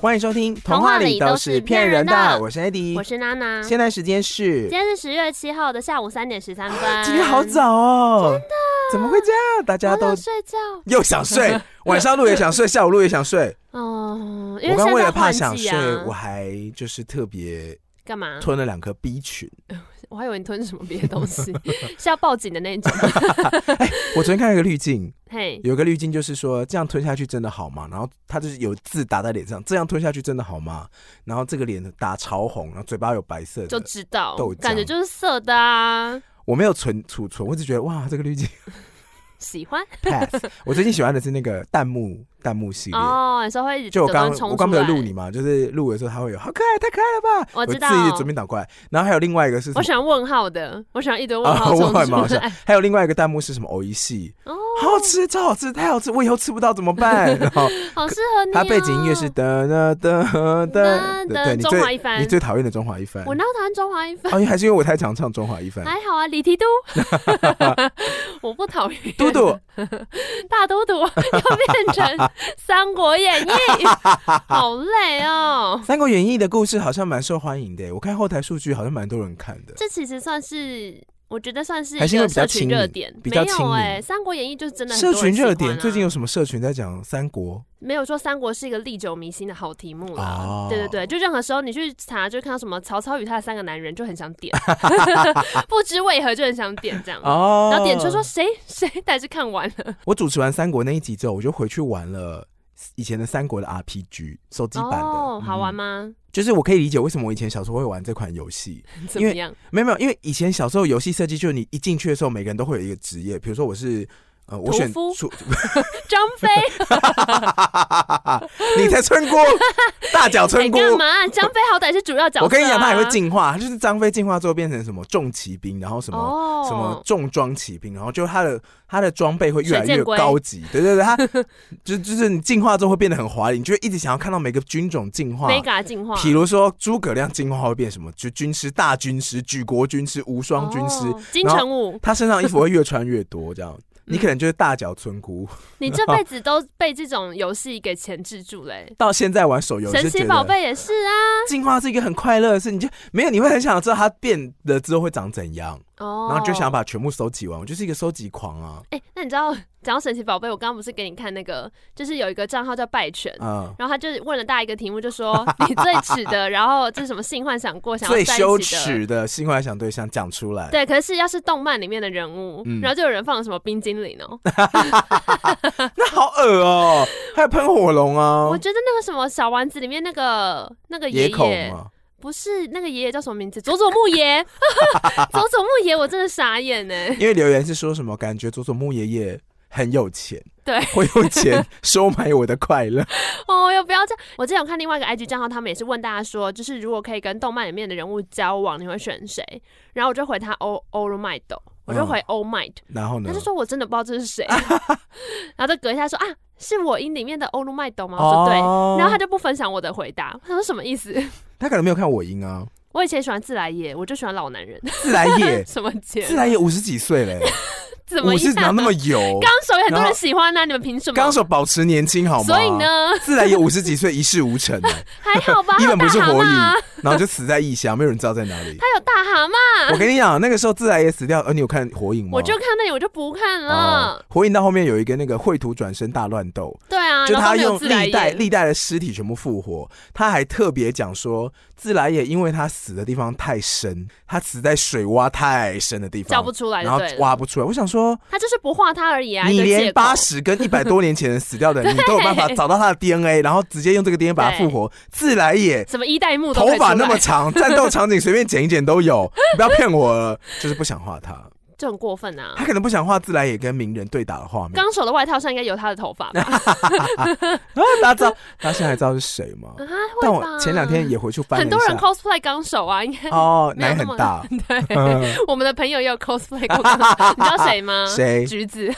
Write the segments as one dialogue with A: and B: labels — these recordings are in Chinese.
A: 欢迎收听《
B: 童话里都是骗人的
A: 我是
B: 我
A: Eddie。
B: 是娜娜。
A: 现在时间是
B: 今天是啊十月七号的下午三点十三分。
A: 啊今天好，早哦，真的？怎么会这样？大家
B: 我
A: 都
B: 想睡觉。
A: 又想 睡，晚上录也想睡，下午录也想睡。
B: 哦，因
A: 我
B: 为
A: 刚
B: 现
A: 为
B: 在
A: 了怕
B: 换
A: 想
B: 季
A: 睡
B: 啊。，
A: 我还就是特别
B: 干嘛？
A: 吞了两颗 B 群。
B: 我还以为你吞什么别的东 西，是要报警的那一种。
A: 我昨天看了一个滤镜，
B: 嘿，
A: 有一个滤镜就是说这样吞下去真的好吗？然后他就是有字打在脸上，这样吞下去真的好吗？然后这个脸打潮红，然后嘴巴有白色
B: 就
A: 的。
B: 知道
A: 豆，浆
B: 感觉就是色的啊。
A: 我没有存储存，我只觉得哇，这个滤镜
B: 喜欢
A: pass。我 最近喜欢的是那个弹幕弹幕系列。
B: 哦，你说会
A: 就我刚
B: 有东西冲
A: 我刚没有
B: 出来
A: 录你，嘛，就是录的时候他会有好可爱，太可爱了吧！
B: 我知道
A: 自己准备打过来。然后还有另外一个是什
B: 我
A: 么？
B: 喜欢问号的，我喜欢一堆问
A: 啊，
B: 号
A: 我还蛮好
B: 冲 出
A: 笑
B: 来。。哎
A: 还有另外一个弹幕是什么？偶一系，
B: 哦，
A: 好好吃，超好吃，太好吃，我以后吃不到怎么办？ 然后
B: 好适合你、哦。
A: 它背景音乐是噔噔噔噔，
B: 噔
A: 对，你
B: 中华一
A: 最
B: 番
A: 你最讨厌的中华一番。
B: 我
A: 哦
B: 哪有讨厌中华一番？
A: 因为还是因为我太常唱中华 一番。
B: 还好啊，李提督，我不讨厌
A: 嘟嘟，
B: 大都 督，要变成《三国 演义》，好累哦。
A: 《三国演义》的故事好像蛮受欢迎的，我看后台数据好像蛮多人看的。
B: 这其实算是，我觉得算是
A: 还是
B: 一
A: 因为
B: 个
A: 比较
B: 社群
A: 亲
B: 热
A: 民
B: 点，
A: 比较
B: 没
A: 亲
B: 有
A: 民
B: 哎、三国演义》就是真的很
A: 社
B: 多人
A: 群
B: 喜欢
A: 热
B: 啊
A: 点，最近有什么社群在讲三国？
B: 没有说三国是一个历久弥新的好题目啦。
A: 哦
B: 对对对，就任何时候你去查，就看到什么曹操与他的三个男人，就很想 点，不知为何就很想点这样。
A: 哦，
B: 然后嗯点出说谁谁，但是看完了
A: 我主持完三国那一集之后，我就回去玩了以前的三国的 RPG 手机版的，
B: 哦，好玩
A: 嗯？
B: 吗？
A: 就是我可以理解为什么我以前小时候会玩这款游戏，
B: 怎么样？
A: 没有没有，因为以前小时候游戏设计，就是你一进去的时候，每个人都会有一个职业，比如说我是。呃，我选
B: 屠夫
A: 出，
B: 张 飞，
A: 你才 村姑，大脚村
B: 你
A: 姑。
B: 哎干嘛？张飞好歹是主要角色啊、
A: 我跟你讲，他也会进化，他就是张飞进化之后变成什么重骑兵，然后什么、
B: 哦，
A: 什 么重装骑兵，然后就他的他的装备会越来
B: 水
A: 越
B: 箭龟
A: 高级。对对对，他就就是你进化之后会变得很华丽，你就会一直想要看到每个军种进化。
B: mega 进化，
A: 比如说诸葛亮进化会变什么？就军师、大军师、举国军师、无双军师，
B: 哦金城武，
A: 他身上衣服会越穿越多，这样。
B: 嗯
A: 你可能就是大脚村姑，
B: 你这辈子都被这种游戏给钳制住嘞、
A: 到现在玩手游
B: 神
A: 是
B: 奇
A: 觉
B: 宝
A: 得
B: 贝也是啊，
A: 进化是一个很快乐的事，你就没有你会很想知道它变了之后会长怎样，
B: 哦，
A: 然后就想把全部收集完。我就是一个收集狂啊，
B: 哎、那你知道讲到神奇宝贝，我刚刚不是给你看那个，就是有一个账号叫拜犬，
A: 嗯，
B: 然后他就问了大家一个题目，就 说你最耻的，然后这是什么性幻想过想要
A: 最
B: 在一起的
A: 羞。耻的性幻想对象讲出来，
B: 对，可是要是动漫里面的人物，
A: 嗯
B: 然后就有人放什么冰精灵哦，
A: 那好恶哦、还有喷火龙啊
B: 我，觉得那个什么小丸子里面那个那个爷
A: 野口
B: 爷，
A: 嘛，
B: 不是那个爷爷叫什么名字？佐佐木爷， 佐佐木爷，我真的傻眼呢。
A: 因为留言是说什么感觉佐佐木爷爷很有钱，
B: 对，
A: 会用 钱收买我的快乐，
B: 哦哟，不要这样！我之前有看另外一个 IG 账号，他们也是问大家说，就是如果可以跟动漫里面的人物交往，你会选谁？然后我就回他欧欧罗麦斗，我就
A: 嗯
B: 回欧麦斗，
A: 然后呢
B: 他就？说我真的不知道这 是谁，然后就隔一下说啊，是我音里面的欧罗麦斗
A: 哦
B: 吗？我说对，然后
A: 就
B: 他就不分享我的回答，他说什么意思？
A: 他可能没有看我音啊，
B: 我以前喜欢自来也，我就喜欢老男人，，
A: 自来也
B: 什么姐，
A: 自来也五十几岁嘞、
B: 怎么
A: 五
B: 一
A: 十
B: 下
A: 哪有那么油？
B: 纲手也很多
A: 然后
B: 人喜欢呐、啊你们凭什么？
A: 纲手保持年轻好吗？
B: 所以， 呢，
A: 自来也五十几岁一事无成、 欸，
B: 还好吧，
A: 一
B: 还有
A: 人不
B: 大
A: 是
B: 蛤
A: 活
B: 蟆啊，
A: 蚁，然后就死在异乡，没有人知道在 哪里。
B: 还有大蛤蟆，
A: 我跟你讲，那个时候自来也死掉，呃而你有看火影吗？
B: 我就嗯看那里我就不看了。
A: 哦，火影到后面有一个那个绘图转身大乱斗，
B: 对啊，
A: 就
B: 然后
A: 他
B: 没有
A: 用
B: 自来
A: 历代
B: 也，
A: 历代的尸体全部复活，他还特别讲说，自来也因为他死的地方太深，他死在水洼太深的地
B: 叫
A: 方
B: 不，出来
A: 然
B: 就
A: 后
B: 对了。
A: 挖不出来。我想说，
B: 他就是不画他而已啊，
A: 你
B: 一堆
A: 连
B: 借口
A: 八十跟一百多年前的死掉的 人，你都有办法找到他的 DNA，然后直接用这个 DNA 把他复活，自来也
B: 什么一代目都
A: 头
B: 可以出
A: 发
B: 来
A: 那么长，战斗场景随便剪一剪都有，你不要骗我了，就是不想画他。
B: 就很过分啊
A: 他！可能不想画自来也跟名人对打的画面。
B: 纲手的外套上应该有他的头发 吧？
A: 啊，大家知道，大家现在知道是谁吗？
B: 啊，
A: 但
B: 会吧
A: 我前两天也回去翻了
B: 很
A: 一下，
B: 多人 cosplay 纲手啊， 应该
A: 哦，
B: 没有
A: 奶
B: 那
A: 很
B: 么，
A: 大嗯
B: 对，我们的朋友也有 cosplay 过纲手，你知道谁吗？
A: 谁
B: 橘子，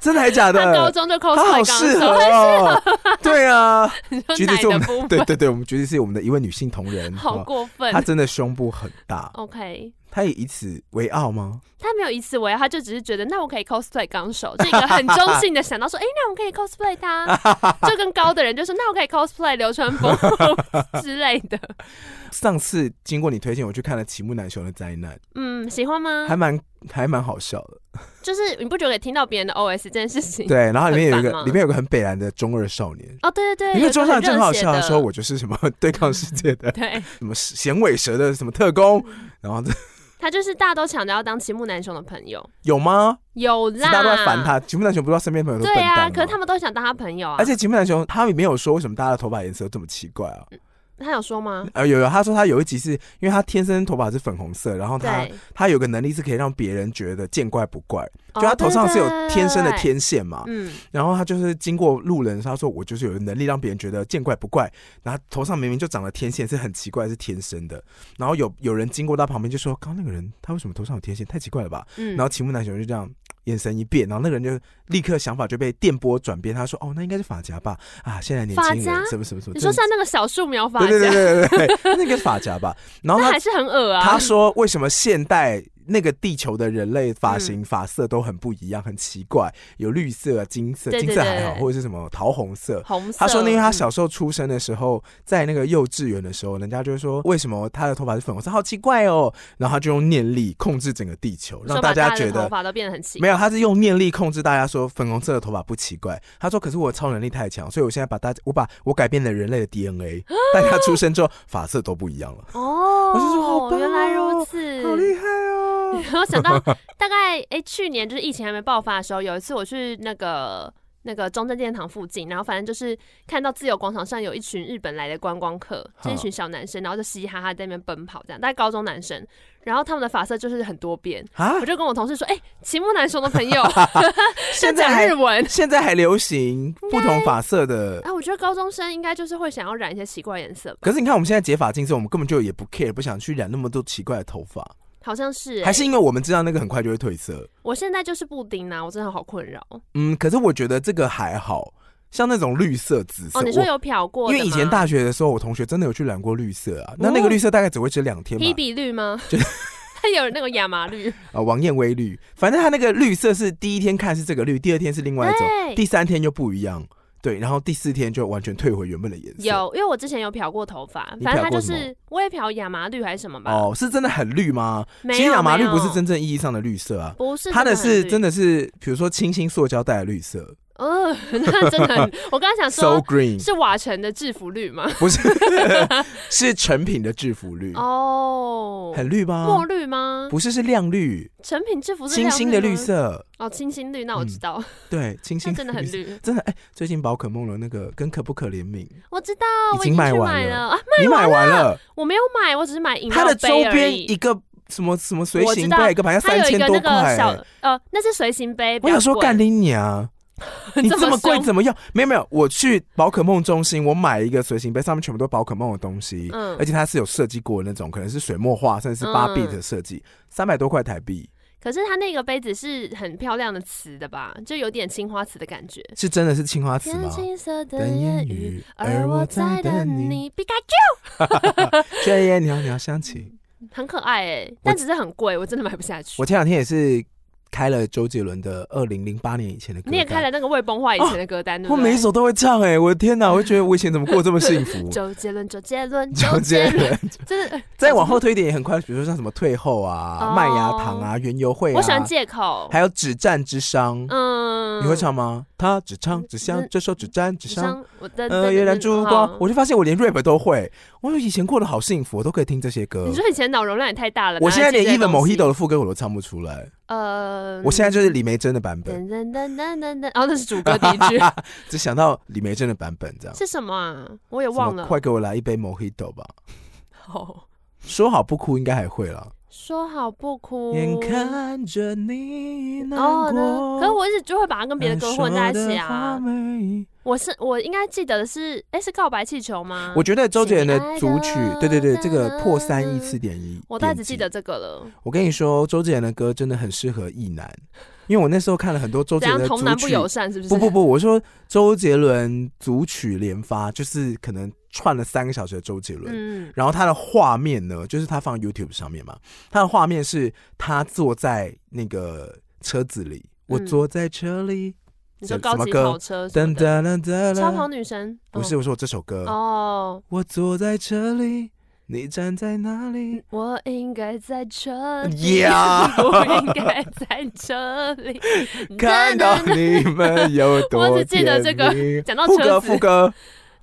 A: 真的还假
B: 嗯他高
A: 的？
B: 中就
A: 他
B: cosplay
A: 好
B: 纲
A: 适合
B: 手，
A: 哦，对啊，
B: 你说
A: 橘子
B: 奶
A: 是我
B: 的
A: 们
B: 部分，
A: 对对对，我们橘子是我们的一位女性同仁，
B: 好
A: 哦
B: 过分
A: 她。真的胸部很大，
B: OK，
A: 她也以此为傲吗？
B: 他没有以此为傲，他就只是觉得那我可以 cosplay 纲手， 这个很中性的想到说，哎、那我可以 cosplay 他， 就跟高的人就说，那我可以 cosplay 流川枫 之类的。
A: 上次经过你推荐，我去看了《齐木楠雄的灾难》，
B: 嗯，喜欢吗
A: 还？蛮还蛮好笑的。
B: 就是你不觉得听到别人的 OS 这件事情？
A: 对，然后里面有一
B: 很烦
A: 个
B: 吗
A: 里面有个很北蓝的中二少年，
B: 哦，对对对，
A: 因为中
B: 有
A: 二
B: 一个
A: 少年
B: 很
A: 正好
B: 热血
A: 笑的
B: 的
A: 说我就是什么对抗世界的
B: 对
A: 什么响尾蛇的什么特工，
B: 嗯
A: 然后这
B: 他就是大家都抢着要当齐木楠雄的朋友，
A: 有吗？
B: 有
A: 是
B: 啦，
A: 大家都在烦他，吉木南雄不知道身边朋友都笨
B: 对
A: 蛋
B: 啊，
A: 吗
B: 可是他们都想当他朋友啊。
A: 而且吉木南雄他也没有说为什么大家的头发颜色这么奇怪啊。
B: 嗯他有说吗？
A: 呃，有有，他说他有一集是因为他天生头发是粉红色，然后他
B: 对，
A: 他有个能力是可以让别人觉得见怪不怪，就
B: 哦
A: 他头上是有天生的，
B: 对对对对
A: 天线嘛。
B: 嗯，
A: 然后他就是经过路人，他说我就是有能力让别人觉得见怪不怪。然后头上明明就长了天线，是很奇怪，是天生的。然后有有人经过他旁边就说，刚刚那个人他为什么头上有天线？太奇怪了吧？
B: 嗯
A: 然后齐木楠雄就这样眼神一变，然后那个人就立刻想法就被电波转变，他说：“哦，那应该是发夹吧？啊，现在年轻
B: 发
A: 人
B: 夹
A: 什么什么什么，
B: 你说
A: 真
B: 像那个小树苗法
A: 对对
B: 家，
A: 对对对 对，那应该是发夹吧？”然后
B: 那
A: 他
B: 还是很恶啊
A: 他。说：“为什么现代那个地球的人类发型
B: 嗯
A: 发色都很不一样，很奇怪，有绿色、金色，
B: 对对
A: 金色还
B: 对
A: 好，或者是什么桃红色。”
B: 红色，
A: 他说：“因为他
B: 嗯
A: 小时候出生的时候，在那个幼稚园的时候，人家就会说，为什么他的头发是粉红色，好奇怪哦。然后他就用念力控制整个地球，让
B: 说
A: 大
B: 把
A: 家
B: 的
A: 觉得
B: 头发都变得很奇
A: 没有，
B: 怪。
A: 他是用念力控制大家说粉红色的头发不奇怪。他说：“可是我超能力太强，所以我现在把大家，我把我改变了人类的 DNA，大家出生之后发色都不一样 了，
B: 哦，
A: 我就说好棒哦
B: 原来如此，
A: 好厉害哦！
B: 然后 想到大概哎、诶去年就是疫情还没爆发的时候，有一次我去那个那个中正纪念堂附近，然后反正就是看到自由广场上有一群日本来的观光客，
A: 哈
B: 是一群小男生，然后就嘻嘻哈哈在那边奔跑，这样，大概高中男生，然后他们的发色就是很多变。
A: 啊，
B: 我就跟我同事说，哎、齐木楠雄的 朋友在
A: 现在
B: 讲
A: 还
B: 日 文。
A: 现在还流行
B: 啊
A: 不同发色的。
B: 哎、我觉得高中生应该就是会想要染一些奇怪颜色吧，
A: 可是你看，我们现在解发精致，我们根本就也不 care，不想去染那么多奇怪的头发，
B: 好像是、欸。
A: 还是因为我们知道那个很快就会褪色。
B: 我现在就是布丁啊，我真的好困扰。
A: 嗯，可是我觉得这个还好，像那种绿色、紫色，
B: 哦，你说有漂过
A: 我
B: 的
A: 因
B: 吗？哦
A: 为以前大学的时候，我同学真的有去染过绿色啊。那那个绿色大概只会只两天吧
B: P，比绿吗？它 有那个亚麻 绿，
A: 啊，王艳薇绿，反正它那个绿色是第一天看是这个绿，第二天是另外一种，
B: 对，
A: 第三天又不一样，对，然后第四天就完全退回原本的颜色。
B: 有，因为我之前有漂过头发，
A: 你
B: 反正它
A: 漂过
B: 就
A: 什么
B: 是我也漂亚麻绿还是什么吧，
A: 哦，是真的很绿吗？
B: 没
A: 其实
B: 有
A: 亚麻绿不是，
B: 没有
A: 真正意义上的绿色啊，
B: 不是
A: 它的是真
B: 的
A: 的是，比如说清新塑胶袋的绿色
B: 很绿，呃， 那真的很，我刚刚想
A: ，so
B: 说
A: green，
B: 是瓦城的制服绿吗？
A: 不是 是成品的制服绿，
B: 哦，
A: 很绿
B: 墨
A: 吗？
B: 绿吗？
A: 不是，是亮绿，
B: 成品制服是
A: 清
B: 亮
A: 新的
B: 绿
A: 绿
B: 吗
A: 色，
B: 哦，清新绿，那我知道，
A: 对，清新的
B: 那真的很
A: 绿色。
B: 绿，
A: 真的哎、最近宝可梦的那个跟可不可联名，
B: 我知道，
A: 已
B: 我
A: 经
B: 去
A: 卖
B: 买
A: 完了
B: 了啊，
A: 你买完了，
B: 我没有买，我只是买饮料
A: 它的周
B: 杯而
A: 边
B: 已
A: 一个什么什么随
B: 我知
A: 行
B: 道
A: 杯，一个牌要
B: 它
A: 三
B: 有一
A: 千
B: 个
A: 多
B: 那
A: 块、
B: 个小
A: 哎
B: 呃，那是随行杯，
A: 我想说干
B: 你
A: 你 娘！你
B: 这
A: 这么
B: 么
A: 贵
B: 凶
A: 怎么用？没有没有，我去宝可梦中心，我买一个随行杯，上面全部都是宝可梦的东西，
B: 嗯
A: 而且它是有设计过的那种，可能是水墨画，甚至是八
B: 嗯
A: bit 的设计，三百多块台币，
B: 可是它那个杯子是很漂亮的瓷的吧，就有点青花瓷的感觉。
A: 是真的是青花瓷
B: 天
A: 吗？
B: 青色的
A: 等
B: 烟
A: 烟
B: 雨
A: 雨，
B: 而
A: 而
B: 我
A: 我
B: 在
A: 在
B: 等
A: 等
B: 你
A: 你。
B: 皮卡
A: 雪夜袅袅香气。
B: 丘很可爱哎、
A: 我
B: 但只是很贵，我真的买不下去
A: 我。前两天也是开了周杰伦的二零零八年以前的歌，
B: 你也开，了那个未崩坏以前的歌单，对
A: 哦我
B: 不
A: 每一
B: 对？？
A: 首都会唱哎、我的天哪！我就觉得我以前怎么过这么幸福
B: 周杰伦，周杰 伦，
A: 周杰
B: 伦，
A: 伦，
B: 真的。呃
A: 再往后推一点也很快，比如说像什么退后啊、
B: 哦
A: 麦芽糖啊、原油会啊，
B: 我喜欢借口。
A: 还有止战之殇，
B: 嗯，
A: 你会唱吗？他只唱只
B: 嗯
A: 香，这首只战只殇。
B: 像我的
A: 呃，月亮珠光，。
B: 嗯
A: 我就发现我连 rap 都会，我以前过得好幸福，我都可以听这些歌
B: 你。说以前脑容量也太大了，
A: 我现在连
B: 哪
A: Even
B: 有记这
A: Mojito
B: 些东西
A: 的副歌我都唱不出来，
B: 呃，
A: 我现在就是李梅珍的版本，
B: 噔噔噔噔噔噔，哦，那是主歌第一 句
A: 只想到李梅珍的版本这样。
B: 是什么啊？我也
A: 什
B: 忘
A: 么
B: 了。
A: 快给我来一杯 Mojito 吧！
B: 哦
A: 说好不哭应该还会了，
B: 说好不哭。
A: 眼看着你难
B: 哦，
A: 过，
B: 那可是我一直就会把它跟别的歌混在一起啊
A: 难说的话。没
B: 我是我应该记得的是，哎、是告白气球吗？
A: 我觉得周杰伦的组曲
B: 亲爱，的
A: 对对对，这个破三亿次点一，
B: 我大概只
A: 点击
B: 记得。这个了。
A: 我跟你说，周杰伦的歌真的很适合意男，因为我那时候看了很多周
B: 怎
A: 杰伦
B: 样
A: 的
B: 同
A: 组
B: 男不
A: 曲，
B: 友善是不是？
A: 不不不，我说周杰伦组曲连发，就是可能串了三个小时的周杰伦。
B: 嗯，
A: 然后他的画面呢，就是他放 YouTube 上面嘛，他的画面是他坐在那个车子里，我
B: 嗯
A: 坐在车里，
B: 你说
A: 什
B: 高
A: 什么
B: 级
A: 歌
B: 跑车什
A: 噔
B: 么的，
A: 噔噔噔
B: 超跑
A: 噔，
B: 女神嗯
A: 不是我说我这首歌，
B: 哦，
A: 我坐在这里，你站在哪里？
B: 我应该在这里
A: Yeah
B: 我应该在这 里
A: 看到你们有 多
B: 我只嗯记得这个
A: 甜蜜
B: 讲到
A: 副
B: 车
A: 歌
B: 子
A: 副歌，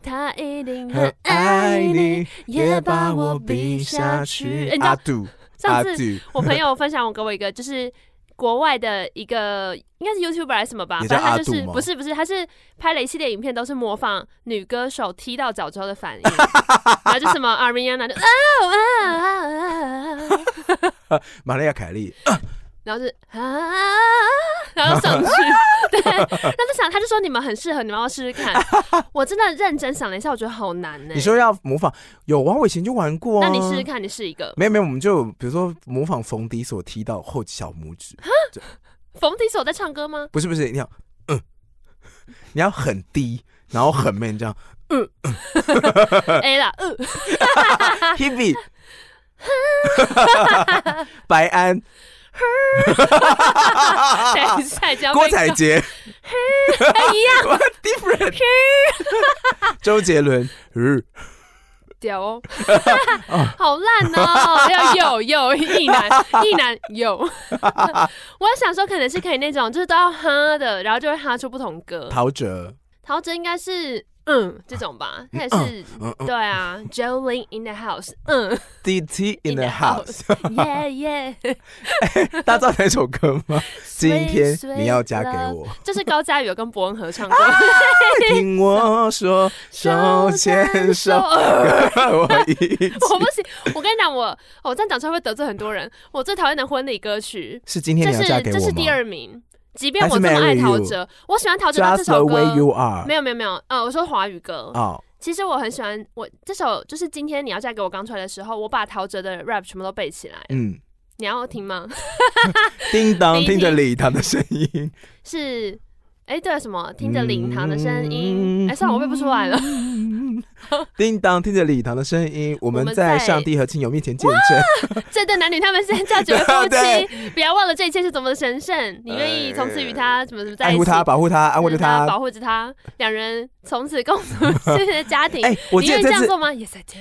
B: 他一定
A: 很
B: 很
A: 爱
B: 爱你
A: 你。，
B: 也
A: 也
B: 把
A: 把
B: 我
A: 我
B: 比
A: 比
B: 下
A: 下
B: 去
A: 去
B: 哎你知。道
A: 阿杜，
B: 上
A: 阿
B: 次
A: 杜，
B: 我朋友分享我给我一个，就是国外的一个，应该是 YouTuber 还是什么吧，
A: 也叫
B: 反正他
A: 阿
B: 就是
A: 杜吗
B: 不是不是，他是拍了一系列影片，都是模仿女歌手踢到脚之后的 反应，然后就什么 Ariana 就啊啊啊啊啊啊，
A: 玛利亚凯莉，
B: 然后是啊， 然 后上去，对，那就想他就说你们很适合，你们要试 试看。我真的认真想了一下，我觉得好难呢、
A: 你说要模仿有啊？我以前就玩过啊。
B: 那你试试。看，你试一个。
A: 没有没有，我们就比如说模仿冯迪所踢到后小拇指，
B: 冯迪手在唱歌 吗？
A: 不是不是，你要嗯，你要很低，然后很 man 这样
B: 哎啦，嗯，
A: ，Hebe，白安，
B: 等一下，这样被
A: 啊郭采洁
B: 哎一样
A: ，different，周杰伦，嗯
B: 屌哦， 好烂哦，要有有一 男一男有。 我想说可能是可以那种，就是都要哈的，然后就会哈出不同歌。
A: 陶喆，
B: 陶喆应该是嗯这种吧，他也是。
A: 嗯嗯
B: 对啊，Jolin in the house，嗯
A: ，DT in the house，
B: ，yeah yeah，
A: 大家知道哪首歌吗？ 今天
B: sweet
A: 你要嫁给我，
B: 这是高佳宇有跟伯恩合唱过，
A: 听我说，手牵 手，我一起。
B: 我不行，我跟你讲，我哦我这样讲出来会得罪很多人。我最讨厌的婚礼歌曲，
A: 是今天
B: 这
A: 你要
B: 是
A: 嫁给我
B: 这
A: 吗？
B: 是第二名。即便
A: 还是
B: 我这么
A: Marry
B: 爱陶
A: You
B: 喆，我喜欢陶喆他这
A: Just the
B: 首
A: way
B: 歌。
A: you are。
B: 没有没有没有，呃，我说华语歌。
A: 哦，
B: 其实我很喜欢我这首，就是今天你要嫁给我刚出来的时候，我把陶喆的 rap 全部都背起来。
A: 嗯，
B: 你要听吗？
A: 叮当，
B: 叮
A: 听着礼堂的声音，
B: 是，哎，对，什么？听着领堂的声音。
A: 嗯
B: 哎，算了，我背不出来 了。。
A: 叮当，听着礼堂的声音，我
B: 我
A: 们
B: 们
A: 在
B: 在
A: 上帝和亲友面前见证。
B: 这对男女他们现在叫 绝夫妻，
A: 对哎
B: 不要忘了这一切是多么的神圣。你愿意从此与他怎么怎么在一
A: 爱
B: 起？
A: 护他，保护他，安慰着
B: 他，
A: 他。
B: 保护着他，两人从此共组幸福的家庭。
A: 哎，我
B: 你
A: 记
B: 愿
A: 得
B: 意这
A: 这
B: 样
A: 次
B: 做吗？Yes, I do。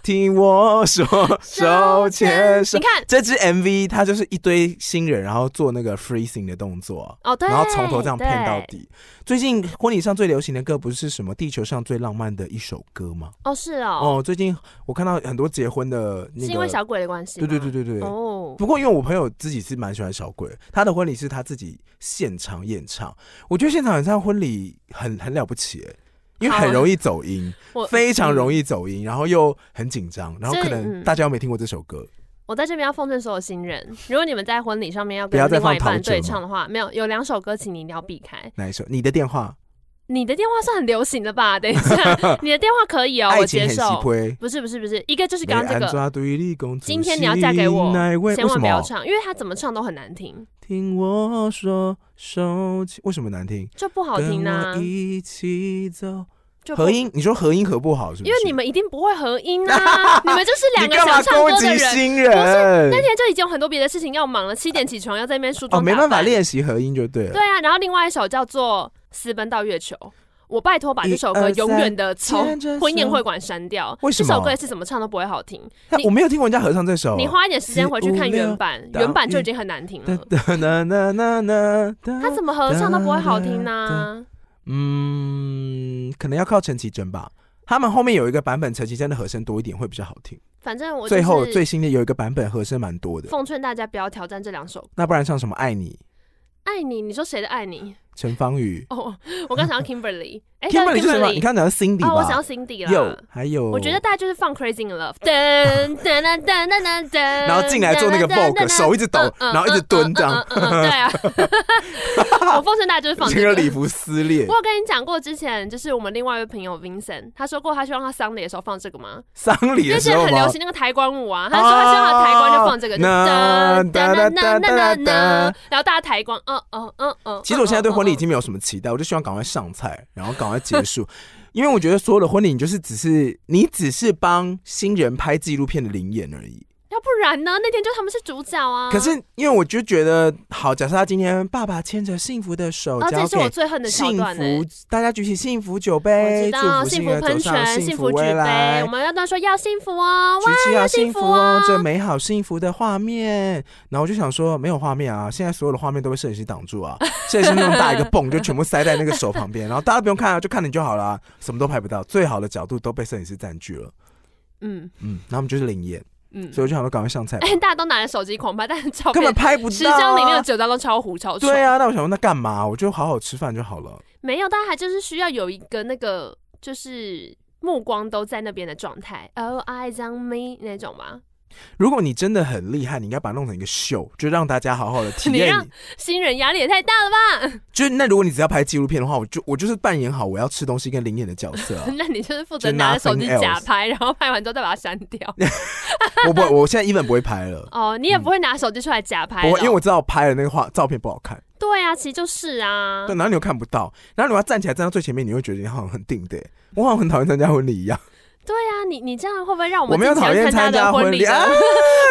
A: 听我说，手牵手
B: 你。看，
A: 这支 MV 它就是一堆新人，然后做那个 freezing 的动作，
B: 哦，对，
A: 然后从头这样骗到
B: 对。
A: 底。最近婚礼上最流行的歌不是什么《地球上最浪漫的一首歌》吗？
B: 哦，是哦，
A: 哦，最近我看到很多结婚的那个，
B: 是因为小鬼的关系吗。
A: 对对对对对。
B: 哦，
A: 不过因为我朋友自己是蛮喜欢小鬼，他的婚礼是他自己现场演唱，我觉得现场演唱婚礼很很了不起耶，因为
B: 好
A: 很容易走音，
B: 我嗯
A: 非常容
B: 易。
A: 易走音，然后又很紧张，然后
B: 所以
A: 可能
B: 嗯
A: 大家又没听过这首歌，
B: 我在这边要奉劝所有新人，如果你们在婚礼上面要
A: 不
B: 跟
A: 要再
B: 另外一
A: 放陶
B: 半
A: 喆
B: 对
A: 吗
B: 唱的话，没有有两首歌，请你一定要避开。
A: 哪一首？你的电话，
B: 你的电话算很流行的吧？等一 下，你的电话可以哦，我
A: 爱情
B: 接
A: 很稀
B: 受。
A: 微。
B: 不是不是不是，一个就是
A: 没
B: 刚
A: 安
B: 刚这个，
A: 抓对立公主
B: 今天你要嫁给我
A: 心乃为
B: 千
A: 为什
B: 万不要
A: 么？
B: 唱，因为他怎么唱都很难听，
A: 听我说，手牵为什么难听？
B: 就不好听呐、
A: 跟我一起走。
B: 就不
A: 合音，你说合音合不好是不是？
B: 因为你们一定不会合音啊，你们就是两
A: 你
B: 个
A: 干
B: 想
A: 嘛
B: 唱歌
A: 攻
B: 的
A: 击
B: 人。
A: 新
B: 不
A: 人？
B: 那天就已经有很多别的事情要忙了，七点起床要在那边梳
A: 哦，
B: 妆，
A: 没办法。练习合音就对了。
B: 对啊，然后另外一首叫做《私奔到月球》，我拜托把这首
A: 一
B: 歌
A: 呃二三
B: 永远的从
A: 牵着手
B: 婚宴会馆删掉。
A: 为什么哦
B: 这首歌也是怎么唱都不会好听。
A: 但
B: 你
A: 哎我没有听过人家合唱这首。
B: 你花一点时间回去看
A: 四五六
B: 原版，
A: 到
B: 原版就已经很难听
A: 哒
B: 了。
A: 哒哒哒哒哒哒
B: 他怎么合唱都不会好听呢、
A: 嗯，可能要靠陈绮贞吧。他们后面有一个版本，陈绮贞的和声多一点会比较好听。
B: 反正我就
A: 最后最
B: 是
A: 新的有一个版本和声蛮多的，
B: 奉劝大家不要挑战这两首
A: 那不然像什么爱你，
B: 爱你，你说谁的爱你？
A: 陈芳宇
B: 哦，我刚想要 Kimberly，哎
A: ，Kimberly 是什么？你刚
B: 看
A: 讲的 Cindy
B: 哦，我想要
A: 吧？
B: Cindy
A: 有
B: 啦。
A: 还有，
B: 我觉得大家就是放 Crazy in Love，噔噔噔噔噔噔噔，然
A: 然后进来做那个 Vogue，手一直
B: 嗯
A: 抖，然后一直蹲这样，
B: 对 啊，我奉劝大家就是放
A: 整
B: 这
A: 个
B: 个。
A: 礼服撕裂
B: 我。有跟你讲过，之前就是我们另外一位朋友 Vincent，他说过他希望他丧礼的时候放这个吗？
A: 丧礼
B: 因为
A: 的
B: 现
A: 时
B: 在
A: 候
B: 很流
A: 吗？
B: 行那个抬棺舞
A: 哦
B: 啊，他说他希望他抬棺就放这个，就噔噔噔噔噔噔，然后大家抬棺，嗯嗯嗯嗯。
A: 其实我现在对婚礼已经没有什么期待，我就希望赶快上菜，然后赶快结束，因为我觉得所有的婚礼，你就是只是你只是帮新人拍纪录片的灵眼而已。
B: 呃要不然呢？那天就他们是主角啊。
A: 可是因为我就觉得，好，假设他今天爸爸牵着幸福的手，
B: 哦然后
A: 哦交
B: 这也是我
A: 给
B: 最恨的桥
A: 幸
B: 段呢、欸
A: 福，大家举起幸福酒
B: 我知
A: 杯，祝
B: 道，
A: 福
B: 幸
A: 幸
B: 福
A: 儿走
B: 喷
A: 上
B: 泉，
A: 幸
B: 幸福举
A: 未
B: 杯
A: 来，
B: 我。们要乱说要幸福哦，哇，
A: 举起要幸福哦
B: 哇，
A: 这美好幸福的画面。然后我就想说，没有画面啊，现在所有的画面都被摄影师挡住啊， 摄影师那么大一个泵就全部塞在那个手旁边，然后大家不用看啊，就看你就好了啊、什么都拍不到，最好的角度都被摄影师占据了。
B: 嗯
A: 嗯，然后我们就是灵验，
B: 嗯
A: 所，以我就想说赶快上菜吧，
B: 哎、大家都拿着手机狂拍，但是照
A: 根
B: 片
A: 本拍不到、啊。
B: 十张里面有九张都超糊超丑，
A: 对啊，那我想问，那干嘛？我就好好吃饭就好了。
B: 没有，大家还就是需要有一个那个就是目光都在那边的状态，All 哦 eyes on me 那种吧。
A: 如果你真的很厉害，你应该把它弄成一个秀，就让大家好好的体
B: 你
A: 验
B: 让
A: 你。
B: 新人压力也太大了吧？
A: 就是那如果你只要拍纪录片的话，我就我就是扮演好我要吃东西跟灵眼的角色啊。
B: 那你就是负责
A: 就
B: 拿着手机
A: nothing else
B: 假拍，然后拍完之后再把它删掉。
A: 我 不，我现在一本不会拍了。
B: 哦，你也不会拿手机出来假拍
A: 嗯不
B: 了，
A: 会，因为我知道拍的那个画照片不好看，
B: 对啊，其实就是啊
A: 对，。然后你又看不到，然后你要站起来站到最前面，你会觉得你好像很定的欸。我好像很讨厌参加婚礼一样，
B: 对啊，你你这样会不会让 我
A: 我
B: 们
A: 没有
B: 近期
A: 讨
B: 要
A: 厌参
B: 参
A: 加
B: 的
A: 婚
B: 礼
A: 礼
B: 呢
A: 啊。。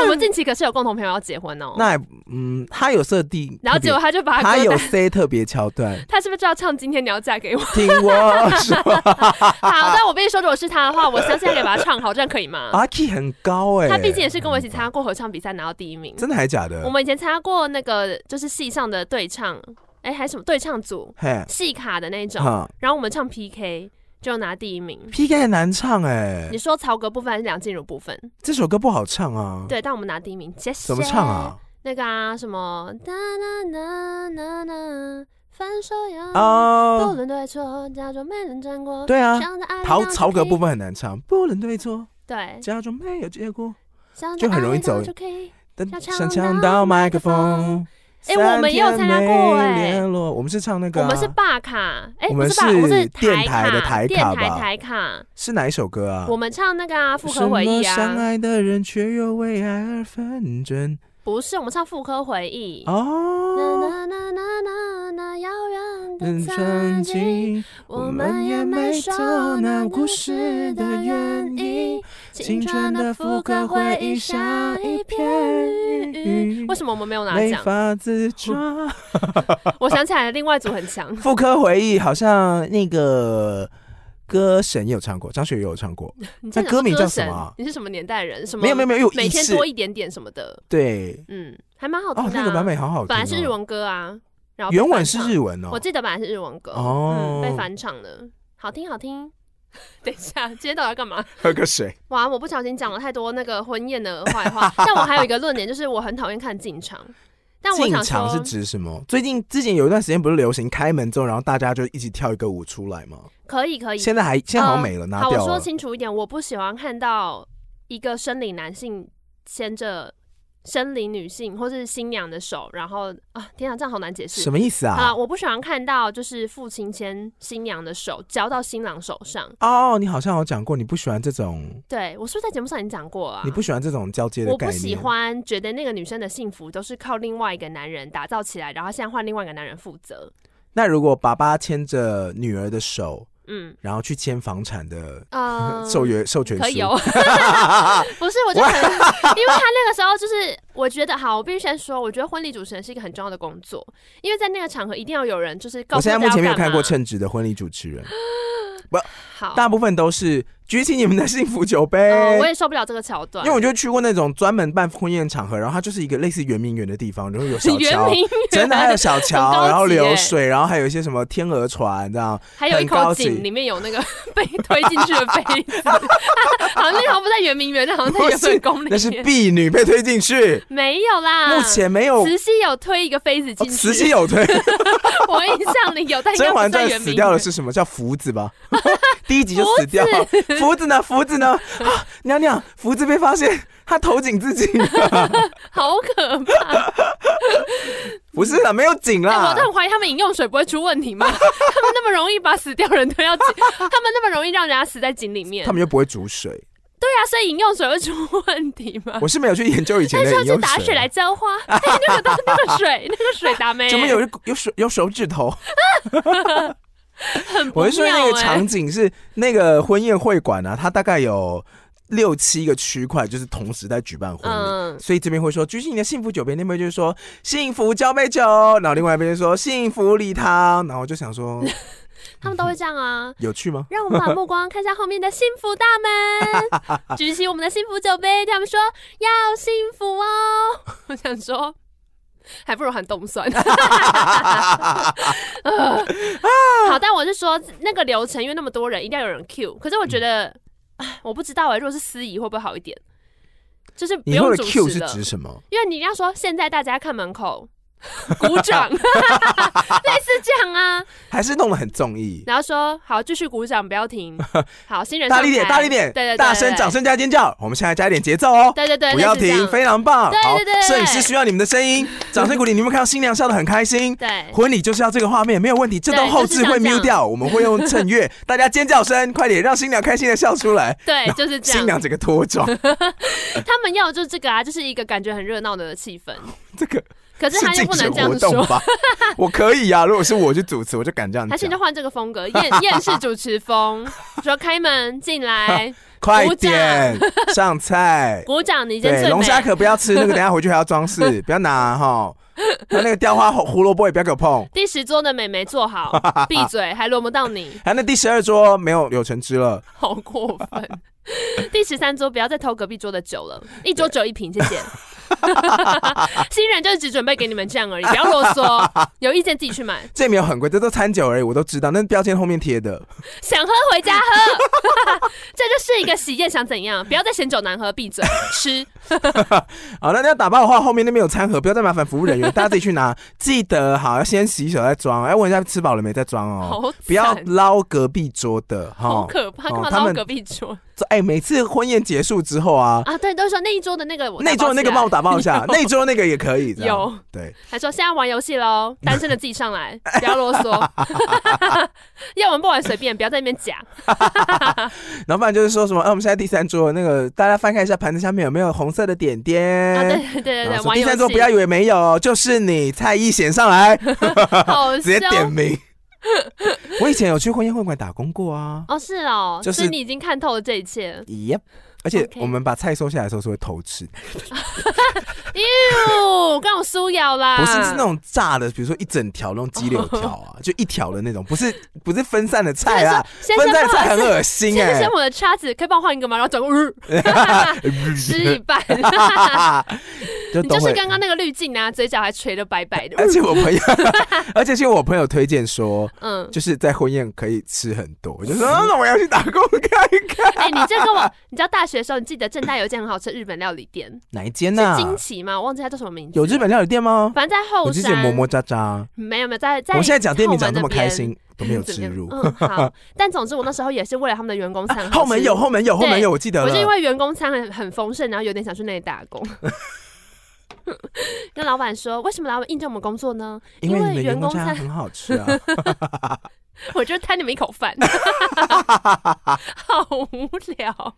B: 我们近期可是有共同朋友要结婚哦。
A: 那也嗯，他有设定，
B: 然后结果他就把
A: 他
B: 歌
A: 有
B: 单
A: C 特别桥段，
B: 他是不是就要唱《今天你要嫁给我》
A: 听我 说，
B: 好，但我必须说，如果是他的话，我相信他可以把它唱好，这样可 以吗？
A: 阿 K 啊很高哎，
B: 他毕竟也是跟我一起参加过合唱比赛，拿到第一名。
A: 真的还假的
B: 我？们以前参加过那个就是戏上的对唱，哎、还是什么对唱组
A: 嘿，
B: 戏卡的那种，
A: 哈
B: 然后我们唱 PK 就拿第一名。
A: ，PK 很难唱哎
B: 你，说曹格部分还是梁静茹部分？
A: 这首歌不好唱啊，
B: 对，但我们拿第一名，谢谢。
A: 怎么唱啊？？
B: 那个啊，什么哒啦啦啦啦，分手呀，不
A: 啊，
B: 论对错，假装没人沾过。
A: 对啊，
B: 想着爱
A: 曹
B: 到
A: 曹格
B: 就可以
A: 部分很难唱，不论对错，
B: 对，
A: 假装没有结果。
B: 想着
A: 就很容易
B: 爱到
A: 走
B: 就可以
A: 但
B: 要
A: 想
B: 抢
A: 抢
B: 到
A: 到麦克
B: 克风
A: 风。
B: 哎我们也有参加过哎
A: 哎、我们是唱那个
B: 我
A: 啊、
B: 们是霸卡，哎、
A: 我
B: 不
A: 们
B: 霸，我们是
A: 是电台的
B: 台
A: 台
B: 电
A: 卡
B: 台
A: 吧
B: 台卡。
A: 是哪一首歌啊？
B: 我们唱那个啊，《妇科回
A: 为
B: 忆》
A: 什么相
B: 啊，
A: 爱的人却又为爱而纷争。
B: 不是，我们唱《妇科回忆》。
A: 啊哦，
B: 那那那那那遥远
A: 人
B: 的曾
A: 曾
B: 经，
A: 经，
B: 我们也没说那故事的原因。青春的妇科回忆像一片云。为什么我们没有拿
A: 没
B: 奖？
A: 法自抓。
B: 我想起来了，另外一组很强。
A: 妇科回忆好像那个歌神也有唱过，张学友有唱过。
B: 你在
A: 那
B: 讲
A: 歌名叫什
B: 神
A: 么啊
B: 你是什么年代人？什么？
A: 没有没有没有，有
B: 每
A: 意
B: 天
A: 识
B: 多一点点什么的。
A: 对。
B: 嗯，还蛮好听
A: 哦，
B: 的、啊
A: 那个版本好好听、哦。
B: 本来是日文歌啊，然后被
A: 原文
B: 翻
A: 是
B: 唱
A: 日文哦。
B: 我记得本来是日文歌，
A: 哦
B: 嗯，被翻唱的，好听好听。 等一下，今天到底要干嘛？
A: 喝个水。
B: 哇，我不小心讲了太多那个婚宴的 坏话，但我还有一个论点，就是我很讨厌看进场。但我
A: 进
B: 想
A: 场是
B: 说，
A: 指什么？最近之前有一段时间不是流行开门之后，然后大家就一起跳一个舞出来吗？
B: 可以可以，
A: 现在还现在好像没了，
B: 呃
A: 拿
B: 好，我
A: 掉
B: 说
A: 了。
B: 清楚一点，我不喜欢看到一个生理男性牵着生理女性或是新娘的手，然后啊，天啊，这样好难解释
A: 什。么意思
B: 啊，
A: 啊？
B: 我不喜欢看到就是父亲牵新娘的手交到新郎手上。
A: 哦，你好像有讲过，你不喜欢这种，
B: 对我是不是在节目上已经讲过啊？
A: 你不喜欢这种交接的
B: 我
A: 概
B: 不
A: 念。
B: 喜欢，觉得那个女生的幸福都是靠另外一个男人打造起来，然后现在换另外一个男人负责。
A: 那如果爸爸牵着女儿的手，
B: 嗯，
A: 然后去签房产的
B: 呃
A: 授约授权书，
B: 可以 哦， 不是，我就很， 因为他那个时候就是，我觉得好，我必须先说，我觉得婚礼主持人是一个很重要的工作，因为在那个场合一定要有人就是告
A: 我
B: 诉
A: 现在
B: 大家
A: 目前没有
B: 要干
A: 看过
B: 嘛
A: 称职的婚礼主持人，
B: 好，
A: 大部分都是举起你们的幸福酒杯。
B: 哦，我也受不了这个桥段
A: 因为。我就去过那种专门办婚宴场合，然后它就是一个类似圆明园的地方，然后有 小
B: 圆
A: 桥，
B: 明园
A: 真的啊还有小
B: 很高
A: 桥，
B: 级
A: 然后流
B: 耶
A: 水，然后还有一些什么天鹅船这 样。
B: 还有一
A: 很
B: 口
A: 高级
B: 井，里面有那个 被推进去的 杯子，好像那个好像不在圆明园，那好像在
A: 不
B: 圆
A: 是
B: 明宫里
A: 那是
B: 面。
A: 婢女被推进去，
B: 没有啦，
A: 目前没有。
B: 啊慈禧有推一个妃子
A: 哦
B: 进去，
A: 慈禧有 推，《
B: 我印象里有，但应
A: 甄
B: 该不是
A: 嬛
B: 在
A: 传
B: 圆》明
A: 死掉的
B: 园
A: 是什么？叫福子 吧？第一集就死掉了。福子呢？福子呢？啊，娘娘，福子被发现她投井自 尽了，
B: 好可怕！
A: 不是啦，没有井
B: 哎、
A: 啦
B: 我都。很怀疑他们饮用水不会出问题吗？ 他们那么容易把死掉人推到井，他们那么容易让人家死在井里面。
A: 他
B: 对
A: 们又不会煮水，
B: 啊，所以饮用水会出问题吗？
A: 我是没有去研究以前的
B: 但啊是要
A: 饮
B: 去
A: 用
B: 打水
A: 水
B: 来
A: 啊。
B: 浇花，哎、那个都那个水，那个水打没、
A: 怎么有有手有手指 头？
B: 很不
A: 我是说
B: 妙
A: 那个
B: 哎
A: 场景是那个婚宴会馆啊，它大概有六七个区块，就是同时在举办婚礼。
B: 嗯
A: 所以这边会说举起你的幸福酒杯，那边就是说幸福交杯酒，然后另外一边就说幸福礼堂，然后我就想 说
B: 他们都会这样 啊。
A: 有趣 吗？
B: 让我们把目光看向后面的幸福大门， 举起我们的幸福酒杯，对他们说要幸福哦。 我想说，还不如喊冻酸。呃 好，但我是说那个流程，因为那么多人，一定要有人 Q。可是我觉得，
A: 嗯
B: 唉我不知道哎、如果是司仪会不会好一点？就是不
A: 你后
B: 用
A: 的
B: 主
A: Q
B: 持
A: 是
B: 了，
A: 指什么？
B: 因为你要说现在大家看门 口鼓掌， 类似这样啊。
A: 还是弄得很综艺？
B: 然后说好，继续鼓掌，不要停。好，新人
A: 大
B: 上
A: 力点，
B: 台
A: 大力点，
B: 对对对，
A: 大声，
B: 对
A: 掌，声加尖叫。我们现在加一点节奏哦，
B: 对对对，
A: 不要
B: 类似这
A: 停，
B: 样
A: 非常棒。
B: 对对
A: 好
B: 对对，
A: 摄影师需要你们的声 音，掌声鼓励。你们看到新娘笑得很开心，
B: 对。
A: 婚礼就是要这个画面，没有问题。这
B: 对
A: 段后
B: 就是
A: 置
B: 像
A: 会
B: 这样
A: 眯掉，我们会用衬 乐，大家尖叫声，快点让新娘开心的笑出来。
B: 对，就是这
A: 新
B: 样
A: 娘。整个脱 妆，
B: 他们要的就是这个啊，就是一个感觉很热闹的气氛。
A: 这个
B: 可是他又
A: 竞
B: 不
A: 选
B: 能这样
A: 活动
B: 说，
A: 吧？我可以啊，如果是我去主持，我就敢这样
B: 还是你就
A: 讲。
B: 换这个风格，厌 厌世主持风，说开门 进来，
A: 快
B: 鼓掌
A: 点 上菜，
B: 鼓掌，你今天
A: 对，
B: 最
A: 龙虾
B: 美。
A: 可不要吃，那个等一下回去还要装 饰，不要拿哈。还有那个雕花胡胡萝卜也不要给我碰。
B: 第十桌的美眉坐好，闭嘴，还轮不到 你，
A: 还有那第十二桌没有柳橙汁了，
B: 好过分。第十三桌不要再偷隔壁桌的酒了，一桌酒一瓶，谢谢。 新人就是只准备给你们这样而已，不要啰嗦，有意见自己去买。
A: 这也没有很贵，这都餐酒而已，我都知道。那标签后面贴的，
B: 想喝回家喝， 这就是一个喜宴，想怎样？不要再嫌酒难喝， 闭嘴吃。
A: 好，那要打包的话，后面那边有餐盒，不要再麻烦服务人员，大家自己去拿。 记得好，要先洗手再装。哎，问一下吃饱了没再装哦，
B: 好
A: 不要
B: 惨
A: 捞隔壁桌的
B: 好
A: 哈。
B: 可怕，
A: 哦
B: 干嘛
A: 他
B: 到
A: 们
B: 隔壁桌
A: 哎，每次婚宴结束之后啊，
B: 啊？对，都说那一桌的那个我打包
A: 那桌那个
B: 起来
A: 帮我打 包一下，
B: 有
A: 那桌那个也可 以。这样
B: 有，
A: 对，
B: 啊还说现在玩游戏喽，单身的自己 上来，不要啰嗦， 要玩不玩随便，不要在那边 假。
A: 然后不然就是说什么，哎，我们现在第三桌那个，大家翻看一下盘子下面有没有红色的点
B: 啊，对
A: 点。
B: 对对对
A: 然
B: 对，
A: 后说
B: 玩
A: 哎第
B: 游
A: 三桌
B: 戏
A: 不要以为没有，哦就是你蔡一显上来，
B: 好
A: 直接
B: 凶
A: 点名。我以前有去婚宴会馆打工过啊。
B: 哦，是哦，
A: 就是
B: 所以你已经看透了这一切。
A: Yep。而且
B: OK
A: 我们把菜收下来的时候是会偷吃，
B: 哟，刚我苏瑶啦，
A: 不是是那种炸的，比如说一整条那种鸡柳条啊，就一条的那种，不是不是分散的菜啊，
B: 先
A: 分
B: 生
A: 散
B: 不
A: 的
B: 好
A: 菜很
B: 意思。
A: 恶心
B: 先
A: 哎
B: 生，。我的叉子可以帮我换一个吗？然后转过，呃吃一 半，
A: 就
B: 你
A: 都
B: 就是
A: 会。哎
B: 刚刚那个滤镜啊，嘴角还垂的白白的。
A: 而且我朋友，而且是我朋友推荐说，
B: 嗯，
A: 就是在婚宴可以吃很多，我就说啊那我要去打工看一看。
B: 哎、你这跟我，你知道大学的时候，你记得正大有一间很好吃的日本料理 店，
A: 哪一间
B: 是
A: 呐？
B: 金崎吗？我忘记它叫什么名字。
A: 有日，本料理店吗？
B: 反正在后
A: 我之前
B: 山。
A: 磨磨喳喳，
B: 没有没有，在在。
A: 我现在讲店名讲
B: 那
A: 那么开
B: 边。
A: 心，都没有
B: 怎
A: 植
B: 么样
A: 入。
B: 嗯，好。但总之，我那时候也是为了他们的员工餐、
A: 啊 后门有，。后门有，后门
B: 对
A: 有，我记得
B: 我
A: 了
B: 是。因为员工餐很很丰盛，然后有点想去那里打 工。跟老板说，为什么老板应征我们工作呢？
A: 因为你
B: 因为
A: 们的
B: 员
A: 员工
B: 工
A: 餐
B: 餐
A: 很好吃 啊。
B: 我就贪你们一口 饭，好无聊。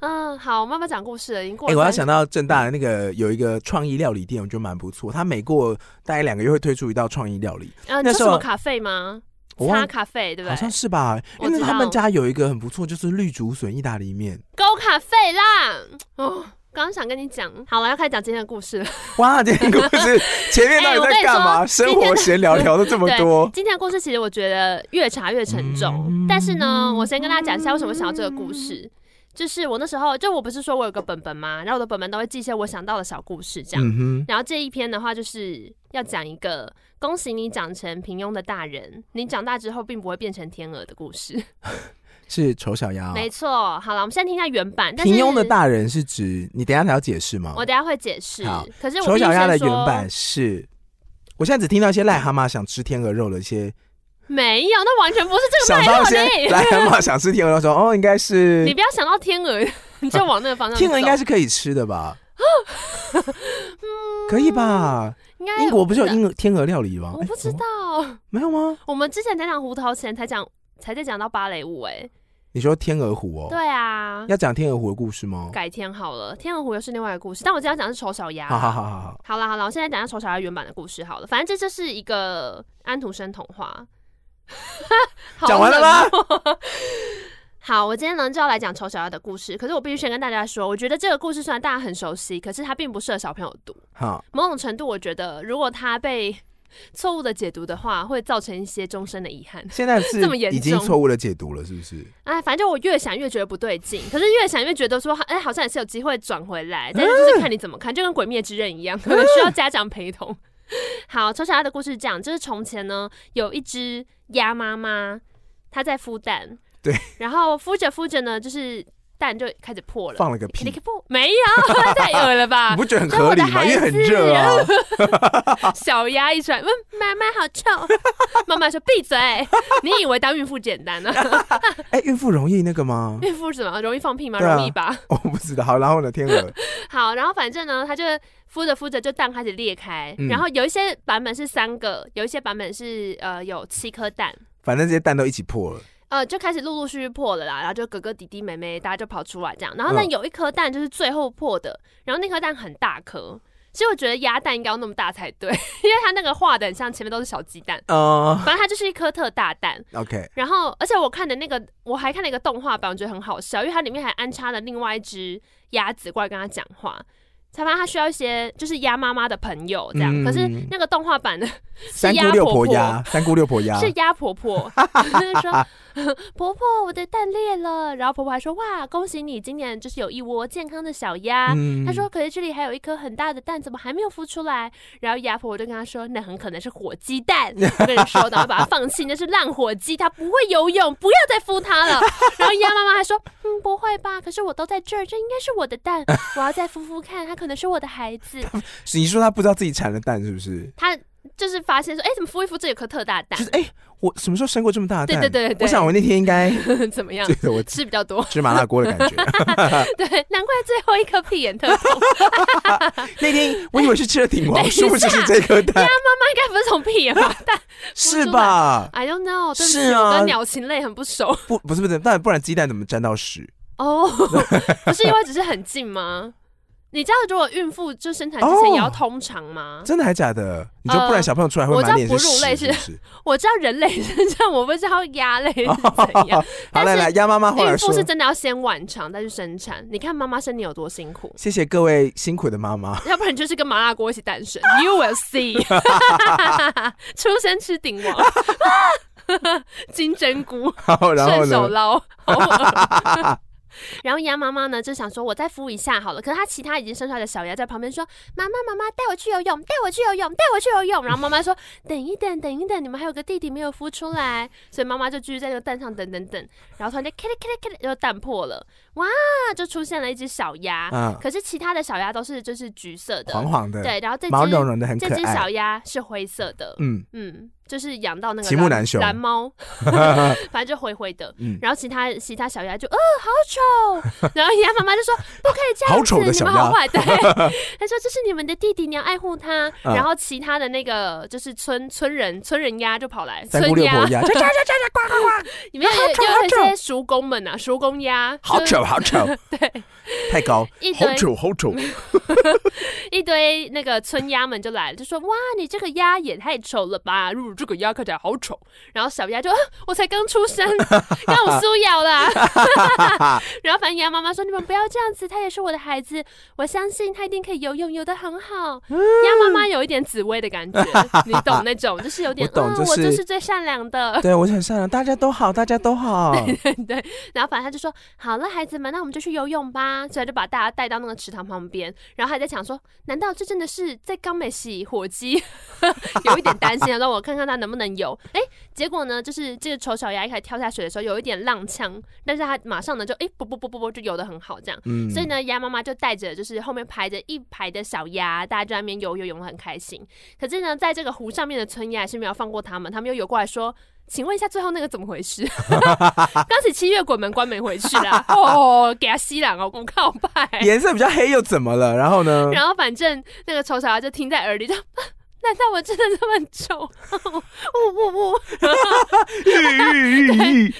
B: 嗯，好，妈妈讲故事了，已经过
A: 哎、
B: 了
A: 我要
B: 三十。
A: 想到正大的那个有一个创意料理店，我觉得蛮不错。它每过大概两个月会推出一道创意料理，
B: 啊，你
A: 那时
B: 说
A: 候
B: 什么咖啡吗？
A: 我
B: 擦
A: 忘
B: 咖啡对不
A: 好像
B: 对？
A: 是吧？
B: 我
A: 因为
B: 知
A: 他们
B: 道
A: 家有一个很不错，就是绿竹笋意大利面。
B: 高咖啡啦，哦，刚刚想跟你讲，好了，要开始讲今天的故事了。
A: 哇，今天故 事前面到底在干嘛？
B: 哎我跟你说
A: 生活闲聊聊的这么多，
B: 今天的故事其实我觉得越查越沉重，
A: 哦嗯
B: 但是呢，我先跟大家讲一下为什么想要这个故事。就是我那时候，就我不是说我有个本本嘛，然后我的本本都会记一些我想到的小故事这样。
A: 嗯
B: 然后这一篇的话，就是要讲一个恭喜你长成平庸的大人，你长大之后并不会变成天鹅的故事。
A: 哼，是丑小鸭哦。
B: 没错，好了，我们先听一下原版。但是
A: 平庸的，大人是指你等一下还要解释吗
B: 我？等一下会解释
A: 好。
B: 可是我
A: 丑
B: 必须
A: 小鸭的
B: 先
A: 原
B: 说
A: 版是，我现在只听到一些癞蛤蟆想吃天鹅肉的一些，
B: 没有，那完全不是这
A: 想
B: 个脉
A: 到
B: 络
A: 一些
B: 的。
A: 癞蛤蟆想吃天鹅肉说哦，应该是
B: 你不要想到天鹅，你就往那个方向走。
A: 天鹅应该是可以吃的 吧？
B: 嗯
A: 可以吧？
B: 应该
A: 英国不是有英鹅天鹅料理吗？
B: 我不
A: 哎
B: 知道，，
A: 没有吗？
B: 我们之前在讲胡桃钳才讲，才在讲到芭蕾舞、欸，
A: 你说天鹅湖哦？
B: 对啊，
A: 要讲天鹅湖的故事吗？
B: 改天好了，天鹅湖又是另外一个故事，但我今天要讲的是丑小鸭。
A: 好好好好好，
B: 好啦好啦，我现在讲一下丑小鸭原版的故事好了，反正这就是一个安徒生童 话。好
A: 讲完了吗
B: 冷漠？ 好，我今天呢就要来讲丑小鸭的故事。可是我必须先跟大家说，我觉得这个故事虽然大家很熟悉，可是它并不适合小朋友读。
A: 好，
B: 某种程度，我觉得如果它被错误的解读的话，会造成一些终身的遗憾。
A: 现在是
B: 这么严重
A: 已经错误的解读了，是不是？
B: 哎，反正我越想越觉得不对劲，可是越想越觉得说，哎，好像也是有机会转回来，但是就是看你怎么看，就跟《鬼灭之刃》一样，可能需要家长陪同。 好，丑小鸭的故事是这样，就是从前呢，有一只鸭妈妈，它在孵蛋，
A: 对，
B: 然后孵着孵着呢，就是蛋就开始破了，
A: 放了个
B: 你
A: 屁，
B: 可啊不没有，太恶了 吧
A: 你？不觉得很合理吗？因为很热啊。
B: 小鸭一出来，嗯，妈妈好 臭，妈妈说闭嘴，你以为当孕妇简单呢、啊？？
A: 哎，孕妇容易那个吗
B: 孕妇怎么容易放屁吗？
A: 对啊
B: 容易吧？
A: 我不知道。好，然后呢，天鹅，
B: 好，然后反正呢，它就孵着孵着就蛋开始裂开，
A: 嗯
B: 然后有一些版本是三个，有一些版本是呃有七颗蛋，
A: 反正这些蛋都一起破了。
B: 呃就开始陆陆续续破了啦，然后就哥哥弟弟妹妹大家就跑出来这样，然后呢
A: 嗯
B: 有一颗蛋就是最后破的，然后那颗蛋很大颗，其实我觉得鸭蛋应该要那么大才对， 因为它那个画的很像前面都是小鸡蛋，
A: 呃
B: 反正它就是一颗特大蛋，
A: ，OK，
B: 然后，而且我看的那个，我还看了一个动画版，我觉得很好笑，因为它里面还安插了另外一只鸭子过来跟他讲话，才发现他需要一些就是鸭妈妈的朋友这样。
A: 嗯
B: 可是那个动画版的
A: 三姑
B: 鸭
A: 六
B: 婆
A: 婆
B: 婆
A: 鸭，三姑六婆鸭，
B: 是鸭婆婆，就是说婆婆我的蛋裂了，然后婆婆还说哇恭喜你今年就是有一窝健康的小鸭。
A: 嗯
B: 她说：“可是这里还有一颗很大的蛋，怎么还没有孵出来？”然后鸭婆婆就跟她说：“那很可能是火鸡蛋。”我跟你说，然后把它放弃，那是烂火鸡，它不会游泳，不要再孵它了。然后鸭妈妈还说：“嗯，不会吧？可是我都在这儿，这应该是我的蛋，我要再孵孵看，它可能是我的孩 子。
A: 是你说她不知道自己产了蛋是不是”？
B: 她就是发现说：“哎，怎么孵一孵这有颗特大蛋
A: 就是哎、我什么时候生过这么大的
B: 对
A: 蛋？
B: 对对对
A: 我想我那天应该
B: 怎么样
A: 觉？得我
B: 吃比较多，
A: 吃麻辣锅的感 觉。
B: 对，难怪最后一颗屁眼特 痛。
A: 那天我以为是吃了鼎
B: 等
A: 王，
B: 一
A: 殊不知是
B: 下
A: 这颗 蛋，
B: 应该不是从屁眼吧？但
A: 是吧？
B: I don't know，对不起
A: 是啊
B: 我跟鸟禽类很不熟
A: 不，不是不是，但不然鸡蛋怎么沾到屎？
B: 哦。 不是因为只是很近吗？你知道如果孕妇就生产之前
A: 哦
B: 也要通常吗？
A: 真的还假的？你说不
B: 呃
A: 然小朋友出来会
B: 我知
A: 满
B: 道
A: 脸是
B: 哺乳类
A: 屎，是
B: 是
A: 不是？
B: 我知道人类是这样，我不知道 鸭类是怎样。
A: 好，
B: 但
A: 来
B: 是
A: 来，鸭妈妈后来
B: 孕
A: 说
B: 妇是，真的要先晚肠再去生产。你看妈妈生你有多辛苦，
A: 谢谢各位辛苦的妈妈。
B: 要不然就是跟麻辣锅一起诞生。You will see，出生吃鼎王， 金针菇。
A: 好，然后
B: 顺手
A: 呢？
B: 捞， 好恶然后鸭妈妈呢就想说，我再孵一下好了。可是它其他已经生出来的小鸭在旁边说：“妈妈，妈妈，带我去游泳，带我去游泳，带我去游泳。”然后妈妈说：“等一等，等一等，你们还有个弟弟没有孵出来。”所以妈妈就继续在那个蛋上等等等。然后突然间，咔哩咔哩咔哩，就蛋破了，哇，就出现了一只小鸭。
A: 嗯，
B: 可是其他的小鸭都是就是橘色的，
A: 黄黄的，
B: 对，然后这
A: 毛茸
B: 只
A: 茸的，很
B: 这
A: 可
B: 只
A: 爱
B: 小。鸭是灰色的，
A: 嗯，
B: 嗯，就是养到那个
A: 骑木
B: 蓝
A: 南熊
B: 蓝猫，反正就灰灰的。
A: 嗯
B: 然后其他其他小鸭就，呃，好丑。然后鸭妈妈就说， 不可以这样
A: 好
B: 子，
A: 丑的
B: 你
A: 小
B: 们
A: 鸭
B: 好坏。对， 他说这是你们的弟弟，你要爱护他。
A: 嗯
B: 然后其他的那个就是村村人村人鸭就跑来，
A: 三
B: 村
A: 姑六婆鸭，
B: 鸭里面有
A: 丑
B: 有
A: 好
B: 一
A: 丑
B: 些叔公们啊，叔公鸭，
A: 好
B: 就是
A: 丑，好丑，
B: 对，
A: 太高，
B: 一
C: 好
B: 堆
C: 丑好 丑，
B: 一堆那个村鸭们就来了，就说哇，你这个鸭也太丑了吧，入这个鸭看起来好丑。然后小鸭就，啊、我才刚 出生，让我苏咬啦。 然后反正鸭妈妈说，你们不要这样子，他也是我的孩子，我相信他一定可以游泳，游得很好。
A: 嗯
B: 鸭妈妈有一点紫薇的感觉，你懂那种，就是有 点，
A: 我懂
B: 嗯，
A: 就
B: 我就是是最善良的。
A: 对我很善良，大家都好，大家都 好。
B: 对，然后反正他就说：“好了，孩子们，那我们就去游泳吧。”所以就把大家带到那个池塘旁边，然后还在想说：“难道这真的是在刚美洗火鸡？” 有一点担心，让我看看他能不能游。哎，结果呢，就是这个丑小鸭一开始跳下水的时候有一点踉跄，但是他马上呢就哎不不不不不就游得很好这样。
A: 嗯，
B: 所以呢，鸭妈妈就带着就是后面排着一排的小鸭，大家就在那边游游泳，很开心。可是呢，在这个湖上面的村鸭还是没有放过他们，他们又游过来说。请问一下，最后那个怎么回事？刚起七月滚门关没回去啦！哦，给他吸狼哦，我靠拜。
A: 颜色比较黑又怎么了？然后呢？
B: 然后反正那个丑小鸭就听在耳里，就、 啊难道我真的这么丑？ 呜呜呜，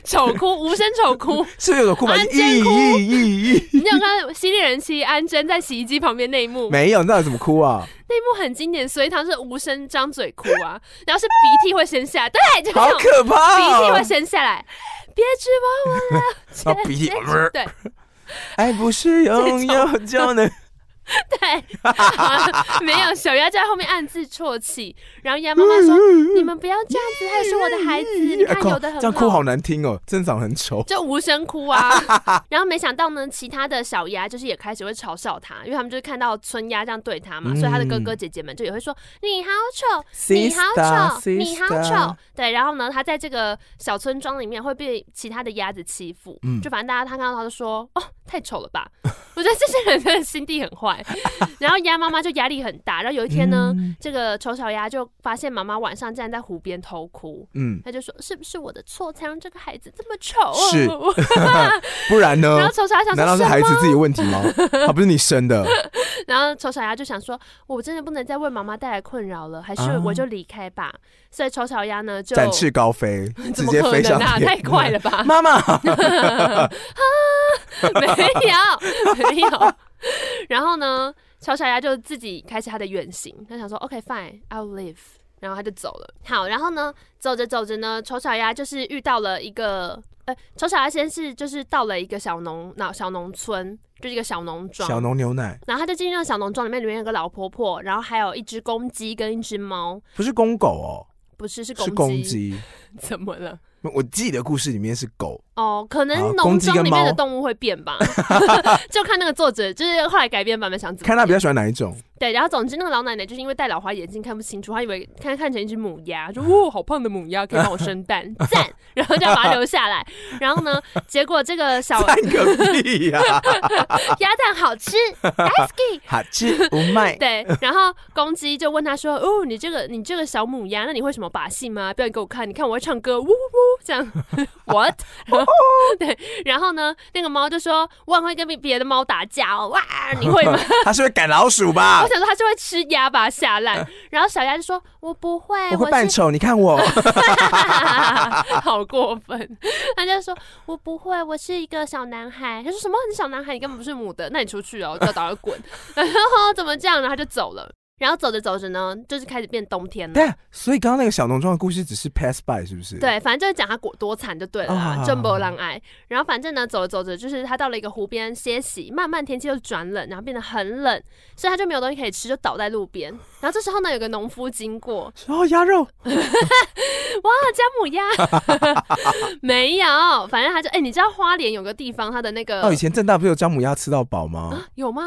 B: 丑哭，无声丑哭。
A: 是不是有种哭法？
B: 安
A: 咦
B: 贞哭
A: 咦咦 咦，
B: 你有看《犀利人妻》安贞在洗衣机旁边那一幕？
A: 没有，那有怎么哭啊？
B: 那一幕很经典，隋唐是无声张嘴哭啊， 然后是鼻涕会先下来，对，就是
A: 好
B: 那种
A: 可怕
B: 鼻涕
A: 哦！
B: 会先下来，别指望我了，
A: 然哦 后鼻 涕，呃
B: 对
A: 爱不是哦拥有就能。
B: 对， 好没有小鸭就在后面暗自啜泣，然后鸭妈妈 说：“你们不要这样子，他也是我的孩子，你看有的很
A: 嗯哎这样哭好难听哦，真的长得很丑。
B: 就无声 哭啊。然后没想到呢，其他的小鸭就是也开始会嘲笑他，因为他们就是看到村鸭这样对他嘛，所以他的哥
A: 嗯
B: 哥姐姐们就也会说：“你好丑，你好丑，你好
A: Sister，sister
B: 丑。。对，然后呢，他在这个小村庄里面会被其他的鸭子欺负，
A: 嗯
B: 就反正大家他看到他就说，哦，太丑了吧。 我觉得这些人真的心地很 坏。然后鸭妈妈就压力很大，然后有一天呢，
A: 嗯
B: 这个丑小鸭就发现妈妈晚上竟然在湖边偷哭。
A: 嗯，
B: 他就说：“是不是我的错才让这个孩子这么丑？”
A: 是不然呢
B: 然后？丑小鸭想
A: 难道
B: 说
A: 是
B: 什
A: 孩
B: 么？
A: 子自己问题 吗？他不是你生的，
B: 然后丑小鸭就想说：“我真的不能再为妈妈带来困扰了，还是
A: 啊
B: 我就离开吧。所以丑小鸭呢就
A: 展翅高 飞，直
B: 怎么
A: 接
B: 可
A: 飞上
B: 能啊？
A: 天。
B: 太快了 吧！
A: 妈妈，
B: 没有，没有。然后呢，小小鸭就自己开始他的远行，他想说 OK fine I'll leave，然后他就走了。好，然后呢，走着走着呢，丑小鸭就是遇到了一个，呃，丑小鸭先是就是到了一个小农那小农村，就是一个小农庄，
A: 小农牛奶
B: 然后他就进入到小农庄里面，里面有个老婆婆，然后还有一只公鸡跟一只猫，
A: 不是公狗
B: 不是是
A: 哦，
B: 公
A: 是公鸡。
B: 怎么了？
A: 我记得故事里面是狗，
B: 哦，可
A: 啊
B: 能
A: 公
B: 农
A: 鸡跟
B: 庄里面的
A: 猫
B: 动物会 变吧， 就看那个作者，就是后来改编版本想怎么
A: 看他比
B: 变
A: 较喜欢哪一种。
B: 对，然后总之那个老奶奶就是因为戴老花眼镜看不清楚，她以为看看成一只母鸭，说哦好胖的母鸭可以帮我生 蛋，赞，然后就要把它留下来。然后呢，结果这 个小
A: 看个屁呀！
B: 鸭蛋好吃，daisy。
A: 好吃不卖。
B: 对，然后公鸡就问他说：“哦，你这个你这个小母鸭，那你会什么把戏吗？表演给我看，你看我会唱歌，呜呜呜，这样 ，what？然
A: 哦
B: 后 对，然后呢，那个猫就说：我很会跟别别的猫打架哦，哇，你会吗？
A: 他是会赶老鼠吧
B: 我？想说它就会吃鸭把它吓 烂，然后小鸭就说：“我不会，
A: 我
B: 我
A: 会扮
B: 是
A: 丑，你看我。
B: 好过分！他就说：“我不会，我是一个小男孩。”他说：“什么？你小男孩？你根本不是母的，那你出去哦，叫导游滚！”然后怎么这样？然后他就走了。然后走着走着呢，就是开始变冬天了。
A: 对，所以刚刚那个小农庄的故事只是 pass by，是不是？，
B: 对，反正就是讲他果多惨就对了啦
A: 啊，
B: 真波浪爱。然后反正呢，走着走着，就是他到了一个湖边歇息，慢慢天气就转冷，然后变得很冷，所以他就没有东西可以吃，就倒在路边。然后这时候呢，有个农夫经过，
A: 哦，鸭肉，
B: 哇，姜母鸭 没有，反正他就哎、你知道花莲有个地方，它的那个、
A: 哦，以前正大不是有姜母鸭吃到饱吗？
B: 有吗？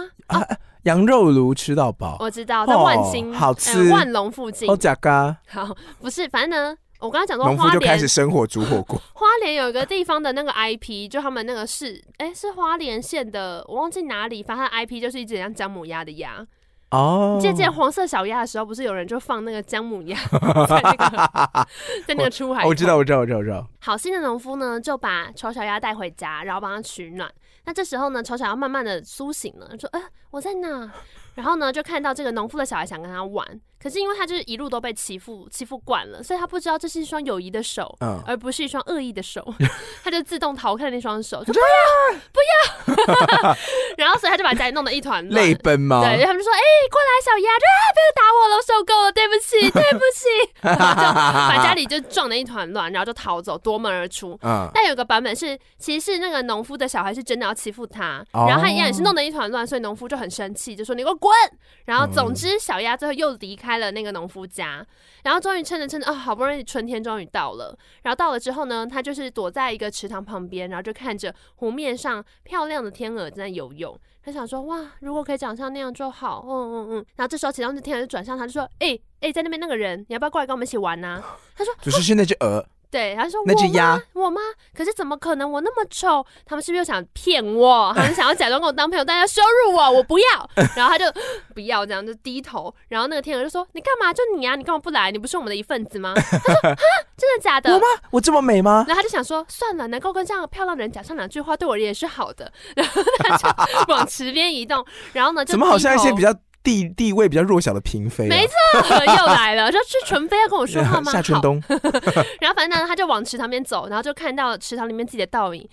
A: 羊肉炉吃到饱，
B: 啊我知道，在万
A: 哦
B: 兴、
A: 好
B: 呃
A: 吃
B: 万隆附近
A: 好。假嘎，
B: 好，不是，反正呢，我刚刚讲说
A: 农
B: 花
A: 夫就开
B: 莲
A: 始，生火煮火锅。
B: 花莲有一个地方的那个 IP，就他们那个市，哎、是花莲县的，我忘记哪里，反正它的 IP 就是一直很像姜母鸭的鸭。
A: 哦，
B: 借借黄色小鸭的时候，不是有人就放那个姜母鸭 在那个在那个出海
A: 哦，我知
B: 口
A: 道，我知道，我知道，我知道。
B: 好心的农夫呢，就把丑小鸭带回家，然后帮它取暖。那这时候呢，丑小鸭哎慢慢的苏醒了，说：“呃，我在哪？”然后呢，就看到这个农夫的小孩想跟他玩，可是因为他就是一路都被欺负欺负惯了，所以他不知道这是一双友谊的手，
A: 嗯，
B: 而不是一双恶意的手，他就自动逃开那双手，就不要不要，然后 所以他就把家里弄得一团乱
A: 泪。奔吗？
B: 对，他们就说：“哎、过来，小鸭，就啊，不要打我了，我受够了，对不起，对不起。” 然后就把家里就撞得一团乱，然后就逃走，夺门而出。
A: 嗯，
B: 但有个版本是，其实是那个农夫的小孩是真的要欺负他，
A: 哦
B: 然后他一样也是弄得一团乱，所以农夫就很生气，就说你给我滚。然后总
A: 嗯
B: 之小鸭最后又离开了那个农夫家，然后终于撑着撑着，啊、好不容易春天终于到了。然后到了之后呢，他就是躲在一个池塘旁边，然后就看着湖面上漂亮的天鹅在游泳。他想说哇，如果可以长像那样就好，嗯嗯嗯。然后这时候其中的天鹅就转向他，就说：“哎、哎、在那边那个人，你要不要过来跟我们一起玩啊呐、他说：“
A: 就是是那只鹅，
B: 对，他说
A: 那只
B: 我
A: 鸭
B: 吗？我吗？可是怎么可能？我那么丑，他们是不是又想骗我？他们想要假装跟我当朋友，但要羞辱我，我不要。然后他就不要这样，就低头。然后那个天鹅就说：“你干嘛？就你啊，你干嘛不来？你不是我们的一份子吗？” 他说：“啊，真的假的
A: 我吗？我这么美吗？”
B: 然后他就想说：“算了，能够跟这样的漂亮的人讲上两句话，对我也是好的。”然后他 就往池边移动，然后呢，就
A: 怎么好像一
B: 低
A: 些
B: 头
A: 比较地地位比较弱小的嫔妃啊？啊
B: 没错， 又来了，说是纯妃要跟我说 话吗？
A: 夏春
B: 好
A: 冬，
B: 然后反正呢，他就往池塘边走，然后就看到池塘里面自己的倒影。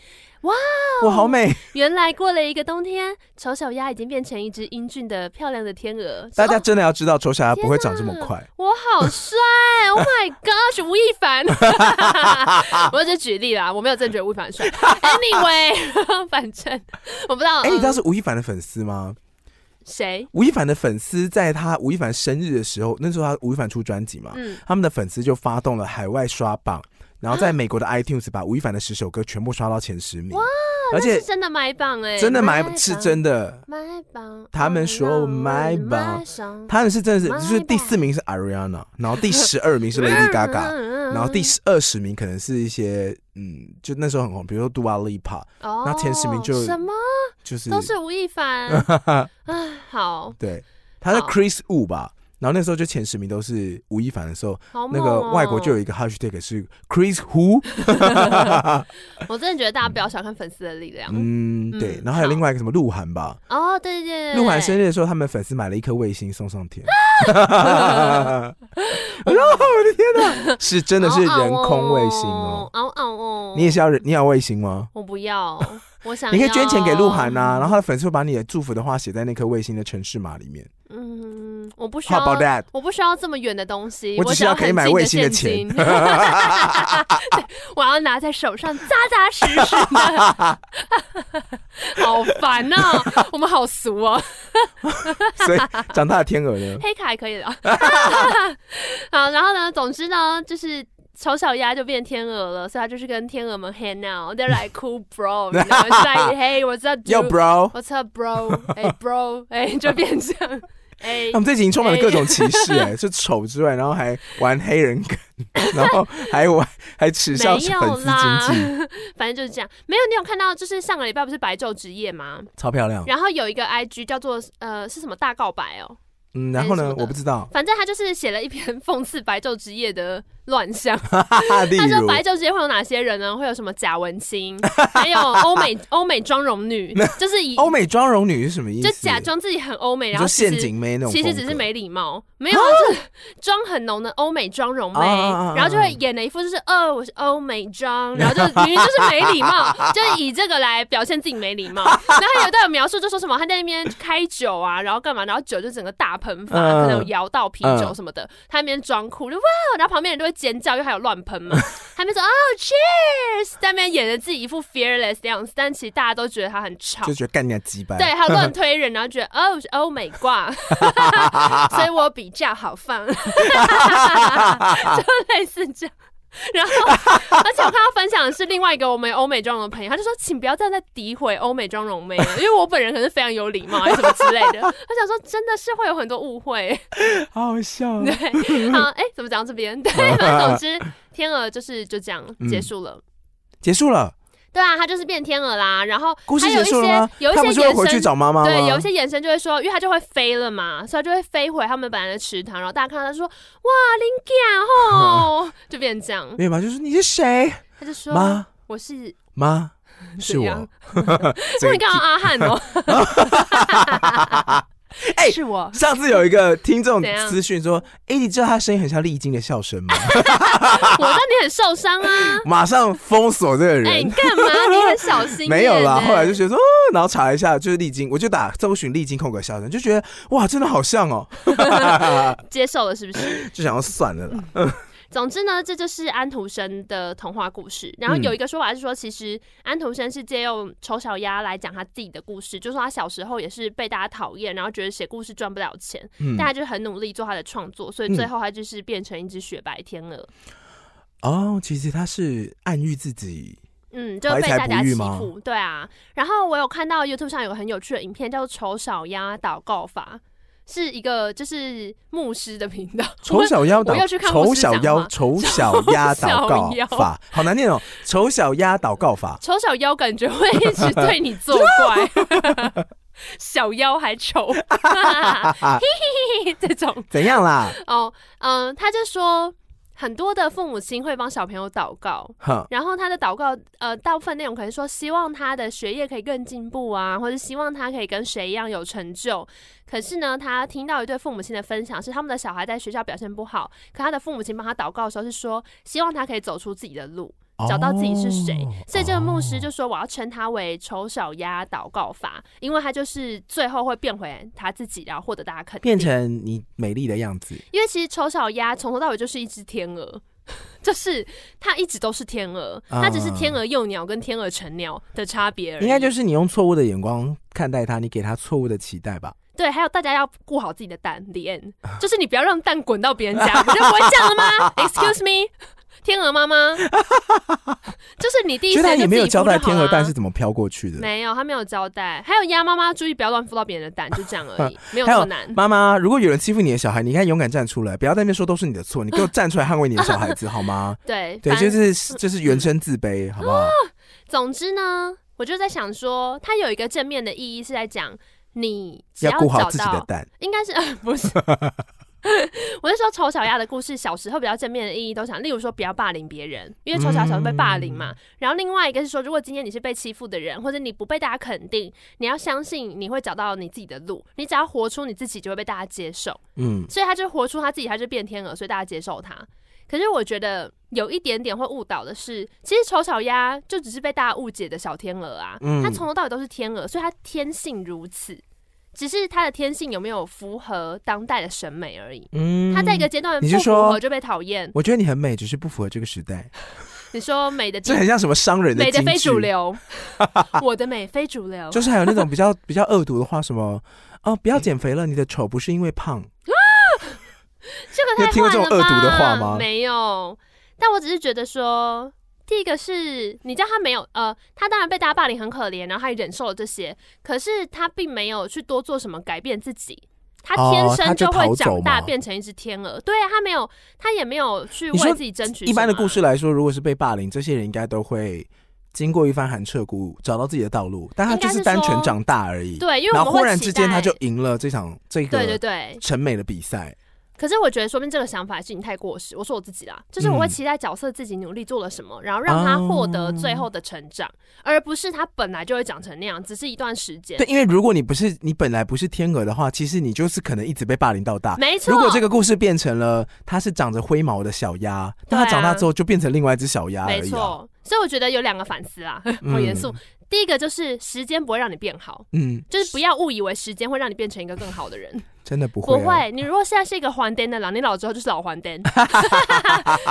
A: 我好美，
B: 原来过了一个冬天，丑小鸭已经变成一只英俊的漂亮的天鹅。
A: 大家
B: 哦
A: 真的要知道，丑小鸭不会长这么快。
B: 我好帅！Oh my gosh，吴亦 凡，我只是举例啦，我没有真的觉得吴亦凡帅。Anyway，反 正我不知道。
A: 哎，你知道
B: 嗯
A: 是吴亦凡的粉丝吗？
B: 谁？
A: 吴亦凡的粉丝在他吴亦凡生日的时候，那时候他吴亦凡出专辑嘛，
B: 嗯，
A: 他们的粉丝就发动了海外刷榜，然后在美国 的 iTunes 把吴亦凡的十首歌全部刷到前十名，而
B: 是
A: 且
B: 真的买榜哎、
A: 真的买是真的，
B: 买榜，嗯
A: 他们说买榜
B: 上，
A: 他们是真的是
B: 买吧
A: 就是第四名是 Ariana，然后第十二名是 Lady Gaga，
B: 嗯
A: 然后第十二十名可能是一些嗯，就那时候很红，比如说 Dua Lipa，
B: 哦
A: 那前十名就
B: 什么
A: 就是
B: 都是吴 亦凡。哎，好
A: 对，他是
B: 好
A: Chris Wu 吧。然后那时候就前十名都是吴亦凡的时候，
B: 好猛
A: 那
B: 哦、
A: 个外国就有一个 hashtag 是 Chris Who，
B: 我真的觉得大家不要小看粉丝的力量。
A: 嗯，
B: 嗯
A: 对。然后还有
B: 好
A: 另外一个什么鹿晗吧，
B: 哦，对对对，
A: 鹿晗生
B: 日，
A: 日的时候，他们粉丝买了一颗卫星送上 天。我说：“我的天哪，是真的是人工卫星哦！
B: 嗷嗷哦，
A: 你也是要人你要卫星吗？
B: 我不要，我想
A: 你可以捐钱给鹿晗
B: 呐、
A: 呐，然后他的粉丝会把你的祝福的话写在那颗卫星的城市码里面。
B: 嗯，我不需
A: How
B: 要
A: about。that？
B: 我不需要这么远的东西，
A: 我只需
B: 要
A: 要可以买卫星的钱
B: 很近的现金对我要拿在手上，扎扎实实的， 好烦呐、我们好俗哦，
A: 所以长大的天鹅 呢？
B: 黑卡还可以了。好，然后呢，总之呢，就是丑小鸭就变天鹅了，所以它就是跟天鹅们 hang out。They're like cool bro，然后 like hey what's up
A: 要
B: dude，what's
A: bro，
B: up bro，哎、bro，哎、 就变成哎
A: 他。们这集已经充满了各 种歧视，哎，是丑之外，然后还玩黑人梗，然后还玩还耻
B: 没
A: 笑粉丝
B: 有啦
A: 经济，，
B: 反正就是这样。没有，你有看到就是上个礼拜不是白昼之夜吗？
A: 超漂亮。
B: 然后有一个 IG 叫做呃是什么大告白哦，
A: 嗯，然后
B: 还是什
A: 呢
B: 么？的
A: 我不知道，
B: 反正他就是写了一篇 讽刺白昼之夜的乱象。
A: 哈哈，例
B: 他说
A: 如
B: 白昼之夜会有哪些人呢？会有什么贾文清， 还有欧美欧美妆容女，就是以
A: 欧美妆容女是什么意思？
B: 就假装自己很欧美，
A: 你
B: 然
A: 说
B: 后其
A: 陷
B: 实
A: 阱妹那种风
B: 其
A: 格，
B: 实只是没礼貌，没有啊就是妆很浓的欧美妆容妹
A: 啊啊啊啊，
B: 然后就会演了一副就是哦我是欧美 妆，然后就明明就是没礼貌，就以这个来表现自己没礼 貌。然后有的有描述就说什么他在那边开酒啊，然后干嘛，然后酒就整个大喷发，
A: 嗯
B: 可能有摇到啤酒
A: 嗯
B: 什么的，他那边装酷就哇，然后旁边人都会尖叫，因为还有乱喷 嘛，他那边说哦 cheers，在那边演着自己一副 fearless 的样子，但其实大家都觉得他很吵
A: 就。觉得干人家鸡掰。
B: 对，还有 乱推人，然后觉得哦是欧美挂， 所以我比较好放， 就类似这样。然后，而且我看到分享的是另外一个我们欧美妆容的朋友，他就说，请不要再在诋毁欧美妆容妹了，因为我本人可能是非常有礼貌，还是什么之类的。他想说，真的是会有很多误会。
A: 好好笑哦。
B: 对，好，哎、怎么讲到这边？对，反正总之，天鹅就是就这样
A: 嗯
B: 结束了。
A: 结束了，
B: 对啊，他就是变天鹅啦。然后
A: 故事
B: 还有
A: 结
B: 一
A: 束了
B: 些
A: 吗？
B: 有一
A: 他不
B: 些延
A: 是
B: 伸
A: 会回去找妈妈吗？
B: 对，有一些眼神就会说，因为它就会飞了嘛，所以它就会飞回他们本来的池塘，然后大家看到它说：“哇，林感哦！” 就变成这样，
A: 没有吗？就是你是谁？
B: 他就说：“
A: 妈
B: 我是
A: 妈，是
B: 怎
A: 我
B: 样。
A: 整
B: 那
A: 个
B: 你看到阿汉哦。”
A: 哎
B: 是我，
A: 上次有一个听众
B: 怎样
A: 私讯 说：“哎、你知道他声音很像丽晶的笑声吗
B: 我让你很受伤啊！？”
A: 马上封锁这个人。
B: 哎、你干嘛？你很小心、欸
A: 没有啦，后来就觉得说，哦然后查一下就是丽晶，我就打搜寻丽晶空格笑声，就觉得哇，真的好像哦，
B: 接受了，是不是？
A: 就想要算了
B: 嗯
A: 啦。
B: 总之呢，这就是安徒生的童话故事。然后
A: 嗯
B: 有一个说法是说，其实安徒生是借用丑小鸭来讲他自己的故事，就说他小时候也是被大家讨厌，然后觉得写故事赚不了钱，
A: 嗯
B: 但他就很努力做他的创作，所以最后他就是变成一只雪白天鹅。
A: 哦，其实他是暗喻自己，
B: 嗯，就
A: 怀
B: 被
A: 才
B: 大家
A: 不遇
B: 欺
A: 吗
B: 负，对啊。然后我有看到 YouTube 上有个很有趣的影片，叫《丑小鸭祷告法》，是一个就是牧师的频道。
A: 丑小鸭
B: 我
A: 祷
B: 要去，看
A: 丑
B: 牧师
A: 小鸭，
B: 讲 话
A: 丑小鸭祷告
B: 丑小鸭
A: 法，好难念哦，丑小鸭祷告法。
B: 丑小妖感觉会一直对你作怪，小妖还丑，这种
A: 怎样 啦？
B: 哦，嗯、他就说很多的父母亲会帮小朋友祷告。
A: 哼，
B: 然后他的祷告，呃，大部分内容可能说希望他的学业可以更进步啊，或者希望他可以跟谁一样有成就。可是呢，他听到一对父母亲的分享是，他们的小孩在学校表现不好，可他的父母亲帮他祷告的时候是说，希望他可以走出自己的路。找到自己是谁
A: 哦
B: 所以这个牧师就说：“我要称他为丑小鸭祷告法，因为他就是最后会变回他自己，然后获得大家肯定。
A: 变成你美丽的样子。
B: 因为其实丑小鸭从头到尾就是一只天鹅， 就是它一直都是天鹅，
A: 啊
B: 它只是天鹅幼鸟跟天鹅成鸟的差别而已。
A: 应该就是你用错误的眼光看待他，你给他错误的期待吧。
B: 对，还有大家要顾好自己的蛋，the end，就是
A: 啊
B: 你不要让蛋滚到别人家，不就不会这样 了吗？Excuse me，天鹅妈妈，就是你第一
A: 所
B: 时
A: 以他
B: 间
A: 也
B: 就
A: 没有
B: 自己
A: 交
B: 孵就
A: 代
B: 好
A: 天鹅蛋
B: 啦
A: 是怎么飘过去的。
B: 没有，他没有交代。还有鸭妈妈注意不要乱孵到别人的蛋，就这样 而已，没有
A: 还
B: 那
A: 有
B: 么难。
A: 妈妈，如果有人欺负你的小孩，你应该勇敢站出来，不要在那边说都是你的错，你给我站出来捍卫你的小孩子好 吗？
B: 对，
A: 对，
B: 反
A: 就
B: 正
A: 是就是原生自卑， 好不
B: 哦
A: 好？
B: 总之呢，我就在想说，它有一个正面的意义是在讲你只
A: 要顾好
B: 找
A: 自己的
B: 到，
A: 蛋。
B: 应该是、呃、不是？ 我是说丑小鸭的故事，小时候比较正面的意义都想，例如说不要霸凌别人，因为丑小鸭小时候被霸凌
A: 嗯
B: 嘛。然后另外一个是说，如果今天你是被欺负的人，或者你不被大家肯定，你要相信你会找到你自己的路，你只要活出你自己，就会被大家接受。
A: 嗯，
B: 所以他就活出他自己，他就变天鹅，所以大家接受他。可是我觉得有一点点会误导的是，其实丑小鸭就只是被大家误解的小天鹅啊，
A: 嗯
B: 它从头到尾都是天鹅，所以它天性如此，只是它的天性有没有符合当代的审美而已。
A: 嗯
B: 它在一个阶段
A: 你
B: 不
A: 是
B: 符
A: 说
B: 合就被讨厌。
A: 嗯我觉得你很美，只是不符合这个时 代，
B: 你说美的
A: 这很像什么商人的
B: 美的
A: 金
B: 非
A: 句
B: 主 流，我的美非主流，
A: 就是还有那种比较 比较恶毒的话，什么哦，不要减肥了，你的丑不是因为胖，
B: 这个太
A: 有听过
B: 坏
A: 这种
B: 了
A: 恶毒的话
B: 吧
A: 吗
B: 没有，但我只是觉得说，第一个是你知道他没有，呃，他当然被大家霸凌很可怜，然后他也忍受了这些，可是他并没有去多做什么改变自己。他
A: 哦
B: 天生
A: 他就逃
B: 会
A: 走
B: 长
A: 嘛
B: 大变成一只天鹅，对啊，他没有，他也没有去
A: 你
B: 为
A: 说
B: 自己争取。
A: 一般的故，事来说，如果是被霸凌，这些人应该都会经过一番寒彻骨，找到自己的道路，但他就
B: 应该是
A: 单纯
B: 说
A: 长大而已。
B: 对，因为
A: 然
B: 我
A: 后
B: 们
A: 忽
B: 会
A: 然
B: 期
A: 之间他
B: 待
A: 就赢了这场这
B: 对对
A: 个
B: 对，
A: 审美的比赛。
B: 可是我觉得，说不定这个想法是你太过时。我说我自己啦，就是我
A: 嗯
B: 会期待角色自己努力做了什么，然后让他获得最后的成长，而不是他本来就会长成那样，只是一段时间。
A: 对，因为如果你不是你本来不是天鹅的话，其实你就是可能一直被霸凌到大。
B: 没错。
A: 啊如果这个故事变成了它是长着灰毛的小鸭，那它
B: 对啊
A: 长大之后就变成另外一只小鸭而
B: 没
A: 已、啊。
B: 错，所以我觉得有两个反思啦， 好严肃。第一个就是时间不会让你变好，
A: 嗯，
B: 就是不要误以为时间会让你变成一个更好的人。
A: 真的 不会、
B: 不
A: 啊，
B: 会，你如果现在是一个还颠的狼，你老之后就是老还 颠。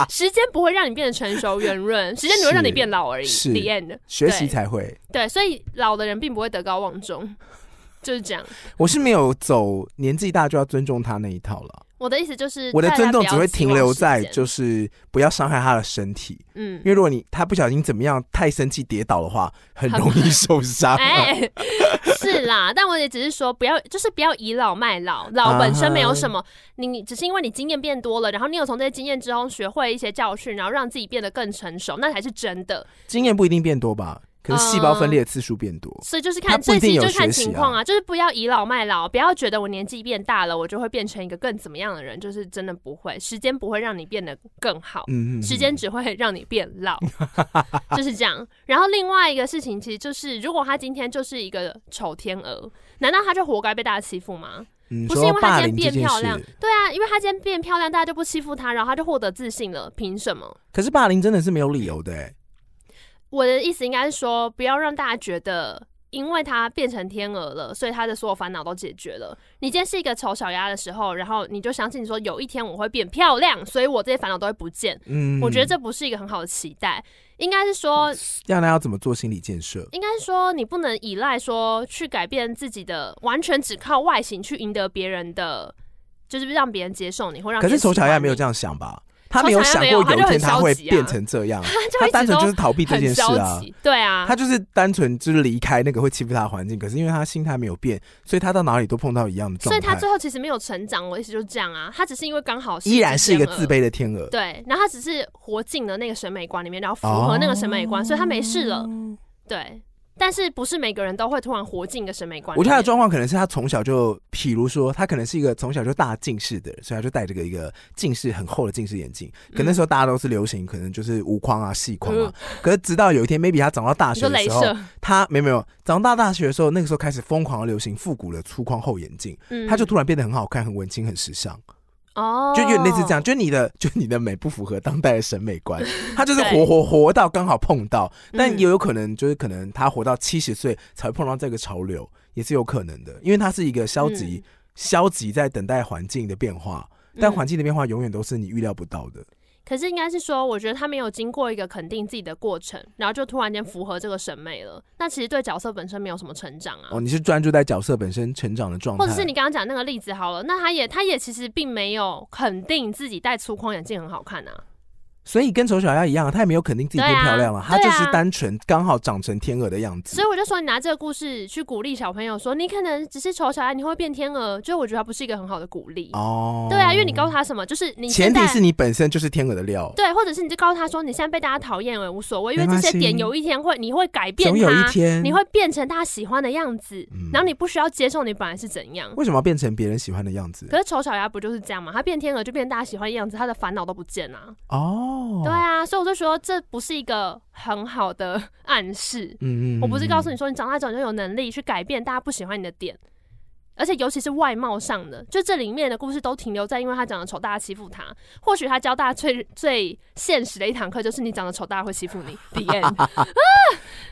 B: 时间不会让你变得成熟圆润，时间只会让你
A: 是
B: 变老而已。
A: 是
B: The end。
A: 学习
B: 对
A: 才会。
B: 对，所以老的人并不会德高望重， 就是这样。
A: 我是没有走年纪大就要尊重他那一套了，
B: 我的意思就是，
A: 我的
B: 大家
A: 尊重
B: 嗯不要
A: 只会
B: 期
A: 停
B: 望
A: 留
B: 时
A: 在
B: 间
A: 就是不要伤害他的身体，
B: 嗯
A: 因。为如果你他不小心怎么样太生气跌倒的话，很容易受伤。
B: 哎、是啦，但我也只是说，不要，就是不要倚老卖老，老本身没有什
A: 啊
B: 么，你只是因为你经验变多了，然后你有从这些经验之中学会一些教训，然后让自己变得更成熟，那才是真的。
A: 经验不一定变多吧，可是细胞分裂的次数变多。
B: 所以就是
A: 他
B: 看，
A: 不
B: 所
A: 一
B: 以
A: 定
B: 其实
A: 有
B: 就是看
A: 学习
B: 情况啊，就是不要倚老卖老，不要觉得我年纪变大了，我就会变成一个更怎么样的人，就是真的不会，时间不会让你变得更好，
A: 嗯，嗯嗯
B: 时间只会让你变老， 就是这样。然后另外一个事情，其实就是如果他今天就是一个丑天鹅，难道他就活该被大家欺负吗？
A: 嗯
B: 不是
A: 说
B: 因为
A: 霸
B: 她今
A: 凌
B: 天
A: 这
B: 变
A: 件
B: 漂
A: 事
B: 亮，对啊，因为他今天变漂亮，大家就不欺负他，然后他就获得自信了，凭什么？
A: 可是霸凌真的是没有理由的、欸。
B: 我的意思应该是说，不要让大家觉得，因为他变成天鹅了，所以他的所有烦恼都解决了。你今天是一个丑小鸭的时候，然后你就相信说，有一天我会变漂亮，所以我这些烦恼都会不见。
A: 嗯，
B: 我觉得这不是一个很好的期待，应该是说，
A: 要那要怎么做心理建设？
B: 应该是说你不能依赖说去改变自己的，完全只靠外形去赢得别人的，就是让别人接受你，或让
A: 可是丑小鸭没有 这
B: 样，
A: 样想吧？他没有想过有一天
B: 啊
A: 他会变成这样，
B: 就
A: 啊他
B: 一
A: 单
B: 直
A: 纯
B: 都
A: 就是逃避这件
B: 很
A: 事
B: 消
A: 啊。
B: 极，对啊，
A: 他就是单纯就是离开那个会欺负他的环境，可是因为他心态没有变，所以他到哪里都碰到一样的状
B: 所
A: 态，
B: 以他最后其实没有成长，我意思就是这样啊，他只是因为刚好
A: 依然是一个
B: 天鹅
A: 自。卑的天鹅。
B: 对，然后他只是活进了那个审美观里面，然后符合那个审美观，所以他没事
A: 哦
B: 了。对，但是不是每个人都会突然活进一个审美观里面？
A: 我觉得他的状况可能是他从小就，譬如说他可能是一个从小就大近视的人，所以他就戴这个一个近视很厚的近视眼镜。可那时候
B: 嗯
A: 大家都是流行，可能就是无框啊、细框啊。可是直到有一天，maybe 他长到大
B: 你
A: 学
B: 说
A: 的
B: 镭
A: 时候，
B: 射，
A: 他没有没有长大大学的时候，那个时候开始疯狂地流行复古的粗框厚眼镜，
B: 嗯
A: 他就突然变得很好看、很文青、很时尚，
B: 哦，
A: 就有点类似这样，就你的 就你的美不符合当代的审美观，他就是
B: 对
A: 活活活到刚好碰到，但
B: 嗯
A: 也有可能就是可能他活到七十岁才会碰到这个潮流，也是有可能的，因为他是一个消极、
B: 嗯
A: 消极在等待环境的变化，但
B: 嗯
A: 环境的变化永远都是你预料不到的。
B: 可是应该是说，我觉得他没有经过一个肯定自己的过程，然后就突然间符合这个审美了。那其实对角色本身没有什么成长啊。
A: 哦，你是专注在角色本身成长的状态，
B: 或者是你刚刚讲那个例子好了，那他也他也其实并没有肯定自己戴粗框眼镜很好看啊，
A: 所以跟丑小鸭一样，她也没有肯定自己变漂亮了，
B: 对啊
A: 她就是
B: 对啊
A: 单纯刚好长成天鹅的样子
B: 所以。我就说你拿这个故事去鼓励小朋友说，你可能只是丑小鸭，你会变天鹅，就我觉得它不是一个很好的鼓励。
A: 哦，
B: 对啊，因为你告诉他什么，就是你
A: 前
B: 现在
A: 提是你本身就是天鹅的料，
B: 对，或者是你就告诉他说，你现在被大家讨厌也无所谓，因为
A: 没
B: 这
A: 关
B: 些点
A: 系
B: 有一天会你会改变
A: 总有一
B: 它，
A: 天
B: 你会变成大家喜欢的样子，
A: 嗯
B: 然后你不需要接受你本来是怎样。
A: 为什么要变成别人喜欢的样子？
B: 可是丑小鸭不就是这样嘛？它变天鹅就变大家喜欢的样子，它的烦恼都不见啦、
A: 哦，
B: 对啊，所以我就说这不是一个很好的暗示。
A: 嗯，嗯嗯，
B: 我不是告诉
A: 你，
B: 你说你长大之后你就有能力去改变大家不喜欢你的点，而且尤其是外貌上的，就这里面的故事都停留在因为他长得丑，大家欺负他。或许他教大家最最现实的一堂课就是你长得丑，大家会欺负你。The end。
A: 嗯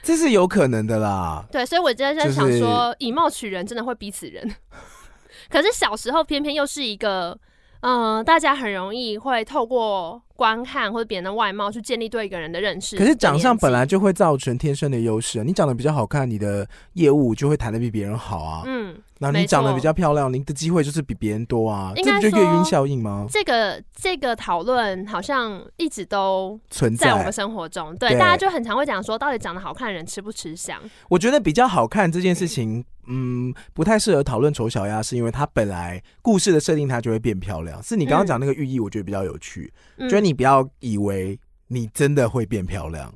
A: 这是有可能的啦。
B: 对，所以我今天在想
A: 就是
B: 说，以貌取人真的会逼死人。 可是小时候偏偏又是一个。嗯，大家很容易会透过观看或者别人的外貌去建立对一个人的认识。
A: 可是长相本
B: 来，
A: 来就会造成天生的优势啊，你长得比较好看，你的业务就会谈得比别人好啊。
B: 嗯，
A: 那
B: 没
A: 你
B: 错
A: 长得比较漂亮，你的机会就是比别人多啊，
B: 应
A: 这不
B: 该
A: 就
B: 说
A: 月晕效应吗？
B: 这个这个讨论好像一直都
A: 存
B: 在我们生活中，对
A: 对
B: 大家就很常会讲说，到底长得好看的人吃不吃香？
A: 我觉得比较好看这件事情，嗯，不太适合讨论丑小鸭，是因为它本来故事的设定它就会变漂亮。是你刚刚讲那个寓意，我觉得比较有趣，
B: 嗯
A: 就是你不要以为你真的会变漂亮，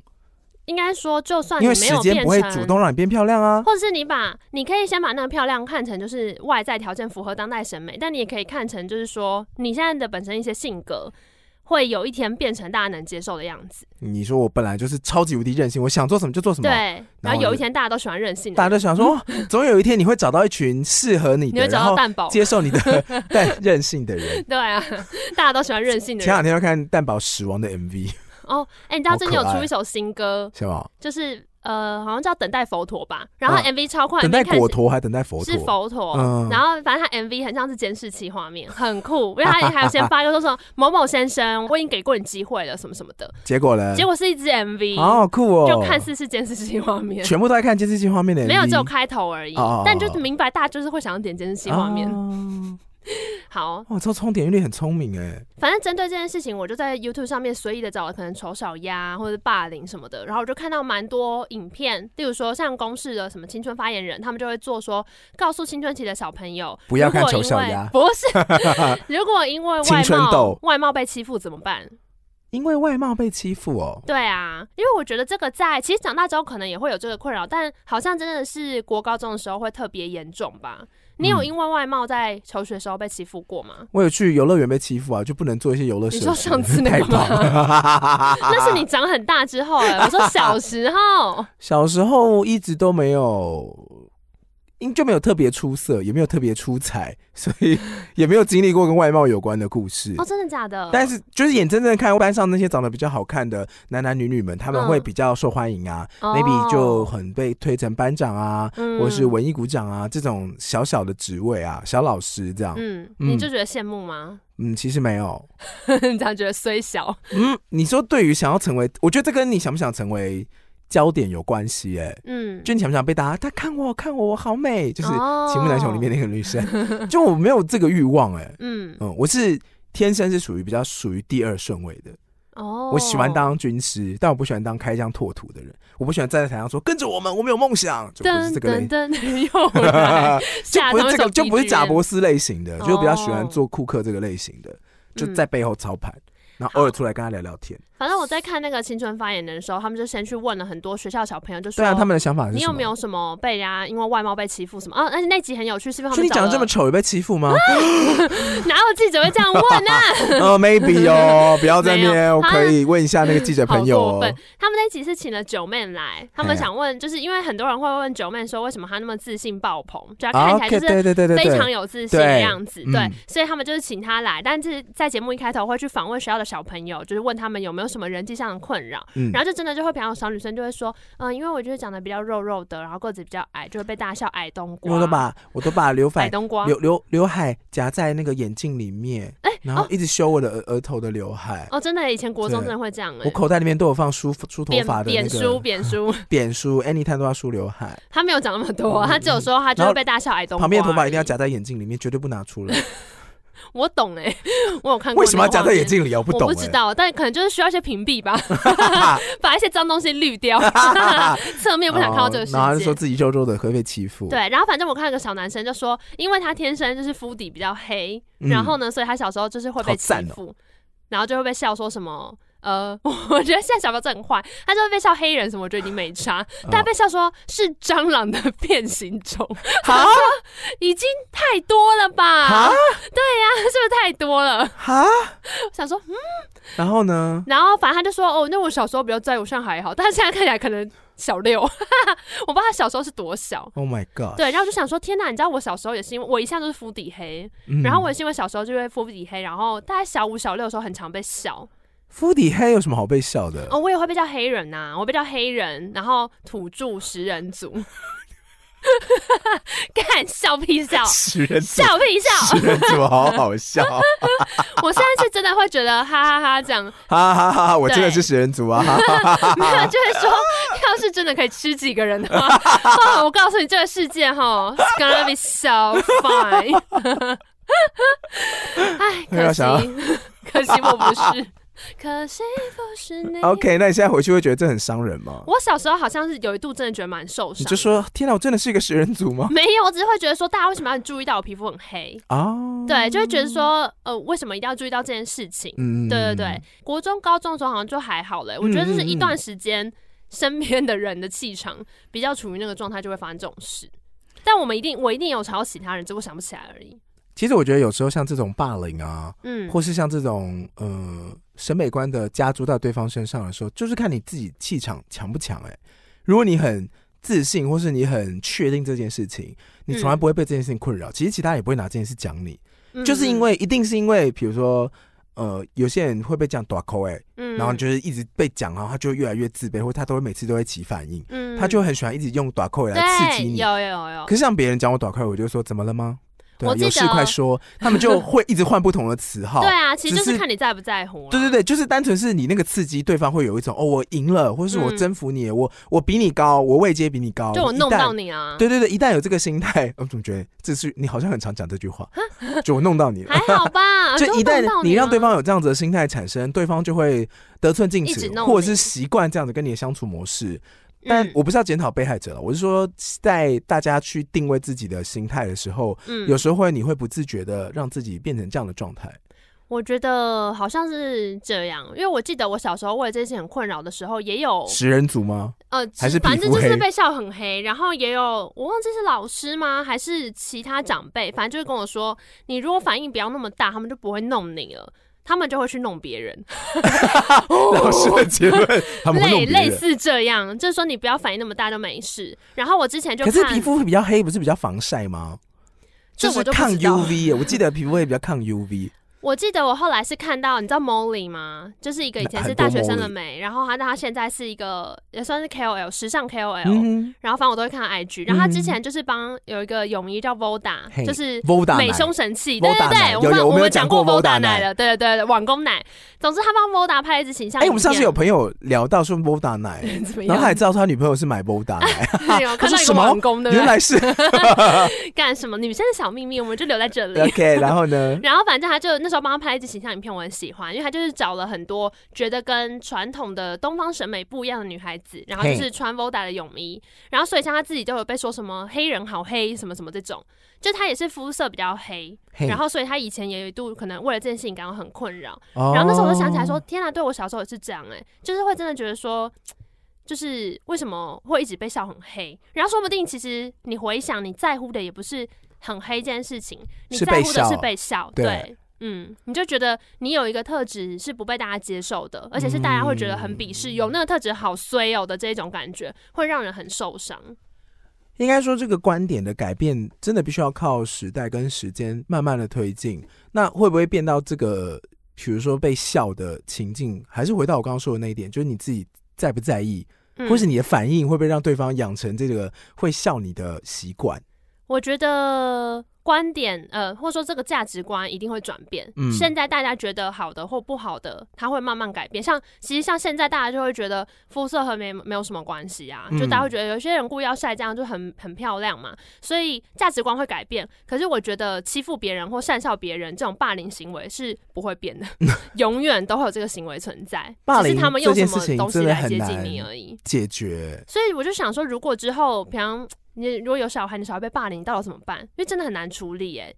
B: 应该说，就算哦你
A: 因为
B: 没
A: 时
B: 有
A: 间
B: 变
A: 不会
B: 成，
A: 主动让你变漂亮啊。
B: 或者是你把，你可以先把那个漂亮看成就是外在条件符合当代审美，但你也可以看成就是说你现在的本身一些性格。会有一天变成大家能接受的样子，
A: 你说我本来就是超级无敌任性，我想做什么就做什么，
B: 对。然
A: 嗯然后
B: 后有
A: 就
B: 一天大家都喜欢任性的
A: 大家
B: 人，
A: 都想 说，哇总有一天你会找到一群适合你
B: 你
A: 的，
B: 会
A: 然
B: 找到
A: 后
B: 蛋宝，
A: 接受你的 但任性的人。
B: 对啊，大家都喜欢任性的
A: 前两
B: 人。
A: 天要看蛋堡死亡的 MV，
B: 哦，哎，你知道
A: 好
B: 最近有
A: 可爱
B: 出一首新歌，
A: 是吗？
B: 就是呃，好像叫《等待佛陀》吧，然后
A: 啊
B: MV 超快，
A: 等待
B: MV 看起
A: 果陀还等待佛陀？
B: 是佛陀，
A: 嗯
B: 然后反正他 MV 很像是监视器画面，很酷，因为他还有先发一个说什么某某先生，我已经给过你机会了，什么什么的，
A: 结果呢？
B: 结果是一支 MV，、
A: 好酷嗯哦！
B: 就看似是监视器画面，
A: 全部都在看监视器画面的 MV，
B: 没有只有开头而已，
A: 哦哦哦
B: 但就是明白大家就是会想要点监视器画面。
A: 哦
B: 好，
A: 哇，这充点阅率很聪明哎，
B: 反正针对这件事情，我就在 YouTube 上面随意的找了可能丑小鸭啊或者是霸凌什么的，然后我就看到蛮多影片，例如说像公视的什么青春发言人，他们就会做说，告诉青春期的小朋友，
A: 不要
B: 如果
A: 看丑
B: 因
A: 小
B: 为
A: 鸭
B: 不是，如果因为
A: 青
B: 外
A: 春
B: 貌
A: 痘
B: 外貌被欺负怎么办？
A: 因为外貌被欺负哦。
B: 对啊，因为我觉得这个在其实长大之后可能也会有这个困扰，但好像真的是国高中的时候会特别严重吧。你有
A: 嗯
B: 因为外貌在求学的时候被欺负过吗？
A: 我有去游乐园被欺负啊，就不能做一些游乐设施。
B: 你说上次那
A: 太
B: 个吗
A: 棒了
B: 那是你长很大之后、欸，我说小时候，
A: 小时候一直都没有，因就没有特别出色，也没有特别出彩，所以也没有经历过跟外貌有关的故事。
B: 哦，真的假的？
A: 但是就是眼睁睁看班上那些长得比较好看的男男女女们，他们
B: 嗯
A: 会比较受欢迎啊、
B: 哦
A: m a y b e 就很被推成班长啊，
B: 嗯
A: 或是文艺股长啊这种小小的职位啊，小老师这样。嗯
B: 嗯，
A: 嗯
B: 你就觉得羡慕 吗？
A: 其实没有。
B: 你这样觉得虽小，
A: 嗯，你说对于想要成为，我觉得这跟你想不想成为焦点有关系哎、
B: 嗯，
A: 就你想不想被大家，他看我看我我好美，就是《
B: 哦
A: 情目难雄》里面，那个女生， 就我没有这个欲望哎、
B: 嗯，
A: 嗯，我是天生是属于比较属于第二顺位的，
B: 哦，
A: 我喜欢当军师，但我不喜欢当开疆拓土的人，我不喜欢站在台上说跟着我们，我们有梦想，就不是
B: 噔
A: 这个类
B: 噔，噔，又 来
A: 就
B: 吓
A: 不
B: 到
A: 是这
B: 那
A: 个，
B: 种
A: 就不是
B: BGM
A: 贾博士类型的，就比较喜欢
B: 哦
A: 做库克这个类型的，就
B: 嗯
A: 在背后操盘，然后偶尔出来跟他聊聊天。
B: 反正我在看那个青春发言人的时候，他们就先去问了很多学校小朋友，就说
A: 对啊，他们的想法是
B: 你
A: 什
B: 有
A: 么？
B: 没有什么被人家因为外貌被欺负什么？哦，而且那集很有趣，是不是？他
A: 说
B: 们
A: 你长得这么
B: 丑，
A: 丑，有被欺负吗？
B: 哪有记者会这样问呢、
A: 呃，maybe 哦，不要在那
B: 没
A: 边，
B: 有
A: 我可以问一下那个记者
B: 好
A: 朋友
B: 过
A: 哦
B: 分。！他们那集是请了九妹来，他
A: 哎
B: 们
A: 呀
B: 想问，就是因为很多人会问九妹说，为什么她那么自信爆棚，就她
A: 啊
B: 看起来
A: ，OK，
B: 就是
A: 对对对对
B: 非常
A: 对，
B: 有自信的
A: 对
B: 样子，
A: 嗯
B: 对，所以他们就是请他来，但是在节目一开头会去访问学校的小朋友，就是问他们有没有什么人际上的困扰，
A: 嗯
B: 然后就真的就会，比方有小女生就会说，嗯、因为我就是长得比较肉肉的，然后个子比较矮，就会被大家笑嗯矮冬瓜，
A: 我都把我都把刘
B: 矮
A: 海
B: 冬瓜，
A: 刘刘刘海夹在那个眼镜里面，
B: 哎、
A: 然后
B: 哦
A: 一直修我的额额头的刘海，
B: 哦，真的，以前国中
A: 对
B: 真的会这样哎、
A: 我口袋里面都有放梳梳头
B: 扁
A: 发的那
B: 扁梳
A: 个
B: 扁梳，
A: 扁梳，anytime 都要梳刘海，
B: 他没有长那么多，他只有说他就
A: 哦然
B: 会
A: 后
B: 被大家笑矮冬瓜而已。
A: 旁边的头发一定要夹在眼镜里面，绝对不拿出来。
B: 我懂哎、 我有看过。
A: 为什么要夹在眼？镜里啊？我不
B: 我
A: 懂
B: 不
A: 哎。
B: 知道，但可能就是需要一些屏 蔽吧，把一些脏东西滤掉，侧面不想看到这个
A: 哦
B: 世界。
A: 然后他就说自己肉肉的会被欺负。
B: 对，然后反正我看到一个小男生就说，因为他天生就是肤底比较黑，
A: 嗯
B: 然后呢，所以他小时候就是会被
A: 好
B: 欺
A: 赞哦
B: 负，然后就会被笑说什么。呃， 我觉得现在小朋友真的很坏，他就会被笑黑人什么，我觉得已经没差，
A: 哦
B: 但他被笑说是蟑螂的变形虫，
A: 哈
B: 已经太多了吧？
A: 哈
B: 是不是太多了？
A: 哈，
B: 我想说，嗯
A: 然后呢？
B: 然后反正他就说，哦，那我小时候比较在我上还好，但他现在看起来可能小六， 我不知道他小时候是多小。
A: Oh my god！
B: 对，然后我就想说，天哪！你知道我小时候也是因为我一向都是肤底黑，
A: 嗯
B: 然后我也是因为小时候就会肤底黑，然后大概小五、小六的时候很常被笑。
A: 肤底黑有什么好被笑的？。
B: 哦，我也会被叫黑人呐、我被叫黑人，然后土著食人族， 干笑屁笑
A: 食人族，
B: 笑屁笑！
A: 食人族好好 笑，
B: 我现在是真的会觉得哈哈哈这样，
A: 哈哈哈！我
B: 对
A: 真的是食人族啊！哈哈哈
B: 没有就会说，要是真的可以吃几个人的话， 哦、我告诉你这个世界哈，it's gonna be so fine。哎，
A: 没有啊
B: 可惜
A: 想到，
B: 可惜我不是， 可惜不是你。
A: OK，那你现在回去会觉得这很伤人吗？
B: 我小时候好像是有一度真的觉得蛮受
A: 你
B: 伤
A: 就，说天哪，我真的是一个食人族吗？
B: 没有，我只是会觉得说，大家为什么要注意到我皮肤很黑？
A: 啊，
B: 嗯对，就会觉得说，呃，为什么一定要注意到这件事情？
A: 嗯
B: 对对对，，国中、高中的时候好像就还好嘞、我觉得这是
A: 嗯
B: 一段时间身边的人的气场比较处于那个状态，就会发生这种事。但我们一定，我一定有吵到其他人，只不过想不起来而已。
A: 其实我觉得有时候像这种霸凌啊，
B: 嗯，
A: 或是像这种呃审美观的加诸到对方身上的时候，就是看你自己气场强不强。哎，如果你很自信，或是你很确定这件事情，你从来
B: 嗯
A: 不会被这件事情困扰，其实其他人也不会拿这件事讲你，
B: 嗯
A: 就是因，为一定是因为比如说。呃，有些人会被这样打扣哎，
B: 嗯
A: 然后就是一直被讲，然后他就会越来越自卑，或他都会每次都会起反应，
B: 嗯
A: 他就会很喜欢一直用打扣来刺
B: 对
A: 激你。
B: 有有有有
A: 可，是像别人讲我短快，我就说怎么了吗？对、啊
B: 我，记得
A: 有事快说。他们就会一直换不同的词号。
B: 对啊，其实就
A: 只
B: 是
A: 是
B: 看你在不在乎啦。
A: 对对对，就是单纯是你那个刺激，对方会有一种哦，我赢了，或是我
B: 嗯
A: 征服你，我我比你高，我位阶比你高，
B: 就我弄
A: 一旦
B: 到。你啊。
A: 对对对，一旦有这个心态， 我总觉得这是你好像很常讲这句话，就我弄到你了
B: 还。好 吧，
A: 就一旦
B: 弄到
A: 你让
B: 啊
A: 对方有这样子的心态产生，对方就会得寸进
B: 一直
A: 尺，
B: 弄
A: 或者是
B: 你
A: 习惯这样子跟你的相处模式。但
B: 嗯
A: 我不是要检讨被害者了，我是说在大家去定位自己的心态的时候，
B: 嗯
A: 有时候会你会不自觉的让自己变成这样的状态。
B: 我觉得好像是这样，因为我记得我小时候为了这件事情很困扰的时候，也有
A: 食人族吗？
B: 呃，
A: 还是皮
B: 反正就
A: 肤
B: 是
A: 黑
B: 被笑很黑，然后也有我忘记是老师吗，还是其他长辈，反正就是跟我说，你如果反应不要那么大，他们就不会弄你了，他们就会去弄别人，
A: 老师的结论， 他们会弄
B: 类
A: 别
B: 哦类
A: 人。
B: 似这样，就是说你不要反应那么大就没事。然后我之前就
A: 可
B: 看
A: 是皮肤会比较黑，不是比较防晒吗？
B: 这
A: 是
B: 我就不
A: 抗
B: 知道
A: UV，耶我记得皮肤会比较抗 UV。
B: 我记得我后来是看到，你知道 Molly 吗？就是一个以前是大学生了没，然后她她现在是一个也算是 KOL 时尚 KOL，、
A: 嗯
B: 然后反正我都会看她 IG，然后她之
A: 嗯
B: 前就是帮有一个泳衣叫 Voda，、
A: 嘿
B: 就是
A: ，Voda
B: 美
A: 奶
B: 胸神器，对
A: Voda
B: 对
A: 奶
B: 对，
A: 有
B: 们
A: 有我
B: 我
A: 们有
B: 们
A: 讲
B: 讲
A: 过 Voda
B: Voda
A: 奶
B: 奶的，对对对，网工奶。总之她帮 Voda 拍了一支形象
A: 哼哎，
B: 影片，
A: 我们上次有朋友聊到说 Voda 奶，
B: 怎么
A: 然
B: 样？
A: 后他还知道他女朋友是买 Voda 奶，
B: 有
A: 他
B: 看
A: 说
B: 到一
A: 什
B: 个
A: 么
B: 网工， 对不
A: 原
B: 对？
A: 来 是
B: 干什么女生的小秘密，我们就留在这里。
A: OK。然后 呢？
B: 然后反正他就那时候帮他拍了一支形象影片，我很喜欢，因为他就是找了很多觉得跟传统的东方审美不一样的女孩子，然后就
A: 嘿
B: 是穿 Voda 的泳衣，然后所以像他自己就有被说什么黑人好黑什么什么这种，就他也是肤色比较黑，
A: 嘿
B: 然后所以他以前也有一度可能为了这件事情感到很困扰，
A: 哦
B: 然后那时候我就想起来说，天啊，对我小时候也是这样哎、就是会真的觉得说。就是为什么会一直被笑很黑，然后说不定其实你回想，你在乎的也不是很黑这件事情，你
A: 是
B: 在
A: 被
B: 乎的是
A: 笑
B: 被笑，
A: 对
B: 对，嗯，你就觉得你有一个特质是不被大家接受的，而且是大家会觉得很鄙视，有那个特质好衰哦的这种感觉，会让人很受伤。
A: 应该说，这个观点的改变真的必须要靠时代跟时间慢慢的推进。那会不会变到这个，比如说被笑的情境，还是回到我刚刚说的那一点，就是你自己在不在意，
B: 嗯
A: 或是你的反应会不会让对方养成这个会笑你的习惯？
B: 我觉得观点，呃，或者说这个价值观一定会转变。
A: 嗯
B: 现在大家觉得好的或不好的，它会慢慢改变。像其实像现在大家就会觉得肤色和没没有什么关系啊，
A: 嗯
B: 就大家会觉得有些人故意要晒这样就很很漂亮嘛，所以价值观会改变。可是我觉得欺负别人或善笑别人这种霸凌行为是不会 变的，永远都会有这个行为存在，
A: 霸
B: 只
A: 凌
B: 是他们用
A: 这
B: 什
A: 件
B: 么
A: 事情
B: 东西
A: 真的
B: 来
A: 很
B: 接近
A: 难
B: 你而已。
A: 解决
B: 所以我就想说，如果之后平常你如果有小孩，你小孩被霸凌到底怎么办？因为真的很难处理耶、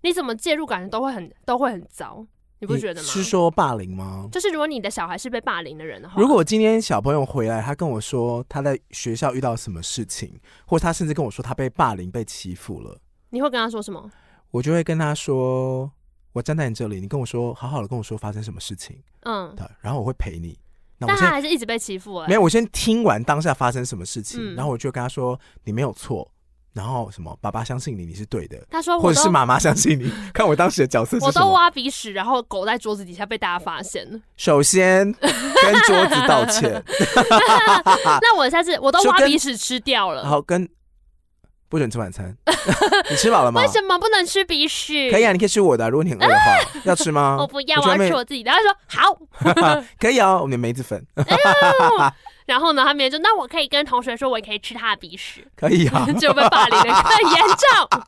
B: 你怎么介入感觉都会很都会很糟，你不觉得吗？
A: 是说霸凌吗？
B: 就是如果你的小孩是被霸凌的人的话，
A: 如果今天小朋友回来，他跟我说他在学校遇到什么事情，或他甚至跟我说他被霸凌、被欺负了。
B: 你会跟他说什么？
A: 我就会跟他说，我站在你这里，你跟我说，好好的跟我说发生什么事情，
B: 嗯，
A: 对，然后我会陪你。那我
B: 但他
A: 先
B: 还是一直被欺负哎、
A: 没有，我先听完当下发生什么事情，
B: 嗯
A: 然后我就跟他说，你没有错，然后什么，爸爸相信你，你是对的，
B: 他说
A: 或
B: 我
A: 者是
B: 都
A: 妈妈相信 你，看我当时的角色
B: 我
A: 是什
B: 都
A: 么。
B: 挖鼻屎，然后狗在桌子底下被大家发现了。
A: 首先跟桌子道 歉，啊
B: 那我下次我都
A: 就
B: 挖
A: 跟
B: 鼻屎吃掉
A: 然
B: 了，
A: 后跟不准吃晚餐， 你吃饱了吗
B: 为？什么不能吃鼻屎？哦
A: 可以啊，你可以吃我的啊、如果你很饿的 话，要吃吗？
B: 我不要，
A: 我
B: 我
A: 专
B: 要
A: 门
B: 吃我自己的。他说好，
A: 可以啊，我们的梅子粉
B: 然后呢，他明天就那我可以跟同学说，我也可以吃他的鼻屎。
A: 可以 啊。
B: 就被霸凌的更严 重。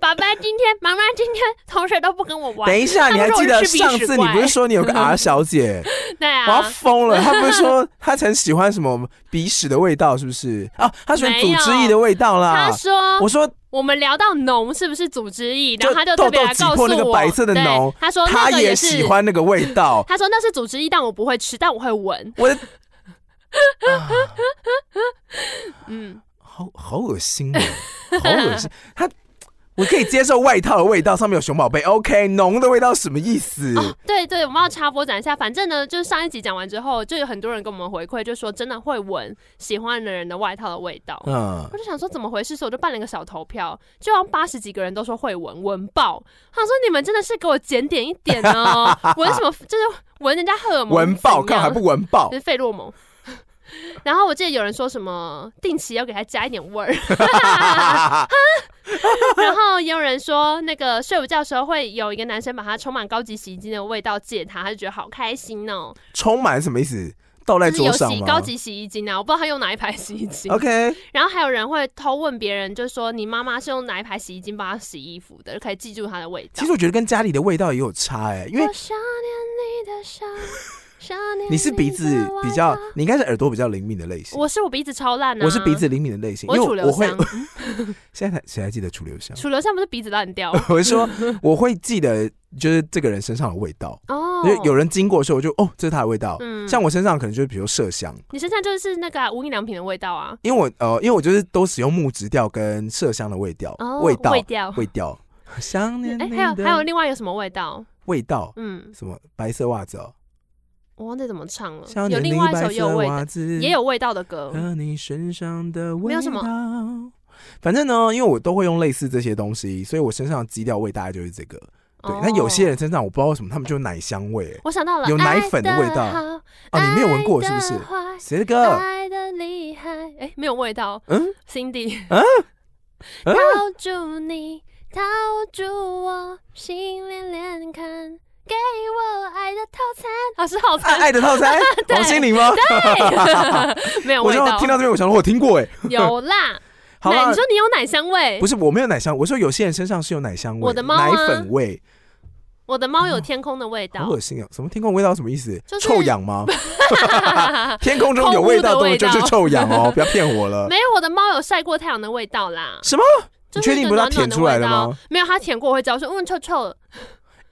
B: 爸爸今天，妈妈今天，同学都不跟我玩
A: 等，一下，
B: 他
A: 你还
B: 们说我
A: 记
B: 是
A: 得
B: 吃鼻
A: 上
B: 屎
A: 次你不
B: 怪
A: 是说你有个 R 小姐，
B: 对
A: 我要
B: 啊，
A: 疯了。她不是说 她很喜欢什么鼻屎的味道，是不是？哦，她喜欢
B: 没
A: 组
B: 有
A: 织液的味道
B: 他
A: 啦。
B: 说
A: 啊我说
B: 我们聊到脓是不是组织液，然
A: 就
B: 后他就特别
A: 痘痘
B: 来
A: 挤
B: 告诉
A: 破
B: 我，
A: 那个白色的脓
B: 对他说
A: 她
B: 那个
A: 也
B: 是。
A: 喜，欢那个味道
B: 他说那是组织液，但我不会吃，但我会闻，
A: 我的
B: 嗯，
A: 啊好好恶心哦，好恶心。 她我可以接受外套的味道，上面有熊宝贝。OK，脓的味道什么意思？
B: 哦，对对，我们要插播讲一下，反正呢，就是上一集讲完之后，就有很多人跟我们回馈，就说真的会闻喜欢的人的外套的味道，
A: 嗯
B: 我，就想说怎么回事，所以我就办了一个小投票，就好像八十几个人都说会闻闻爆。我想说你们真的是给我检点一点哦，闻什么就是闻人家荷尔蒙
A: 闻爆，看还
B: 还
A: 不闻爆
B: 就？是费洛蒙。然后我记得有人说什么定期要给它加一点味儿， 然后也有人说那个睡午觉的时候会有一个男生把它充满高级洗衣精的味道借他，他就觉得好开心哦，
A: 充满什么意思？倒在
B: 就是
A: 桌
B: 有
A: 上
B: 洗
A: 吗
B: 高级洗衣精啊，我不知道他用哪一排洗衣精。
A: ？OK，
B: 然后还有人会偷问别人，就说你妈妈是用哪一排洗衣精帮她洗衣服的，就可以记住它的味道。
A: 欸其实我觉得跟家里的味道也有差哎、因为
B: 我想念你的香，
A: 你是鼻子比较，你应该是耳朵比较灵敏的类型。
B: 啊我是我鼻子超烂啊，
A: 我是鼻子，灵敏的类型，
B: 我
A: 因
B: 楚
A: 为我
B: 留
A: 会
B: 香，
A: 现在还谁还记得楚留香？
B: 楚留香不是鼻子 烂掉
A: 我是说我会记得就是这个人身上的味道，
B: 哦
A: 因，为有人经过的时候我就哦，这是他的味道。
B: 嗯
A: 像我身上可能就是比如麝香，
B: 你身上就是那个啊无印良品的味道啊，
A: 因为我呃，因为我就是都使用木质调跟麝香的味调，
B: 哦，
A: 味道
B: 味道，
A: 味调，想念
B: 哎，
A: 你
B: 还有
A: 的
B: 还有另外有什么味道？
A: 味道
B: 嗯，
A: 什么白色袜子哦，
B: 我忘记怎么唱了
A: 想，
B: 嗯有
A: 念
B: 另
A: 你
B: 外一
A: 白
B: 首也有
A: 色
B: 味
A: 袜子，嗯
B: 也有味道的歌，
A: 和你身上的味道。
B: 没有什么
A: 反正呢，因为我都会用类似这些东西，所以我身上的基调味大概就是这个。对，那有些
B: 人。
A: 人身上我不知道为什么，他们就有奶香味。哎
B: 哦我想到了，
A: 有奶粉的味道
B: 哦，
A: 哦，你没有闻过是不是
B: 爱？的坏
A: 谁的歌？
B: 爱的厉害，哎，没有味道。
A: 嗯，
B: Cindy，
A: 啊啊
B: 套住你，套住我，心连连看，给我爱的套餐。啊，是 套
A: 爱
B: 餐，
A: 爱的套餐，
B: 对
A: 王心凌吗？
B: 对，没有
A: 我
B: 味
A: 就
B: 道
A: 听。到这边，我想说，我听过哎。
B: 有啦，
A: 好
B: 奶，
A: 了
B: 你，说你有奶香味
A: 不，是我没有奶香，我说有些人身上是有奶香味，
B: 我的猫啊
A: 奶粉味，
B: 我的猫有天空的味
A: 好
B: 道
A: 恶，心啊！什么天空味道什么意思？
B: 就是
A: 臭氧 吗？天空中有味道，
B: 空
A: 对，
B: 污的味
A: 就
B: 道
A: 是臭氧哦，不要骗我了。
B: 没有我的猫有晒过太阳的味道啦。
A: 什么？
B: 就
A: 你
B: 是
A: 确
B: 一
A: 定
B: 个
A: 不是它
B: 暖暖
A: 舔
B: 的
A: 出来
B: 味
A: 的
B: 道
A: 吗？
B: 没有，它舔过我会知道说，嗯，臭臭的。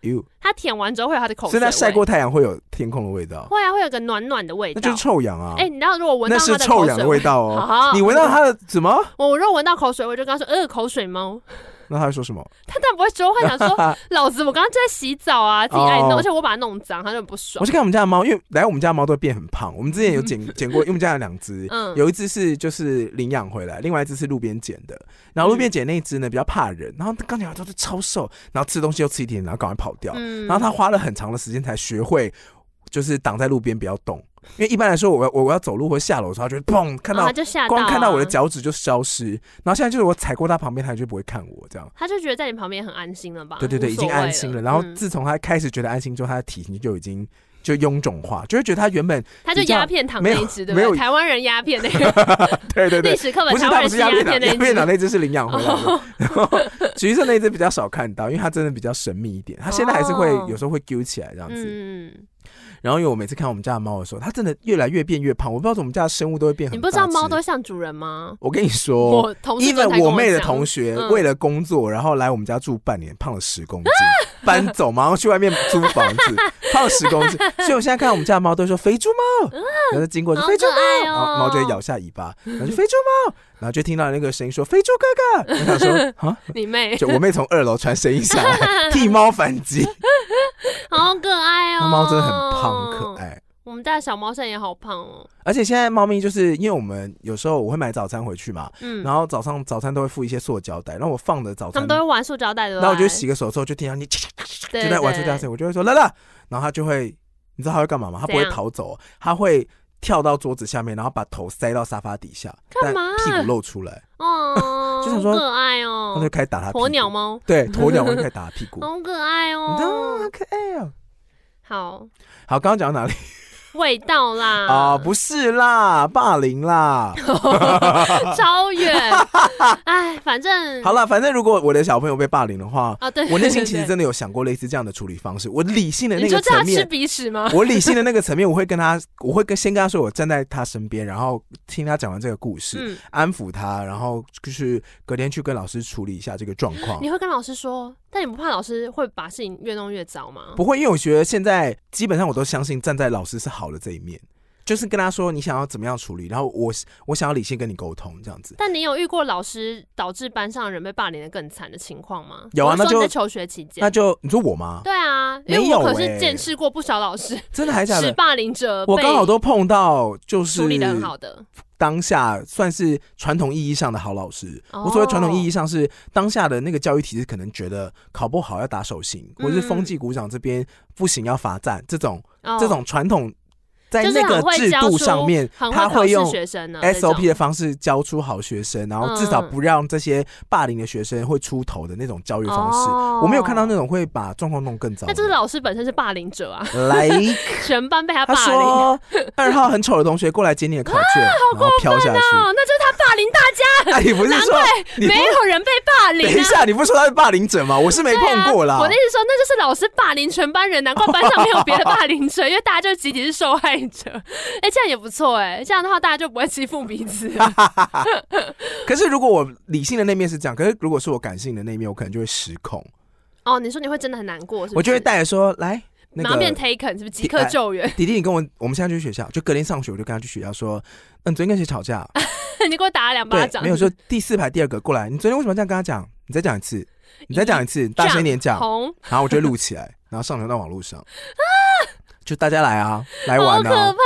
A: 哟，
B: 它舔完之后会有它的口
A: 所
B: 水
A: 以它
B: 味。
A: 晒过太阳会有天空的味道，
B: 会啊，会有个暖暖的味
A: 那
B: 道。
A: 就是臭氧啊
B: 哎、，你知道如果闻到
A: 那是
B: 它的
A: 臭
B: 口
A: 氧
B: 水
A: 的味，道哦。
B: 好，
A: 你闻到它的什么？
B: 我如果闻到口水味，我就跟他说：“呃，口水猫。
A: 那他会说什么？”
B: 他但不会说，会想说：“ 老子我刚刚就在洗澡啊，自己爱弄，
A: 哦
B: 而且我把它弄脏，他就很不爽
A: 我。去看我们家的猫，因为来我们家的猫都会变很胖。我们之前有 捡捡过，因为我们家有两只”，
B: 嗯，
A: 有一只是就是领养回来，另外一只是路边捡的。然后路边捡那一只呢比较怕人，然后它刚捡完之后就超瘦，然后吃东西又吃一点，然后赶快跑掉。
B: 嗯
A: 然后它花了很长的时间才学会，就是挡在路边不要动。因为一般来说，我要我我要走路或下楼的时候，它就会砰看
B: 然
A: 到
B: 后哦他就吓到、啊
A: 光看到我的，脚趾就消失，然后现在就是我踩过它旁边，它就不会看我这样。
B: 他就觉得在你旁边很安心了吧？
A: 对对对，
B: 啊无
A: 已
B: 所
A: 经
B: 谓
A: 安心了。然后
B: 嗯
A: 自从它开始觉得安心之后，它的体型就已经就臃肿化，就会觉得它原本
B: 他就
A: 比较
B: 鸦片糖
A: 没
B: 那
A: 有
B: 一只，对
A: 没
B: 不
A: 有
B: 对？台湾人鸦片那个
A: 对 对
B: 历
A: 对，
B: 史课本，
A: 不是
B: 台
A: 它不
B: 湾人
A: 是
B: 吃
A: 鸦片
B: 片
A: 党，
B: 那
A: 鸦片党
B: 一只。哦
A: 那只是领养回来的， 然后橘色那一只比较少看到，因为它真的比较神秘一点。它现在还是会
B: 哦
A: 有时候会揪起来这样子。
B: 嗯，
A: 然后因为我每次看我们家的猫的时候，它真的越来越变越胖，我不知道怎么我们家的生物都会变
B: 你
A: 很。
B: 不知道猫都会？像主人吗？
A: 我跟你说，
B: 我同事
A: 因为
B: 昨天才跟
A: 我
B: 我
A: 妹的
B: 讲
A: 同学
B: 嗯
A: 为了工作，然后来我们家住半年，胖了十公 斤，搬走，马上去外面租房子，胖了十公 斤。所以我现在看我们家的猫都会说肥猪猫，然后就经过就
B: 嗯好
A: 肥猪
B: 可爱
A: 猫，然后
B: 哦
A: 猫就会摇下尾巴，然后就肥猪猫，然后就听到那个声音说肥猪哥哥，我想 说啊，
B: 你妹
A: 就我妹从二楼传声音下 来，替猫反击，
B: 好可爱哦，
A: 猫真的很胖，很可。爱。
B: 我们家的小猫现在也好胖哦，
A: 而且现在猫咪就是因为我们有时候我会买早餐回去嘛，
B: 嗯，
A: 然后早上早餐都会附一些塑胶袋，然后我放的早
B: 他
A: 餐
B: 们都会玩塑胶袋的，
A: 然后我就洗个手之后，就听到你就
B: 啊对，
A: 在玩出
B: 对
A: 家声，我就会说乐乐，然后他就会，你知道他会干嘛吗？他不会
B: 怎样
A: 逃走，他会跳到桌子下面，然后把头塞到沙发底下，但
B: 干嘛
A: 屁股露出来，
B: 哦，
A: 就想说
B: 好可爱
A: 他就
B: 哦，
A: 开始打他屁股
B: 鸵鸟？猫，
A: 对，鸵鸟我就开始打他屁 股，哦
B: 好可爱
A: 你知道吗
B: 哦
A: 好，可爱哦。
B: 好
A: 好，刚刚讲到哪里
B: 味道啦，
A: 啊？不是啦，霸凌啦。
B: 超远，哎，反正
A: 好了，反正如果我的小朋友被霸凌的话，
B: 啊，对，
A: 我内心其实
B: 对
A: 真的有想过类似这样的处理方式。我理性的
B: 对
A: 那
B: 你
A: 个
B: 说叫他
A: 层
B: 吃
A: 面，
B: 鼻屎 吗？
A: 我理性的那个层面，我会跟他，我会跟先跟他说，我站在他身边，然后听他讲完这个故事，
B: 嗯，
A: 安抚他，然后就是隔天去跟老师处理一下这个状况
B: 你。会跟老师说，但你不怕老师会把事情越弄越糟吗？
A: 不会，因为我觉得现在基本上我都相信站在老师是好的这一面，就是跟他说你想要怎么样处理，然后我我想要理性跟你沟通这样子。
B: 但你有遇过老师导致班上的人被霸凌的更惨的情况吗？
A: 有啊
B: 我是
A: 那
B: 说
A: 就
B: 你在求学期间
A: 那，就你说我吗？
B: 对啊，因
A: 没
B: 为
A: 有
B: 我可
A: 欸
B: 是见识过不少老师
A: 真的还假
B: 是
A: 的？
B: 霸凌者，
A: 我刚好都碰到，就是
B: 处理的很好的，
A: 当下算是传统意义上的好老师。
B: 哦
A: 我所谓传统意义上是当下的那个教育体制，可能觉得考不好要打手心，
B: 嗯
A: 或者是风纪鼓掌这边不行要罚站，这种、
B: 哦
A: 这种传统在
B: 就是
A: 那
B: 很
A: 个
B: 会
A: 制
B: 教
A: 度
B: 出
A: 上面，
B: 很
A: 他
B: 会考
A: 会
B: 试
A: 用。
B: 学生啊呢
A: SOP 的方式教出好学生，然后至少
B: 嗯
A: 不让这些霸凌的学生会出头的那种教育
B: 的
A: 方式。我没有看到那
B: 种。
A: 种会把状况弄更糟的。
B: 哦那就是老师本身是霸凌者啊，
A: 来
B: 全班被他
A: 他
B: 霸凌。啊哦，
A: 说二号很丑的同学过来捡你的考卷，然后飘下去。
B: 那就是他霸凌大 家
A: 哎，你不是说你不
B: 没有人被霸凌、啊。
A: 等一下，你不是说他是霸凌者吗？我是没
B: 对
A: 碰过啦。
B: 啊。我的意思说，那就是老师霸凌全班人，难怪班上没有别的霸 凌者，因为大家就集体是受害者。哎、这样也不错哎、这样的话大家就不会欺负彼 此了。
A: 可是如果我理性的那面是这样，可是如果是我感性的那一面，我可能就会失控，
B: 哦，你说你会真的很难过，是不是
A: 我就会带着说来那
B: 马上变
A: 个
B: taken，是不是即刻救 援？
A: 弟弟，你跟我我们现在去学校，就隔天上学，我就跟他去学校说，嗯，昨天跟谁吵 架？
B: 你给我打两巴
A: 对，
B: 掌，
A: 没有说第四排第二个过来，你昨天为什么这样跟他讲？你再讲一次，你再讲一次，大声一点讲，
B: 红，
A: 然后我就录起来，然后上传到网络上，就大家来啊，来
B: 啊好
A: 玩
B: 可
A: 啊。
B: 怕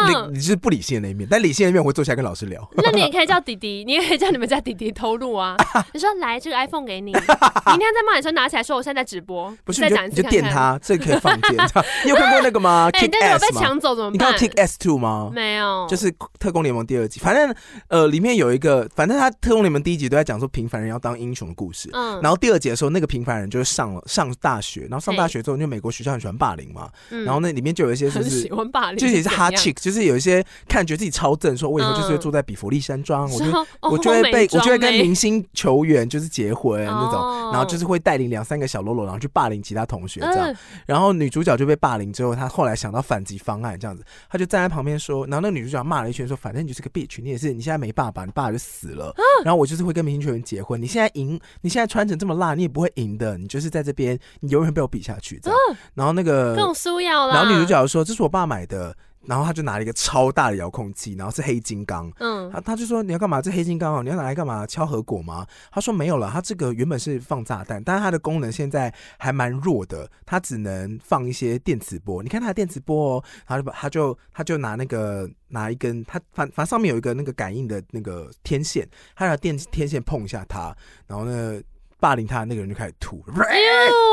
B: 哦、
A: 你你是不理性的那一面，但理性的一面我会坐下来跟老师聊。
B: 那你也可以叫弟 弟，你也可以叫你们家弟弟偷录啊。你说来这个 iPhone 给 你，明天在骂你的时候拿起来说我现在在直播，
A: 不是
B: 再
A: 你就
B: 讲一
A: 你就
B: 次看
A: 电
B: 看。
A: 他，这个可以放电。 这样你有看过那个吗
B: 哎、
A: ？Kick
B: 但是我
A: Ass
B: 被
A: 吗？
B: 抢走怎么
A: 你看
B: 办
A: 过？Kick Ass Two 吗？
B: 没有，
A: 就是《特工联盟》第二季，反正呃里面有一个，反正他《特工联盟》第一集都在讲说平凡人要当英雄的故事。
B: 嗯
A: 然后第二节的时候，那个平凡人就是上了上大学，然后上
B: 嘿
A: 大学之后，因为美国学校很喜欢霸凌嘛，
B: 嗯
A: 然后那里面就有一些就
B: 很
A: 是
B: 喜。欢霸凌，
A: 就是也是哈
B: 气，
A: chick，就是有一些看觉得自己超正，说我以后就是会住在比佛利山庄，我就
B: 说
A: 我就会被我就会跟
B: 你
A: 明星球员就是结婚那种，
B: 欸哦
A: 然后就是会带领两三个小喽啰，然后去霸凌其他同学这样
B: 嗯。
A: 然后女主角就被霸凌之后，她后来想到反击方案这样子，她就站在旁边说，然后那个女主角骂了一圈说，反正你就是个 bitch，你也是，你现在没爸爸，你爸爸就死了，
B: 啊
A: 然后我就是会跟明星球员结婚，你现在赢，你现在穿成这么辣，你也不会赢的，你就是在这边，你永远被我比下去这
B: 嗯
A: 样。然后那个
B: 各种苏药啦。
A: 然后女主角就说：“这是我爸买的。”然后他就拿了一个超大的遥控器，然后是黑金刚。
B: 嗯
A: 他他就说：“你要干嘛？这黑金刚哦，你要拿来干嘛？敲核果吗？”他说：“没有了，它这个原本是放炸弹，但是它的功能现在还蛮弱的，它只能放一些电磁波。你看它的电磁波哦，然后就把他就他就拿那个拿一根，他反反正上面有一个那个感应的那个天线，他拿电天线碰一下他，然后呢霸凌他的那个人就开始吐，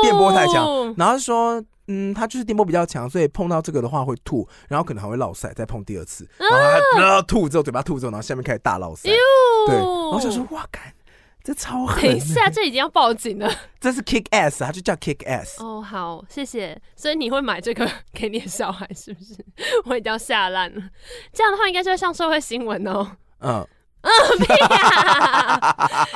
A: 电波太强，然后他说，嗯，他就是电波比较强，所以碰到这个的话会吐，然后可能还会落腮，再碰第二次，然后他然后吐之后嘴巴吐之后，然后下面开始大落腮，对，然后我想说，哇，干，这超狠
B: 哦等一
A: 的，
B: 下，这已经要报警了。
A: 这是 kick ass，啊他就叫 kick ass，
B: 哦，好，谢谢。所以你会买这个 给你的小孩是不是？ 我已经要吓烂了。这样的话，应该就会上社会新闻哦。
A: 嗯，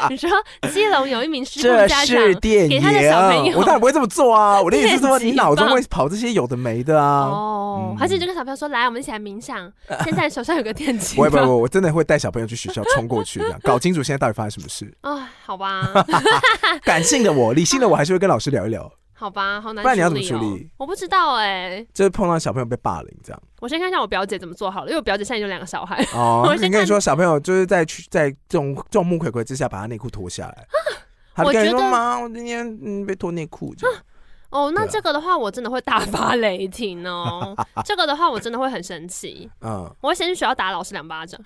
B: 你说基隆有一名失控
A: 这
B: 家
A: 是
B: 长
A: 电
B: 给
A: 影
B: 他的小朋，友
A: 我当然不会这么做啊，我的意思是 说，
B: 电击
A: 你脑中
B: 棒
A: 会跑这些有的没的啊。
B: 哦
A: 嗯，
B: 而且就跟小朋友说：“来，我们一起来冥想。现在手上有个电击
A: 不会不会，
B: 棒。
A: 我真的会带小朋友去学校冲过去， 这样搞清楚现在到底发生什么事。
B: 啊、好吧，
A: 感性的我，理性的我还是会跟老师聊一聊。
B: 好吧，好难、哦。
A: 不然你要怎么处理？
B: 我不知道哎、
A: 就是碰到小朋友被霸凌这样。
B: 我先看一下我表姐怎么做好了，因为我表姐现在有两个小孩。
A: 哦
B: 我，
A: 你
B: 先
A: 跟你
B: 看
A: 说，小朋友就是在去在众众目睽睽之下把他内裤脱下 来，他就
B: 我
A: 跟你
B: 觉
A: 说：“
B: 得
A: 妈，我今天嗯被脱内裤。”这样
B: 哦，那
A: 对啊
B: 这个的话，我真的会大发雷霆哦。这个的话，我真的会很生气，
A: 嗯，
B: 我会先去学校打老师两巴掌。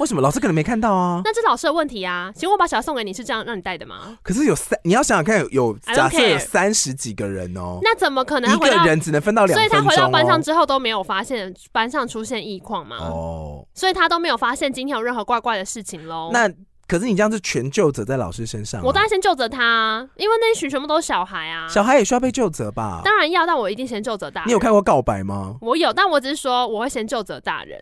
A: 为什么老师可能没看到啊？
B: 那这是老师的问题啊，请问我把小孩送给你是这样让你带的吗？
A: 可是有三，你要想想看，有有
B: I don't
A: 假设有
B: care
A: 三十几个人哦，
B: 那怎么可能
A: 一
B: 他回
A: 个
B: 到？
A: 人只能分到两
B: 所以
A: 分
B: 他
A: 钟
B: 回到班上
A: 哦。
B: 之后都没有发现班上出现异况嘛，
A: 哦，
B: 所以他都没有发现今天有任何怪怪的事情喽。
A: 那可是你这样是全救责在老师身上啊，
B: 我当然先就责他啊，因为那一群全部都是小孩啊。
A: 小孩也需要被救责吧？
B: 当然要，但我一定先就责大人。
A: 你有看过《告白》吗？
B: 我有，但我只是说我会先就责大人，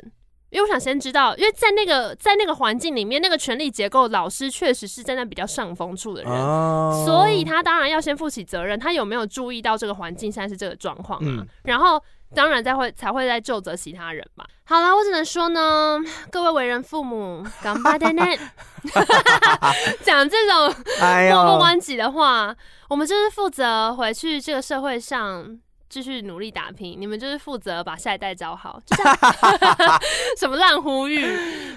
B: 因为我想先知道，因为在那个在那个环境里面，那个权力结构，老师确实是站在比较上风处的人。
A: 哦，
B: 所以他当然要先负起责任，他有没有注意到这个环境现在是这个状况啊？
A: 嗯
B: 然后当然再会才会再就责其他人嘛。好啦，我只能说呢，各位为人父母，干巴的呢， 讲这种
A: 哎呦，
B: 漠不关己的话，我们就是负责回去这个社会上。继续努力打拼，你们就是负责把下一代教好，就这 样。什么烂呼吁？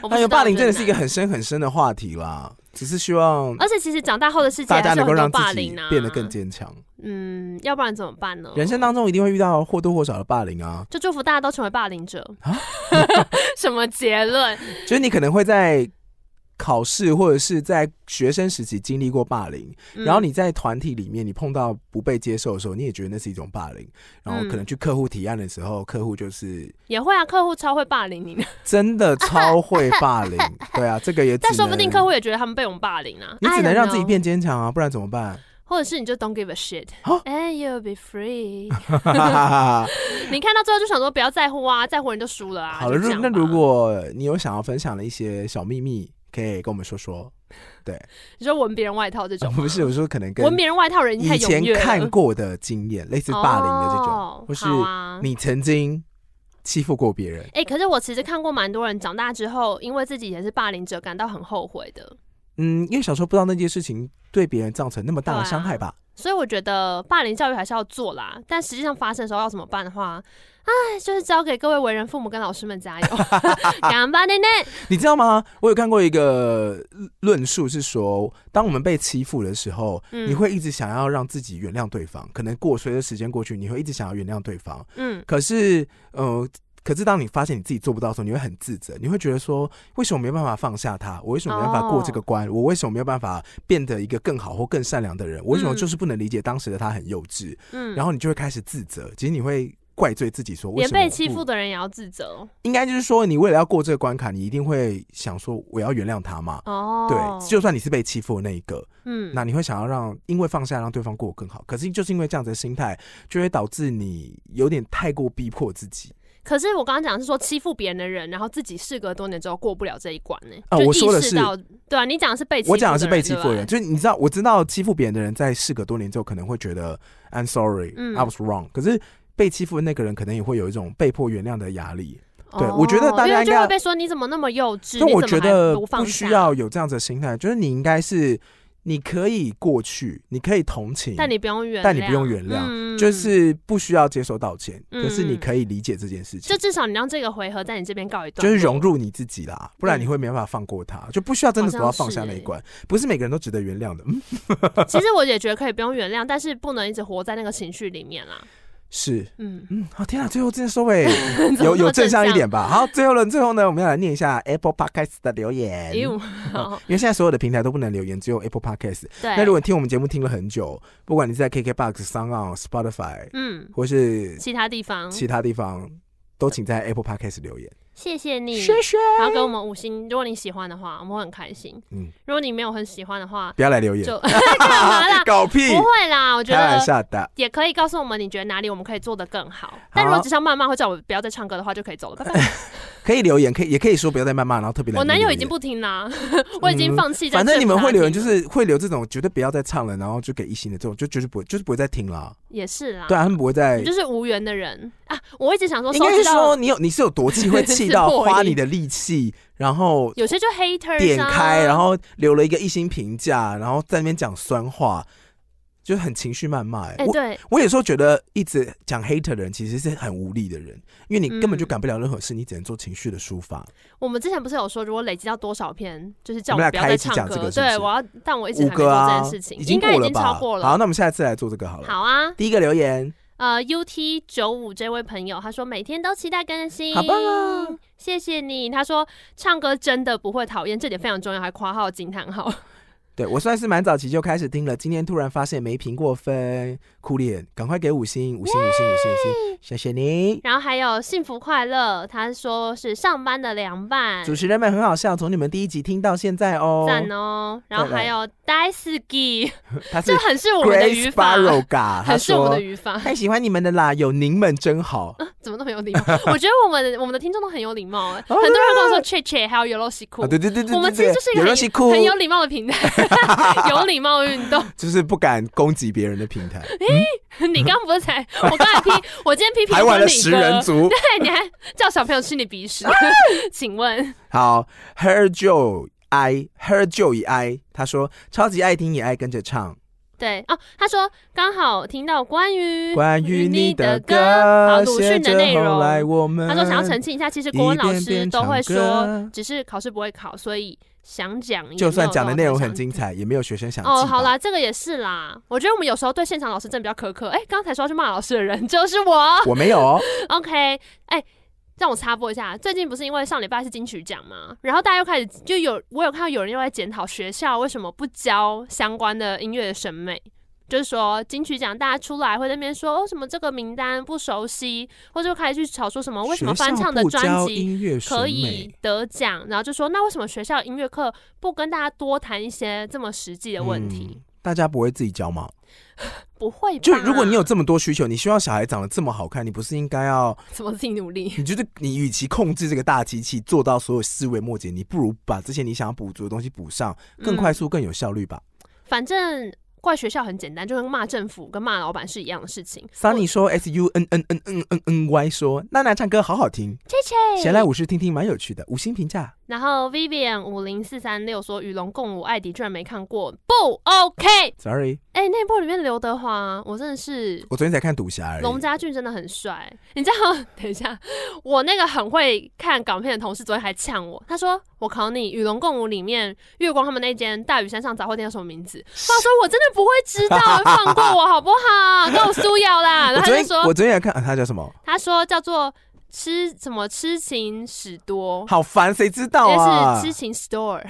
B: 我不
A: 还
B: 知
A: 哎有
B: 道
A: 霸凌真的是一个
B: 难
A: 很深很深的话题啦，只是希望
B: 而且其实长大后的世界
A: 大
B: 还
A: 家
B: 是
A: 能
B: 有
A: 够
B: 很多
A: 让自
B: 霸
A: 己
B: 凌啊，
A: 变得更坚强。
B: 嗯，要不然怎么办呢？
A: 人生当中一定会遇到或多或少的霸凌啊，
B: 就祝福大家都成为霸凌者。 什么结论？
A: 就是你可能会在考试或者是在学生时期经历过霸凌，
B: 嗯
A: 然后你在团体里面你碰到不被接受的时候，你也觉得那是一种霸凌，然后可能去客户提案的时候，客户就是
B: 也会啊，客户超会霸凌 你的，
A: 真的超会霸 凌，对啊，这个也只
B: 但说不定
A: 能
B: 客户也觉得他们被我们霸凌啊。
A: 你只
B: I
A: 能
B: don't
A: 让自己
B: know
A: 变坚强啊，不然怎么办？
B: 或者是你就 don't give a shit
A: 啊
B: and you'll be free 。
A: 哈哈哈哈。
B: 你看到最后就想 说不要在乎啊，在乎人就输了啊。
A: 好了，
B: 就这
A: 如
B: 样
A: 那
B: 吧
A: 如果你有想要分享的一些小秘密，可以跟我们说说。对，
B: 你说闻别人外套这种吗，
A: 不是有时候可 能跟
B: 闻别人外套的人太
A: 以
B: 踊
A: 前
B: 跃了，
A: 看过的经验，类似霸凌的这种
B: 哦，
A: 或是
B: 好啊
A: 你曾经欺负过别人，
B: 哎、可是我其实看过蛮多人长大之后，因为自己也是霸凌者，感到很后悔的。
A: 嗯，因为小时候不知道那件事情对别人造成那么大的
B: 对啊
A: 伤害吧。
B: 所以我觉得霸凌教育还是要做啦，但实际上发生的时候要怎么办的话，哎，就是交给各位为人父母跟老师 们加油，干巴内内。
A: 你知道吗？我有看过一个论述是说，当我们被欺负的时候，
B: 嗯
A: 你会一直想要让自己原谅对方，可能过随着时间过去，你会一直想要原谅对方。
B: 嗯，
A: 可是，呃，可是当你发现你自己做不到的时候，你会很自责，你会觉得说，为什么没办法放下他？我为什么没办法过这个关？
B: 哦
A: 我为什么没有办法变得一个更好或更善良的人？我为什么
B: 嗯
A: 就是不能理解当时的他很幼稚？
B: 嗯
A: 然后你就会开始自责，其实你会怪罪自己说，为
B: 连
A: 什么嗯
B: 被
A: 我
B: 欺
A: 不
B: 负的人也要自责
A: 应该就是说，你为了要过这个关卡，你一定会想说，我要原谅他嘛。
B: 哦。
A: 对，就算你是被欺负的那一个，
B: 嗯，
A: 那你会想要让，因为放下让对方过得更好。可是就是因为这样子的心态，就会导致你有点太过逼迫自己。
B: 可是我刚刚讲的是说欺负别人的人，然后自己事隔多年之后过不了这一关呢、
A: 啊
B: 就
A: 我说的
B: 意识
A: 是
B: 到对啊，你讲的是被欺负
A: 我讲的是被欺负的
B: 对
A: 人，
B: 吧
A: 就是你知道，我知道欺负别人的人，在事隔多年之后可能会觉得 I'm sorry,
B: 嗯
A: I was wrong。可是被欺负的那个人可能也会有一种被迫原谅的压力。对我觉得大家
B: 哦因为
A: 应
B: 就
A: 该
B: 会被说你怎么那么幼稚，
A: 所以
B: 你
A: 我
B: 怎么
A: 觉
B: 还
A: 得
B: 不
A: 不
B: 放
A: 需
B: 下
A: 要有这样子的心态，就是你应该是，你可以过去，你可以同情，
B: 但你不用原谅，
A: 但你不用原谅
B: 嗯
A: 就是不需要接受道歉，
B: 嗯
A: 可是你可以理解这件事情
B: 就，至少你让这个回合在你这边告一段
A: 就
B: 落，
A: 是融入你自己啦，不然
B: 嗯
A: 你会没办法放过他，就不需要真的走到放下那
B: 欸
A: 一关，不是每个人都值得原谅的。嗯，
B: 其实我也觉得可以不用原谅，但是不能一直活在那个情绪里面啦。
A: 是，
B: 嗯，
A: 嗯，好，天啊，最后这收 尾
B: 么
A: 有
B: 这
A: 有
B: 么
A: 正
B: 正
A: 向一
B: 向
A: 点 吧。好，最后呢，最后呢，我们要来念一下 Apple Podcast 的留言，
B: 因为
A: 因
B: 好
A: 为现在所有的平台都不能留言，只有 Apple Podcast。
B: 对，
A: 那如果你听我们节目听了很久，不管你是在 KKBox、s o n g on、Spotify
B: 嗯，
A: 或是
B: 其他地方，
A: 其他地方，都请在 Apple Podcast 留言。
B: 谢谢你，
A: 谢谢。
B: 然后给我们五星，如果你喜欢的话，我们会很开心。
A: 嗯，啊
B: 如果你没有很喜欢的话，
A: 不要来留言，？
B: 就干嘛啦
A: 搞屁，
B: 不会啦，我觉
A: 开玩
B: 得。
A: 笑啊的。
B: 也可以告诉我们你觉得哪里我们可以做得更好，但如果只想谩骂或叫我不要再唱歌的话，就可以走了。拜拜。
A: 可以留言，可以也可以说不要再谩骂，然后特别来
B: 我
A: 留言。
B: 男友已经不听啦， 我已经
A: 嗯
B: 放弃在
A: 反
B: 说
A: 正
B: 服
A: 你们
B: 他
A: 会留言，
B: 听
A: 就是会留这种绝对不要再唱了，然后就给一星的这种，就绝对不会，就是不会再听了。
B: 也是啦，
A: 对啊，他们不会再
B: 你就。是无缘的人啊！我一直想说，
A: 应该
B: 收
A: 是
B: 集到
A: 说你有你是有多气，会气
B: 是
A: 到
B: 破
A: 花
B: 音
A: 你的力 气，然后
B: 有些就啊 hater
A: 点开，然后留了一个一星评价，然后在那边讲酸话，就是很情绪谩骂、欸。
B: 哎、
A: 我
B: 对，
A: 我有时候觉得一直讲 hater 的人其实是很无力的人，因为你根本
B: 嗯
A: 就干不了任何事，你只能做情绪的抒发。
B: 我们之前不是有说，如果累积到多少篇，就是叫
A: 我们
B: 不
A: 来
B: 要
A: 开
B: 再
A: 一集
B: 唱
A: 讲
B: 歌。
A: 这个是不
B: 对，
A: 是
B: 我要，但我一直
A: 五
B: 还没
A: 个
B: 做这件
A: 啊
B: 事情，，
A: 已
B: 应
A: 经
B: 该已
A: 过了
B: 经
A: 吧？
B: 超过了。
A: 好，那我们下一次来做这个好了。
B: 好啊，
A: 第一个留言，
B: 呃，UT 九五这位朋友他说每天都期待更新，
A: 好棒啊！
B: 谢谢你。他说唱歌真的不会讨厌，这点非常重要，还夸号惊叹号。
A: 对我算是蛮早期就开始听了，今天突然发现没评过分，哭脸，赶快给五星，五星，五星，五星，五星，谢谢你。
B: 然后还有幸福快乐，他说是上班的凉拌，
A: 主持人们很好笑，从你们第一集听到现在哦，
B: 赞哦。然后
A: 再来
B: 还有 Daisy，
A: 他是
B: 这很是我们的
A: Grace
B: 语法。
A: Baroga，他
B: 很 是我们
A: 说哎
B: 的语法，
A: 太喜欢你们的啦，有您们真好。
B: 怎么都很有礼貌。我觉得我们我们的听众都很有 礼貌、哎，很多人跟我说 “che che”，还有 “yolo 西
A: 啊，
B: 裤
A: 对”，对对对对，
B: 我们其实就是一
A: 有
B: 个
A: 东西哭
B: 很很有礼貌的平台， 有礼貌运动。
A: 就是不敢攻击别人的平 台，
B: 你刚不是才我刚 才批，我今天批评
A: 还
B: 说
A: 玩了
B: 你
A: 十
B: 哥
A: 人，族。
B: 对，你还叫小朋友吃你 鼻屎？请问
A: 好，Her Joe I Her Joe I，他说超级爱听也爱跟着唱，
B: 对哦，他说刚好听到关于
A: 关于你的歌，
B: 好鲁
A: 写
B: 迅的
A: 着
B: 内
A: 后
B: 容。
A: 来我们
B: 他说想要澄清一下，其实国文老
A: 一遍
B: 师
A: 遍
B: 都会
A: 唱
B: 说
A: 歌，
B: 只是考试不会考，所以想讲也
A: 就
B: 没
A: 算
B: 有
A: 讲的
B: 到
A: 内容
B: 非
A: 很
B: 常
A: 精彩，也没有学生想
B: 哦，
A: 记
B: 好
A: 吧，
B: 啦，这个也是啦。我觉得我们有时候对现场老师真的比较苛刻。哎、刚才说要去骂老师的人就是我。
A: 我没有 哦，
B: OK，哎、让我插播一下，最近不是因为上礼拜是金曲奖嘛，然后大家又开始就有我有看到有人又在检讨学校为什么不教相关的音乐的审美。就是说，金曲奖大家出来会在那边说哦，什么这个名单不熟悉，或者就开始去吵说什么为什么
A: 学校
B: 翻唱的
A: 不
B: 专
A: 教
B: 辑
A: 音乐审
B: 可以
A: 美
B: 得奖，然后就说那为什么学校音乐课不跟大家多谈一些这么实际的问题？
A: 嗯大家不会自己教吗？
B: 不会吧？
A: 就如果你有这么多需求，你希望小孩长得这么好看，你不是应该要？
B: 什么自己努力，
A: 你就是你，与其控制这个大机器做到所有思维末节，你不如把这些你想要补足的东西补上，更
B: 嗯
A: 快速、更有效率吧。
B: 反正怪学校很简单，就跟骂政府跟骂老板是一样的事情。
A: Sunny 说 S U N N N N N N Y 说娜娜唱歌好好听，
B: 切切，
A: 闲来五事听听蛮有趣的，五星评价。
B: 然后 Vivian 五零四三六说与龙共舞，艾迪居然没看过，不 OK？
A: Sorry，
B: 哎、那一部里面刘德华，我真的是
A: 我昨天才看赌侠而已。
B: 龙家俊真的很帅，你知道？ 等一下，我那个很会看港片的同事昨天还呛我，他说：“我考你，《与龙共舞》里面月光他们那间大屿山上杂货店叫什么名字？”他说：“我真的不会知道，放过我好 不好？跟我苏瑶啦。”然
A: 我昨
B: 后他
A: 天
B: 就说哦
A: 我昨天才看，啊他叫什么？：“
B: 他说叫做痴什么痴情史多。”
A: 好烦，谁知道啊？
B: 也是痴情 store，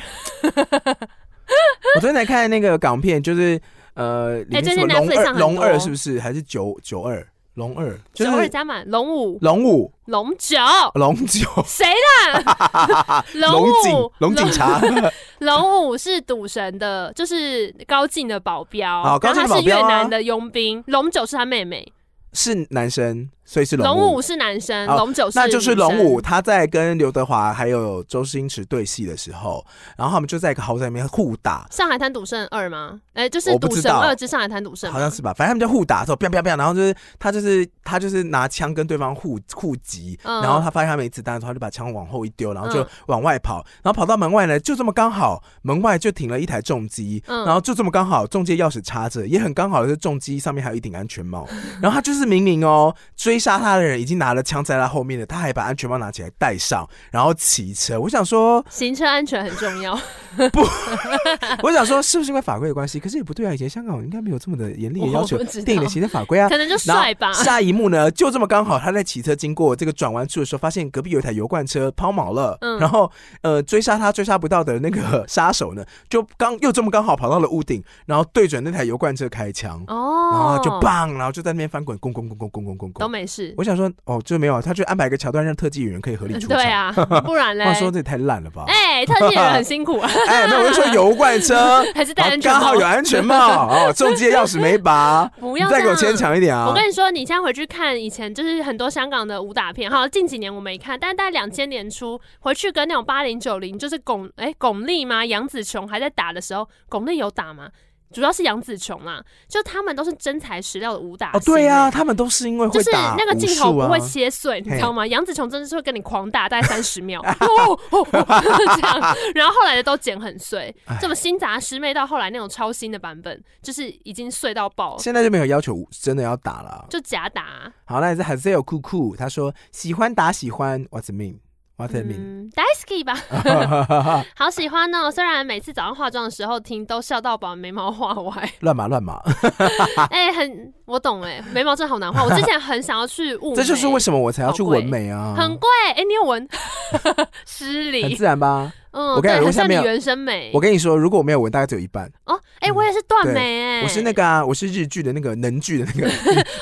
A: 我昨天才看那个港片，就是呃，里面
B: 哎最
A: 什么
B: 近
A: 龙
B: Netflix 上
A: 二，
B: 很多
A: 龙二是不是？还是九九二？龙二就
B: 九二
A: 是
B: 加满龙五
A: 龙五、
B: 龙九，
A: 龙九、
B: 谁啦？龙
A: 警
B: 五、
A: 龙警 察。
B: 龙武是赌神的，就是高进的保镖，
A: 好高进的
B: 然后他
A: 保
B: 是越
A: 镖啊
B: 南的佣兵，龙九是他妹妹，
A: 是男生，所以是
B: 龙
A: 龙
B: 武是男生，
A: 哦
B: 龙九是
A: 那就是
B: 女生
A: 龙武，，他在跟刘德华还有周星驰对戏的时候，然后他们就在一个豪宅里面互打，
B: 上海滩赌圣二吗？哎、就是
A: 我不
B: 赌
A: 知
B: 神
A: 道
B: 二之上海滩赌圣，
A: 好像是吧？反正他们就互打的时候，啪啪啪，然后就是他就是他就是拿枪跟对方互互击，
B: 嗯
A: 然后他发现他没子弹的时候，他就把枪往后一丢，然后就
B: 嗯
A: 往外跑，然后跑到门外呢，就这么刚好门外就停了一台重机，
B: 嗯
A: 然后就这么刚好中介钥匙插着，也很刚好的是重机上面还有一顶安全 帽，然后他就是明明哦追杀他的人已经拿了枪在他后面了，他还把安全帽拿起来戴上，然后骑车。我想 说，
B: 行车安全很重 要，
A: 我想说是不是因为法规的关系？可是也不对啊，以前香港应该没有这么的严厉的要求
B: 我不知道
A: 电影的行政法规啊，
B: 可能就帅吧
A: 然。后 下一幕呢，就这么刚好，他在骑车经过这个转弯处的时候，发现隔壁有一台油罐车抛锚了。
B: 嗯
A: 然后呃，追杀他追杀不到的那个杀手呢，就刚又这么刚好跑到了屋顶，然后对准那台油罐车开枪，然后
B: 哦，
A: 就棒，然后就在那边翻滚，咣咣咣咣咣咣咣
B: 都
A: 咣。
B: 没事，
A: 我想说，哦，就没有，他就安排一个桥段让特技演员可以合理出场。
B: 对，啊，不然嘞
A: 话，说这也太烂了吧？
B: 哎、特技演员很辛 苦啊，
A: 哎，没有，我就说油罐 车
B: 还是
A: 然后
B: 戴安
A: 啊
B: 全
A: 刚好
B: 帽
A: 有，安全帽，哦，重机的钥匙没拔，
B: 不
A: 你
B: 要
A: 再给我
B: 这样
A: 牵强一点啊！
B: 我跟你说，你现在回去看以前，就是很多香港的武打片，好，近几年我没看，但是大概两千年初回去跟那种八零九零，就是巩哎、巩俐吗？杨紫琼还在打的时候，巩俐有打吗？主要是杨紫琼啦，就他们都是真材实料的武打、
A: 哦，对呀、、他们都是因为会
B: 就是
A: 打
B: 那个
A: 武
B: 镜头
A: 术
B: 不
A: 啊
B: 会切碎，你知道吗？杨紫琼真的是会跟你狂打，大概三十 秒，哦哦哦 这样。然后后来的都剪很碎，这么新杂师妹到后来那种超新的版本，就是已经碎到爆，
A: 现在就没有要求武真的要打了。
B: 就假打、
A: 好，那也是 Hazel 酷酷，他说喜欢打喜欢，What's it mean？What's it mean？、
B: 嗯 d a i s k y 吧， 好喜欢哦！虽然每次早上化妆的时候听都笑到把眉毛画歪，
A: 乱码乱码，啊
B: 哎、很我懂哎、眉毛真的好难画。我之前很想要去雾 眉，
A: 这就是为什么我才要去
B: 好贵
A: 纹眉啊，
B: 很贵哎、你有纹？ 失
A: 很
B: 礼，
A: 自然吧？
B: 嗯，
A: 我跟你
B: 对，
A: 讲如果
B: 很
A: 下
B: 像你
A: 面有
B: 原生美
A: 我。跟你说，如果我没有纹，大概只有一半。
B: 哦，哎、我也是断
A: 嗯对
B: 眉哎、
A: 我是那个啊，我是日剧的那个能剧的那个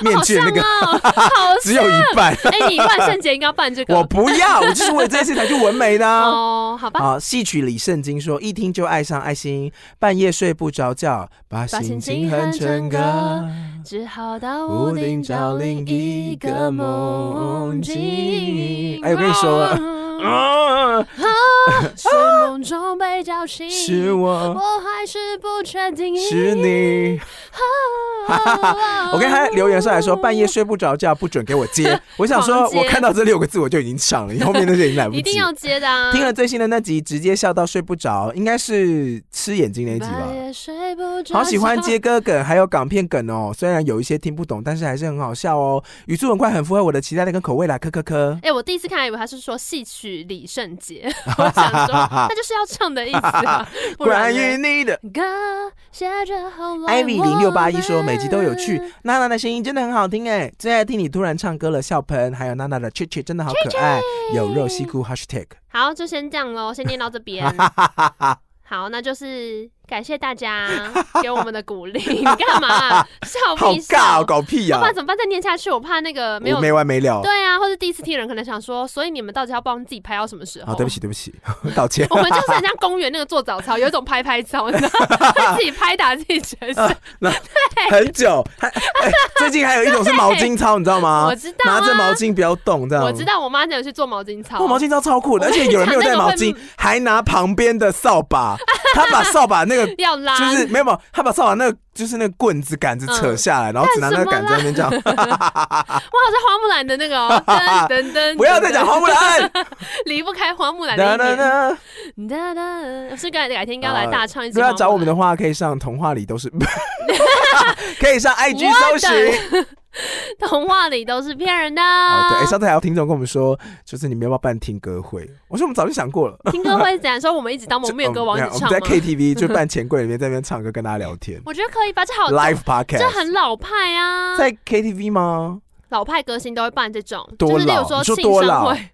A: 面
B: 好
A: 具的
B: 像
A: 那个，
B: 哦，好
A: 只有一半。
B: 像哎、你万圣节应该要办这
A: 我
B: 个
A: 不要，我就是为了这件事才去纹眉的、啊。
B: 哦，好吧，
A: 啊，戏曲李圣经说，一听就爱上爱心，半夜睡不着觉，把
B: 把
A: 心
B: 心
A: 情
B: 情
A: 哼
B: 哼
A: 成
B: 成
A: 歌。
B: 歌只好到屋顶找另一个梦境。
A: 哎我跟你说啊，
B: 是梦中被叫 醒，
A: 是我，
B: 我还是不确定。
A: 是你。我跟他留言上来说，半夜睡不着觉，不准给我接。我想说，
B: 狂接
A: 我看到这六个字我就已经唱了，后面那些已经来不及。
B: 一定要接的、啊。
A: 听了最新的那集，直接笑到睡不着，应该是吃眼睛那一集吧
B: 半。夜睡不着，
A: 好喜欢接。歌梗，还有港片梗哦。虽然有一些听不懂，但是还是很好笑哦。语速很快，很符合我的期待跟口味啦，科科科。
B: 哎、我第一次看还以为他是说戏曲李圣杰， 我想说那就是要唱的意思啊。不
A: 关
B: 然呢
A: 于你的
B: 歌写着喉咙。
A: Ivy 零六八一说，每集都有趣
B: 我们。
A: 娜娜的声音真的很好听哎，最爱听你突然唱歌了，笑喷。还有娜娜的 c h i c h 真的好可爱，有肉西裤 Hashtag。
B: 好，就先这样喽，先念到这边。好，那就是感谢大家给我们的鼓励。你干嘛啊笑
A: 好
B: 屁
A: 尬
B: 笑
A: 哦，？搞屁呀、
B: 我怕啊怎么办？再念下去，我怕那个没有
A: 我没完没了。
B: 对啊，或者第一次听的人可能想说，所以你们到底要帮自己拍到什么时候？
A: 好，对不起，对不起， 道歉。
B: 我们就是很像公园那个做早操，有一种拍拍操，你知道吗，会自己拍打自己全 身。
A: 啊很久，还、哎最近还有一种是毛巾操，你知道吗
B: 我？知道、啊，
A: 拿着毛，巾不要动，这样。
B: 我知。道，我妈有去做毛巾操，
A: 哇，毛巾操超酷的，
B: 我
A: 而且
B: 跟你
A: 有人没有
B: 讲
A: 带
B: 那个
A: 毛
B: 会
A: 巾，还拿旁边的扫把，他把扫把那个
B: 要拉，
A: 就是没有没有，他把扫把那个就是那个棍子杆子扯下来，然后只拿那个杆子在那边这样。
B: 哇，好像花木兰的那个、哦，噔噔 噔，
A: 不哎要再讲花木 兰。
B: 噔，离不开花木兰的
A: 哒
B: 一
A: 哒
B: 点。
A: 哒
B: 哒哒，是改改天应该要来大唱一
A: 如
B: 次。
A: 果要找我们的，话，可以上童话里都是， 可以上 IG 搜寻。
B: 童话里都是骗人的。
A: 哦，对，哎，上次还有听众跟我们说，就是你们要不要办听歌会？我说我们早就想过了。
B: 哦听歌会是怎样说？我们一直当蒙面歌王
A: 就哦
B: 子
A: 我们
B: 唱
A: 我们在
B: 吗？
A: KTV 就办钱柜里面在那边唱歌，跟大家聊天
B: 我觉得可以吧，这好
A: ，live podcast。
B: 这很老派啊，
A: 在 KTV 吗？
B: 老派歌星都会办这种，
A: 多
B: 就是例如
A: 老
B: 说
A: 你说
B: 庆
A: 多
B: 生
A: 老
B: 会，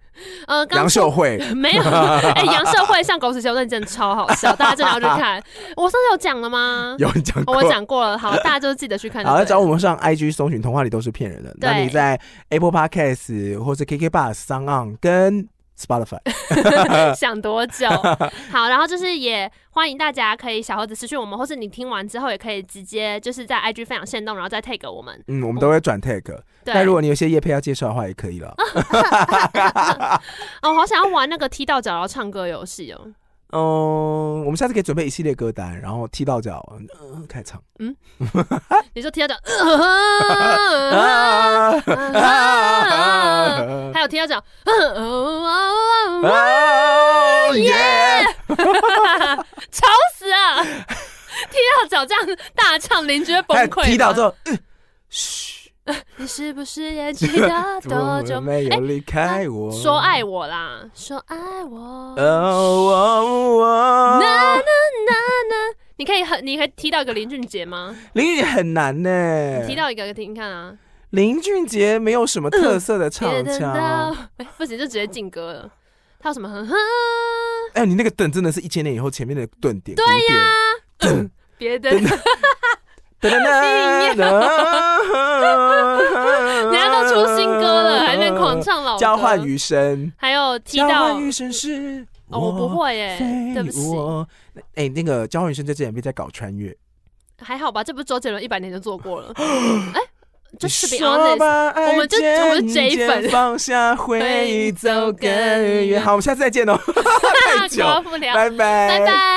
B: 呃，刚
A: 杨
B: 出
A: 秀慧
B: 没有，哎、杨社会上狗屎球那真的超好笑，大家真的要去看。我上次有讲了吗？
A: 有人讲过。
B: 哦我讲过了，好，大家就记得去看就
A: 好，
B: 对
A: 来
B: 了。
A: 找我们上 IG 搜寻“童话里都是骗人的”。那
B: 对
A: 你在 Apple Podcast 或是 KK Bus、s o n 跟 Spotify，
B: 想多久？好，然后就是也欢迎大家可以小盒子私讯我们，或是你听完之后也可以直接就是在 IG 分享线动，然后再 tag 我们。
A: 嗯，我们都会转 tag。
B: 对，
A: 那如果你有些叶配要介绍的话，也可以了。
B: 哦，好想要玩那个踢到脚然后唱歌游戏哦。
A: 嗯，我们下次可以准备一系列歌单，然后踢到脚，嗯，开场。
B: 你说踢 到脚，呃
A: 啊
B: 还有踢到脚，呃
A: 啊耶！
B: 吵死啊！ 踢到脚这样大唱，邻居会崩
A: 还有
B: 溃吧。
A: 踢到之后，
B: 你是不是也知道多久哎
A: 我没有离开我？
B: 说爱我啦？说爱我。
A: 哦哦哦
B: 呃那你可以很，你可以踢到一个林俊杰吗？
A: 林俊杰很难呢
B: 你，踢到一个听看啊，
A: 林俊杰没有什么特色的唱
B: 别等到
A: 腔。，
B: 哎，不行，就直接进歌了。他有什么哼哼？
A: 哎，你那个等真的是一千年以后前面的顿点。对呀，
B: 别 等，人
A: 噔噔噔噔，
B: 家都出新歌了，还在狂唱老歌
A: 交换，余生，
B: 还有踢
A: 交
B: 到
A: 换余生是
B: 哦，我不会耶，
A: 非
B: 对不起，
A: 我。哎，那个交换余生在这两边在搞穿越。
B: 还好吧，这不是周杰伦一百年就做过 了？哎，就
A: 你
B: 是 be
A: 说
B: honest，
A: 吧，
B: 我们就
A: 爱
B: 我们就
A: 渐
B: J 粉
A: 渐放下回忆，走更
B: 回忆走更
A: 远。
B: 远
A: 好，我们下次再见哦，太久，
B: 过不了，
A: 拜拜，
B: 拜拜。